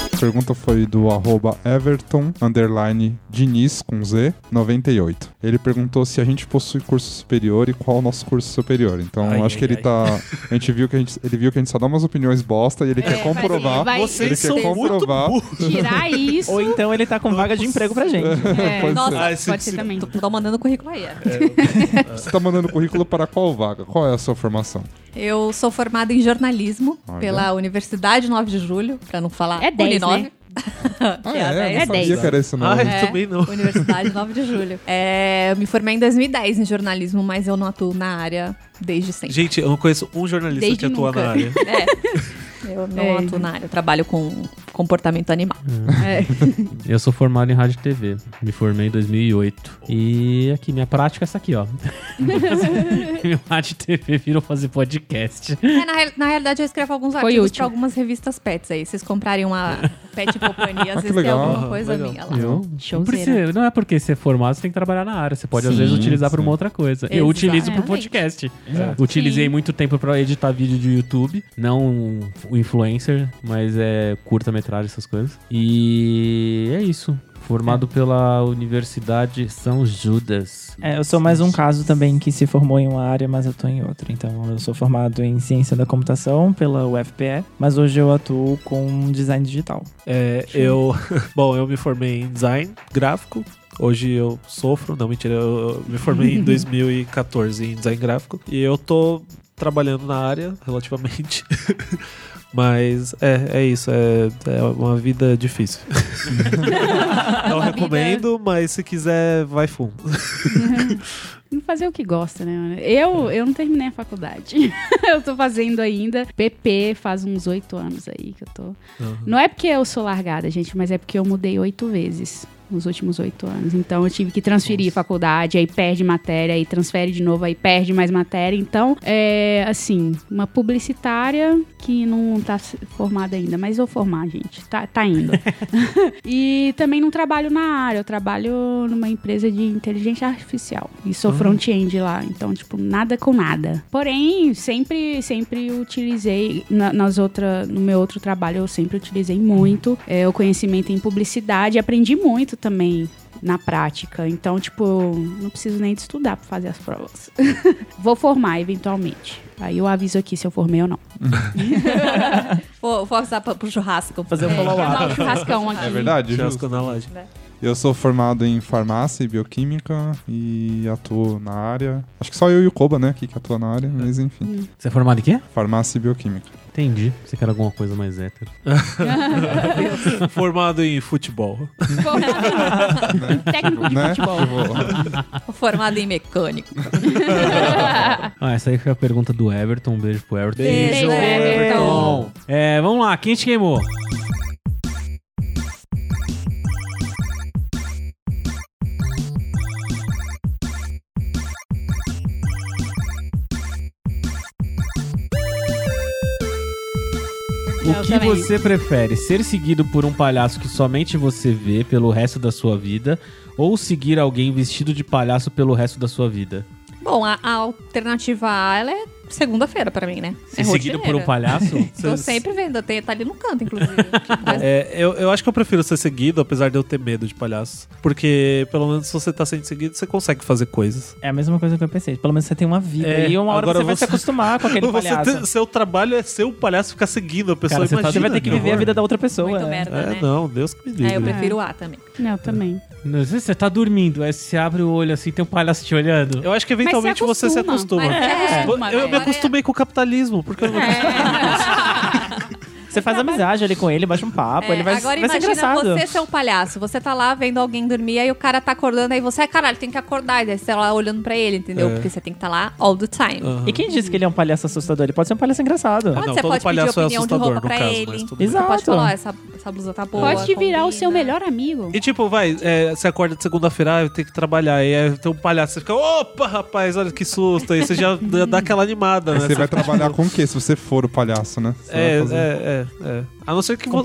A pergunta foi do arroba Everton underline Diniz com Z 98. Ele perguntou se a gente possui curso superior e qual o nosso curso superior. Então
Ai,
acho que
ai,
ele
ai.
tá, a gente viu que a gente, ele viu que a gente só dá umas opiniões bosta e ele quer comprovar.
Vai
É, ele
Vocês
quer
são muito
comprovar.
burros.
tirar isso.
Ou então ele tá com vaga de emprego pra gente.
É,
Pode
Nossa,
ser.
Ah, esse-
pode ser também.
Tô, tô mandando currículo aí. é.
Você tá mandando currículo para qual vaga? Qual é a sua formação?
Eu sou formada em jornalismo
Olha.
pela Universidade 9 de Julho, pra não falar
É 10,
Uninove.
né?
Ah,
Que é a
é? Eu
10.
não sabia que era esse
Ah,
nome.
eu também não.
Universidade 9 de Julho. É, eu me formei em 2010 em jornalismo, mas eu não atuo na área desde sempre.
Gente, eu não conheço um jornalista
Desde
que atua
nunca.
na área.
É. Eu não
É.
atuo na área, eu trabalho com comportamento animal.
Eu sou formado em rádio e TV. Me formei em 2008. E aqui, minha prática é essa aqui, ó. Meu rádio e TV virou fazer podcast.
É, na, real- na realidade, eu escrevo alguns
Foi
artigos
útil.
pra algumas revistas pets aí. Vocês comprarem uma pet companhia, às
que
vezes
legal.
tem alguma
Ah,
coisa
legal.
minha lá.
Eu- Não,
Showzeira.
precisa, não é porque você é formado, você tem que trabalhar na área. Você pode, às
Sim,
vezes, utilizar pra
sim.
uma outra coisa. Eu utilizo pro
Exatamente.
podcast. Utilizei muito tempo pra editar vídeo de YouTube. Não o influencer, mas é curta-metragem, essas coisas. E é isso. Formado pela Universidade São Judas.
É, eu sou mais um caso também que se formou em uma área, mas eu tô em outra. Então, eu sou formado em ciência da computação pela UFPE, mas hoje eu atuo com design digital.
É, eu. Bom, eu me formei em design gráfico. Hoje eu sofro, não, mentira, eu eu me formei em 2014 em design gráfico e eu tô trabalhando na área relativamente. Mas é, é isso, é, é uma vida difícil. não
uma
recomendo, mas se quiser, vai fundo.
Não fazer o que gosta, né? mano? Eu, eu não terminei a faculdade. eu tô fazendo ainda. PP faz uns oito anos aí que eu tô. Não é porque eu sou largada, gente, mas é porque eu mudei oito vezes nos últimos oito anos. Então eu tive que transferir faculdade, aí perde matéria, aí transfere de novo, aí perde mais matéria. Então, é assim, uma publicitária que não tá se- formada ainda, mas vou formar, gente. Tá, tá indo. E também não trabalho na área, eu trabalho numa empresa de inteligência artificial. E sou front-end lá, então, tipo, nada com nada. Porém, sempre, sempre utilizei, na- nas outra, no meu outro trabalho, eu sempre utilizei muito é, o conhecimento em publicidade. Aprendi muito também na prática. Então, tipo, não preciso nem de estudar pra fazer as provas. Vou formar, eventualmente. Aí eu aviso aqui se eu formei ou não.
Vou, vou avisar pra- pro churrasco.
Fazer um
É, um
follow-up.
Chamar o churrascão aqui.
É verdade, justo.
Churrasco na laje.
Eu sou formado em farmácia e bioquímica e atuo na área. Acho que só eu e o Koba, né, aqui que atua na área, mas enfim.
Você é formado em quê?
Farmácia e bioquímica.
Entendi. Você quer alguma coisa mais hétero.
Formado em futebol.
Técnico de
né?
futebol.
Tipo,
Formado um em mecânico.
Ah, essa aí foi a pergunta do Everton. Um beijo pro Everton.
Beijo, né, Então, Everton.
É, vamos lá. Quem te queimou? O
Eu
que
também.
você prefere? Ser seguido por um palhaço que somente você vê pelo resto da sua vida ou seguir alguém vestido de palhaço pelo resto da sua vida?
Bom, a, a alternativa A, ela é segunda-feira pra mim, né? É
Ser seguido por um
rotineira.
palhaço?
Tô sempre vendo, tem, tá ali no canto, inclusive. Mas
É, eu, eu acho que eu prefiro ser seguido, apesar de eu ter medo de palhaços. Porque, pelo menos, se você tá sendo seguido, você consegue fazer coisas.
É a mesma coisa que eu pensei. Pelo menos você tem uma vida.
É,
e uma hora
agora
você vai
você-
se acostumar com aquele
Você
palhaço. né?
tem- seu trabalho é ser o palhaço e ficar seguindo a pessoa.
Cara, você tá-
imagina,
Você vai ter que
cara.
viver a vida da outra pessoa.
muito
é.
merda,
É,
né?
não, Deus que me livre.
É, eu prefiro A também.
Não, eu também.
Não, às vezes você tá dormindo, aí você abre o olho assim, tem um palhaço te olhando.
Eu acho que eventualmente
Mas se
você se
acostuma.
acostuma.
Mas se acostuma,
eu
né?
me acostumei com o capitalismo, porque
É,
eu não
Você faz amizade ali com ele, baixa um papo,
É,
ele vai,
agora
vai ser
imagina
engraçado.
você ser um palhaço. Você tá lá vendo alguém dormir, aí o cara tá acordando, aí você, ah, caralho, tem que acordar. E daí você tá lá olhando pra ele, entendeu?
É. Ah.
Porque você tem que estar tá lá all the time.
E quem disse que ele é um palhaço assustador? Ele pode ser um palhaço engraçado.
Ah,
Pode,
não,
você
todo
pode pedir
palhaço é
opinião de
assustador,
roupa
no
pra
caso,
ele.
mas tudo
bem.
Você pode
Exato.
falar, ó, essa, essa blusa tá boa.
Pode virar o seu
combina.
melhor amigo.
E tipo, vai, é, você acorda de segunda-feira, ah, eu tenho que trabalhar. E aí tem um palhaço, você fica, opa, rapaz, olha que susto. Aí você já dá dá aquela animada, né?
Você vai trabalhar com o quê se você for o palhaço, né? Você
É,
vai fazer-
é, é, é. A não ser que
Com
você.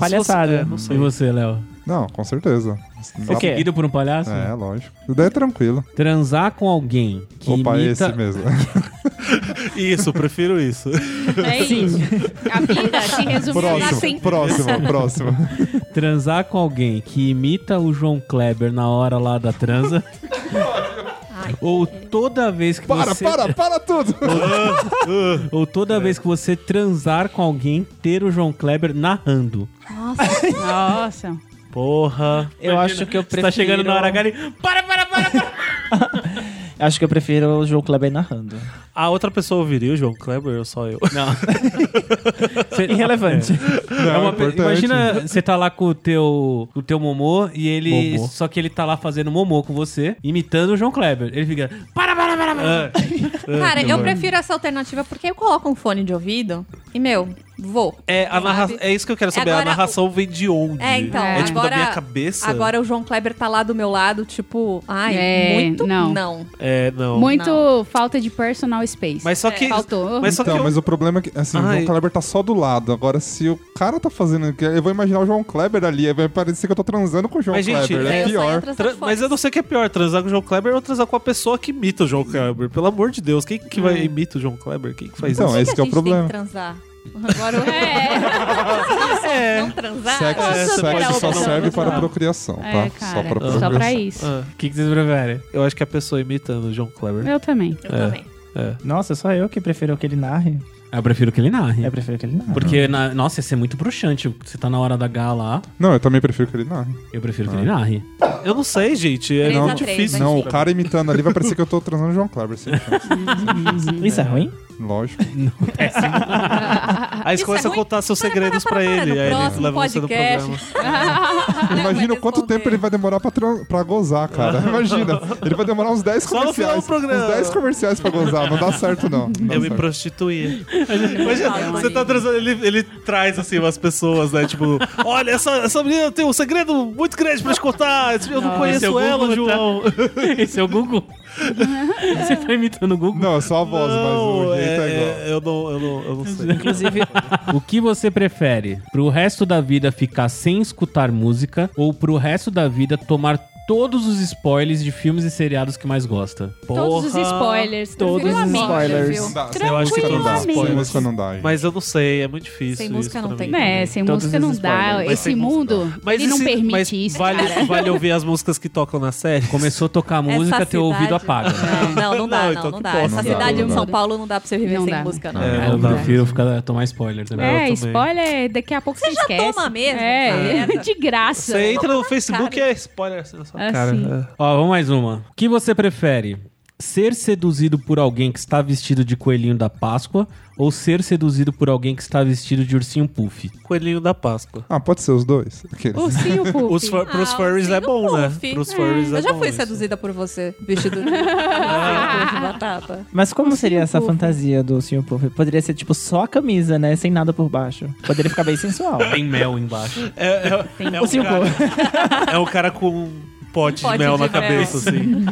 Você, é,
palhaçada.
não
E
sei.
você, Léo?
Não, com certeza.
O quê?
Seguido por um palhaço?
É, lógico. Isso daí é tranquilo.
Transar com alguém que
Opa, é
imita...
esse mesmo.
Isso, prefiro isso.
É isso. A vida se resume assim.
próximo, próximo, próximo.
Transar com alguém que imita o João Kleber na hora lá da transa. ou toda vez que
Para,
você
para, para tudo!
ou
É.
toda vez que você transar com alguém ter o João Kleber narrando.
Nossa.
Porra.
Eu acho que eu
Você tá chegando
prefiro-
na hora H, ele, para, para, para, para.
Acho que eu prefiro o João Kleber narrando.
A outra pessoa ouviria o João Kleber ou só eu?
Não. Cê-
Irrelevante.
É uma pe-
importante.
Imagina você tá lá com o teu, com o teu Momô e ele.
Momô.
Só que ele tá lá fazendo Momô com você, imitando o João Kleber. Ele fica. Para, para, para, para.
Cara, eu prefiro essa alternativa porque eu coloco um fone de ouvido e, meu, vou.
É, a narra...
Sabe?
é isso que eu quero saber.
Agora,
a narração vem de onde?
É, então,
É tipo
agora,
da minha cabeça?
agora o João Kleber tá lá do meu lado, tipo, ai,
É,
muito
não.
não.
É, não.
Muito
Não.
falta de personal space.
É,
Mas só que.
Faltou.
Mas só que.
Então,
eu-
mas o problema é que, assim, o
Ai.
João Kleber tá só do lado. Agora, se o cara tá fazendo. Eu vou imaginar o João Kleber ali, aí vai parecer que eu tô transando com o João
Mas, gente,
Kleber.
é-
é
Eu saio
pior.
atrás da
Tra-
foto.
Mas eu não sei o que é pior, transar com o João Kleber ou transar com a pessoa que imita o João Kleber. Pelo amor de Deus, quem que
Hum.
vai imita o João Kleber? Quem que faz
Então,
isso?
Por
esse que é o
a gente tem
problema.
transar. Agora eu... é. Não transar?
Sexo,
É,
sexo
superar
só
o
serve
problema.
para procriação, tá?
É,
só
cara.
para
Só
procriação.
pra, isso.
Ah,
O que, que vocês preferem?
eu acho que é a pessoa imitando o João Kleber.
Eu também.
Eu
É.
também.
Nossa, só eu que prefiro que ele narre.
Eu prefiro que ele narre.
Eu prefiro que ele narre.
É. Porque, na- nossa, ia ser muito bruxante. Você tá na hora da H lá,
Não, eu também prefiro que ele narre.
eu prefiro que ele narre.
Eu não sei, gente. É
Três
muito
a três,
difícil.
vai
Não, o cara imitando ali vai parecer que eu tô transando o João Kleber. Sem chance.
Isso é ruim?
Lógico.
Aí você
Isso
começa
é
a
ruim?
contar seus segredos
para, para,
pra
para,
ele.
no
Aí ele
próximo
leva você do
podcast.
programa.
Imagina o quanto tempo ele vai demorar pra, tran- pra gozar, cara. Imagina. Ele vai demorar uns 10
Só no final do
comerciais.
programa.
Uns 10 comerciais pra gozar. Não dá certo, não. não dá
Eu me
certo.
prostituía. Imagina, você tá transando, ele, ele traz assim umas pessoas, né? Tipo, olha, essa, essa menina tem um segredo muito grande pra te contar. Eu não,
esse é o
conheço ela,
Gugu, tá?
João.
Esse é o Google. Você tá imitando o Google?
Não, é só a voz, mas o jeito é, igual.
é, eu, não, eu, não, eu não sei.
Inclusive,
O que você prefere? Pro resto da vida ficar sem escutar música ou pro resto da vida tomar todos os spoilers de filmes e seriados que mais gosta?
Todos os
Porra.
spoilers.
todos os
tranquilamente,
spoilers.
viu?
dá.
Eu acho que
Sem música não dá.
Tranquilamente.
Sem música não dá. gente.
Mas eu não sei, é muito difícil.
Sem música
isso
não
pra
tem.
mim.
É, sem
Todos
música
os
não dá.
spoilers.
né? Mas
Esse
sem música
mundo,
Mas
ele não
esse-
permite
mas
isso,
vale,
cara.
vale ouvir as músicas que tocam na série?
Começou a tocar música,
Essa
teu ouvido
cidade-
apaga. né?
Não, não dá,
Não,
não,
então
não,
que
dá.
bosta.
Essa
Não dá,
cidade
não
de
dá.
São Paulo não dá pra você viver
Não
sem
dá.
música, não.
É,
É, eu
não dá.
prefiro ficar, tomar spoiler também.
É,
também.
spoiler, daqui a pouco você,
já
esquece.
toma mesmo,
É,
cara?
de graça.
Você entra no Facebook e é spoiler assim na sua
Ah,
Assim.
cara.
Ó, vamos mais uma. O que você prefere? Ser seduzido por alguém que está vestido de coelhinho da Páscoa ou ser seduzido por alguém que está vestido de ursinho puff?
É. Coelhinho da Páscoa.
Ah, pode ser os dois. Aqueles. né?
Ursinho Puff.
Os fur, pros
Ah,
furries é
ursinho
bom, né?
puff.
Pros furries é,
Eu já
bom
fui
isso.
seduzida por você, vestido de, de batata.
mas como
um
seria essa
Puff.
fantasia do Sr. Puff? Poderia ser, tipo, só a camisa, né? Sem nada por baixo. Poderia ficar bem sensual.
Tem mel embaixo.
É, é, é,
o Sr.
um cara,
Puff.
é um cara com um pote,
Pote
de mel
de mel.
na cabeça, assim.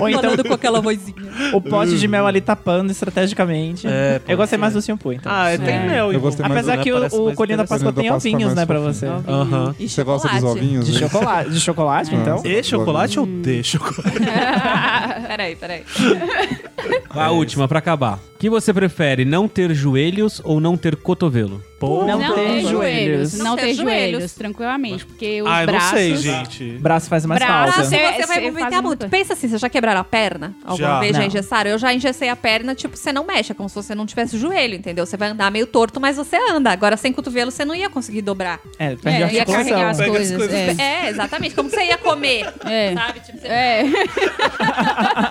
Ou então,
Falando com aquela vozinha.
o pote de mel ali tapando estrategicamente.
É,
eu
pode
gostei
ser.
mais do Sr. Puff, então.
Ah, é, tem
É.
mel.
Eu
então.
gostei mais
Apesar
né,
que o,
parece
o
mais
Colinho da Páscoa
Colinho da
tem
Páscoa é
ovinhos,
mais
né, pra
fofinho.
você.
Aham.
E
Você gosta dos
chocolate.
ovinhos? né?
De
gente?
chocolate, de chocolate,
Ah.
então?
E chocolate ou
Hum.
de chocolate?
Peraí, peraí.
É
A última, pra acabar. O que você prefere? Não ter joelhos ou não ter cotovelo?
Pô,
Não
Não
tem
ter joelhos.
joelhos.
Não ter joelhos, tranquilamente. Porque os
ah, eu não
braços...
sei, gente.
Braço faz mais
Braço,
falta.
Ah, se você
Você-
vai
você faz um
movimentar muito.
muita-
Pensa assim, você já quebraram a perna? Alguma
Já.
vez já
Não.
engessaram? Eu já engessei a perna, tipo, você não mexe, é como se você não tivesse o joelho, entendeu? Você vai andar meio torto, mas você anda. Agora, sem cotovelo, você não ia conseguir dobrar.
É, perde
É,
a
ia carregar
articulação.
as
Pega as
coisas.
coisas.
É, exatamente. Como você ia comer?
É.
Sabe? Tipo, você
É.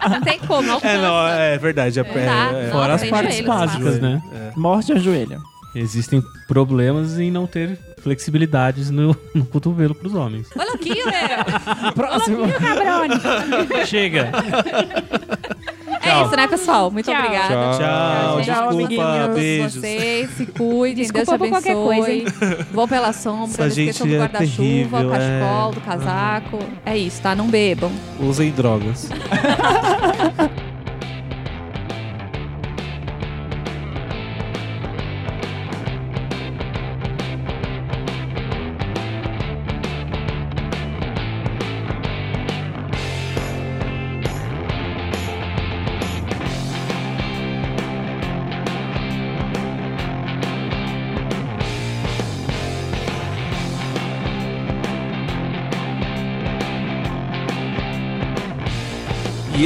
não tem como, alcança.
É, não, é verdade. É, é,
dá,
é,
não, Fora as tem
partes
joelhos,
básicas, né?
Morte ao joelho.
Existem problemas em não ter flexibilidades no, no cotovelo pros homens.
é.
Olha aqui, né?
Próximo.
Chega!
É isso, né, pessoal? Muito
Tchau.
obrigada.
Tchau,
Tchau,
desculpa,
amiguinhos.
beijos.
Vocês se cuidem, Deus
Desculpa
te
por qualquer coisa, hein?
abençoe. Vão pela sombra,
Essa
não esqueçam
gente
do
é
guarda-chuva,
terrível,
o
é.
cachecol, do casaco. É isso, tá? Não bebam.
Usem drogas.
E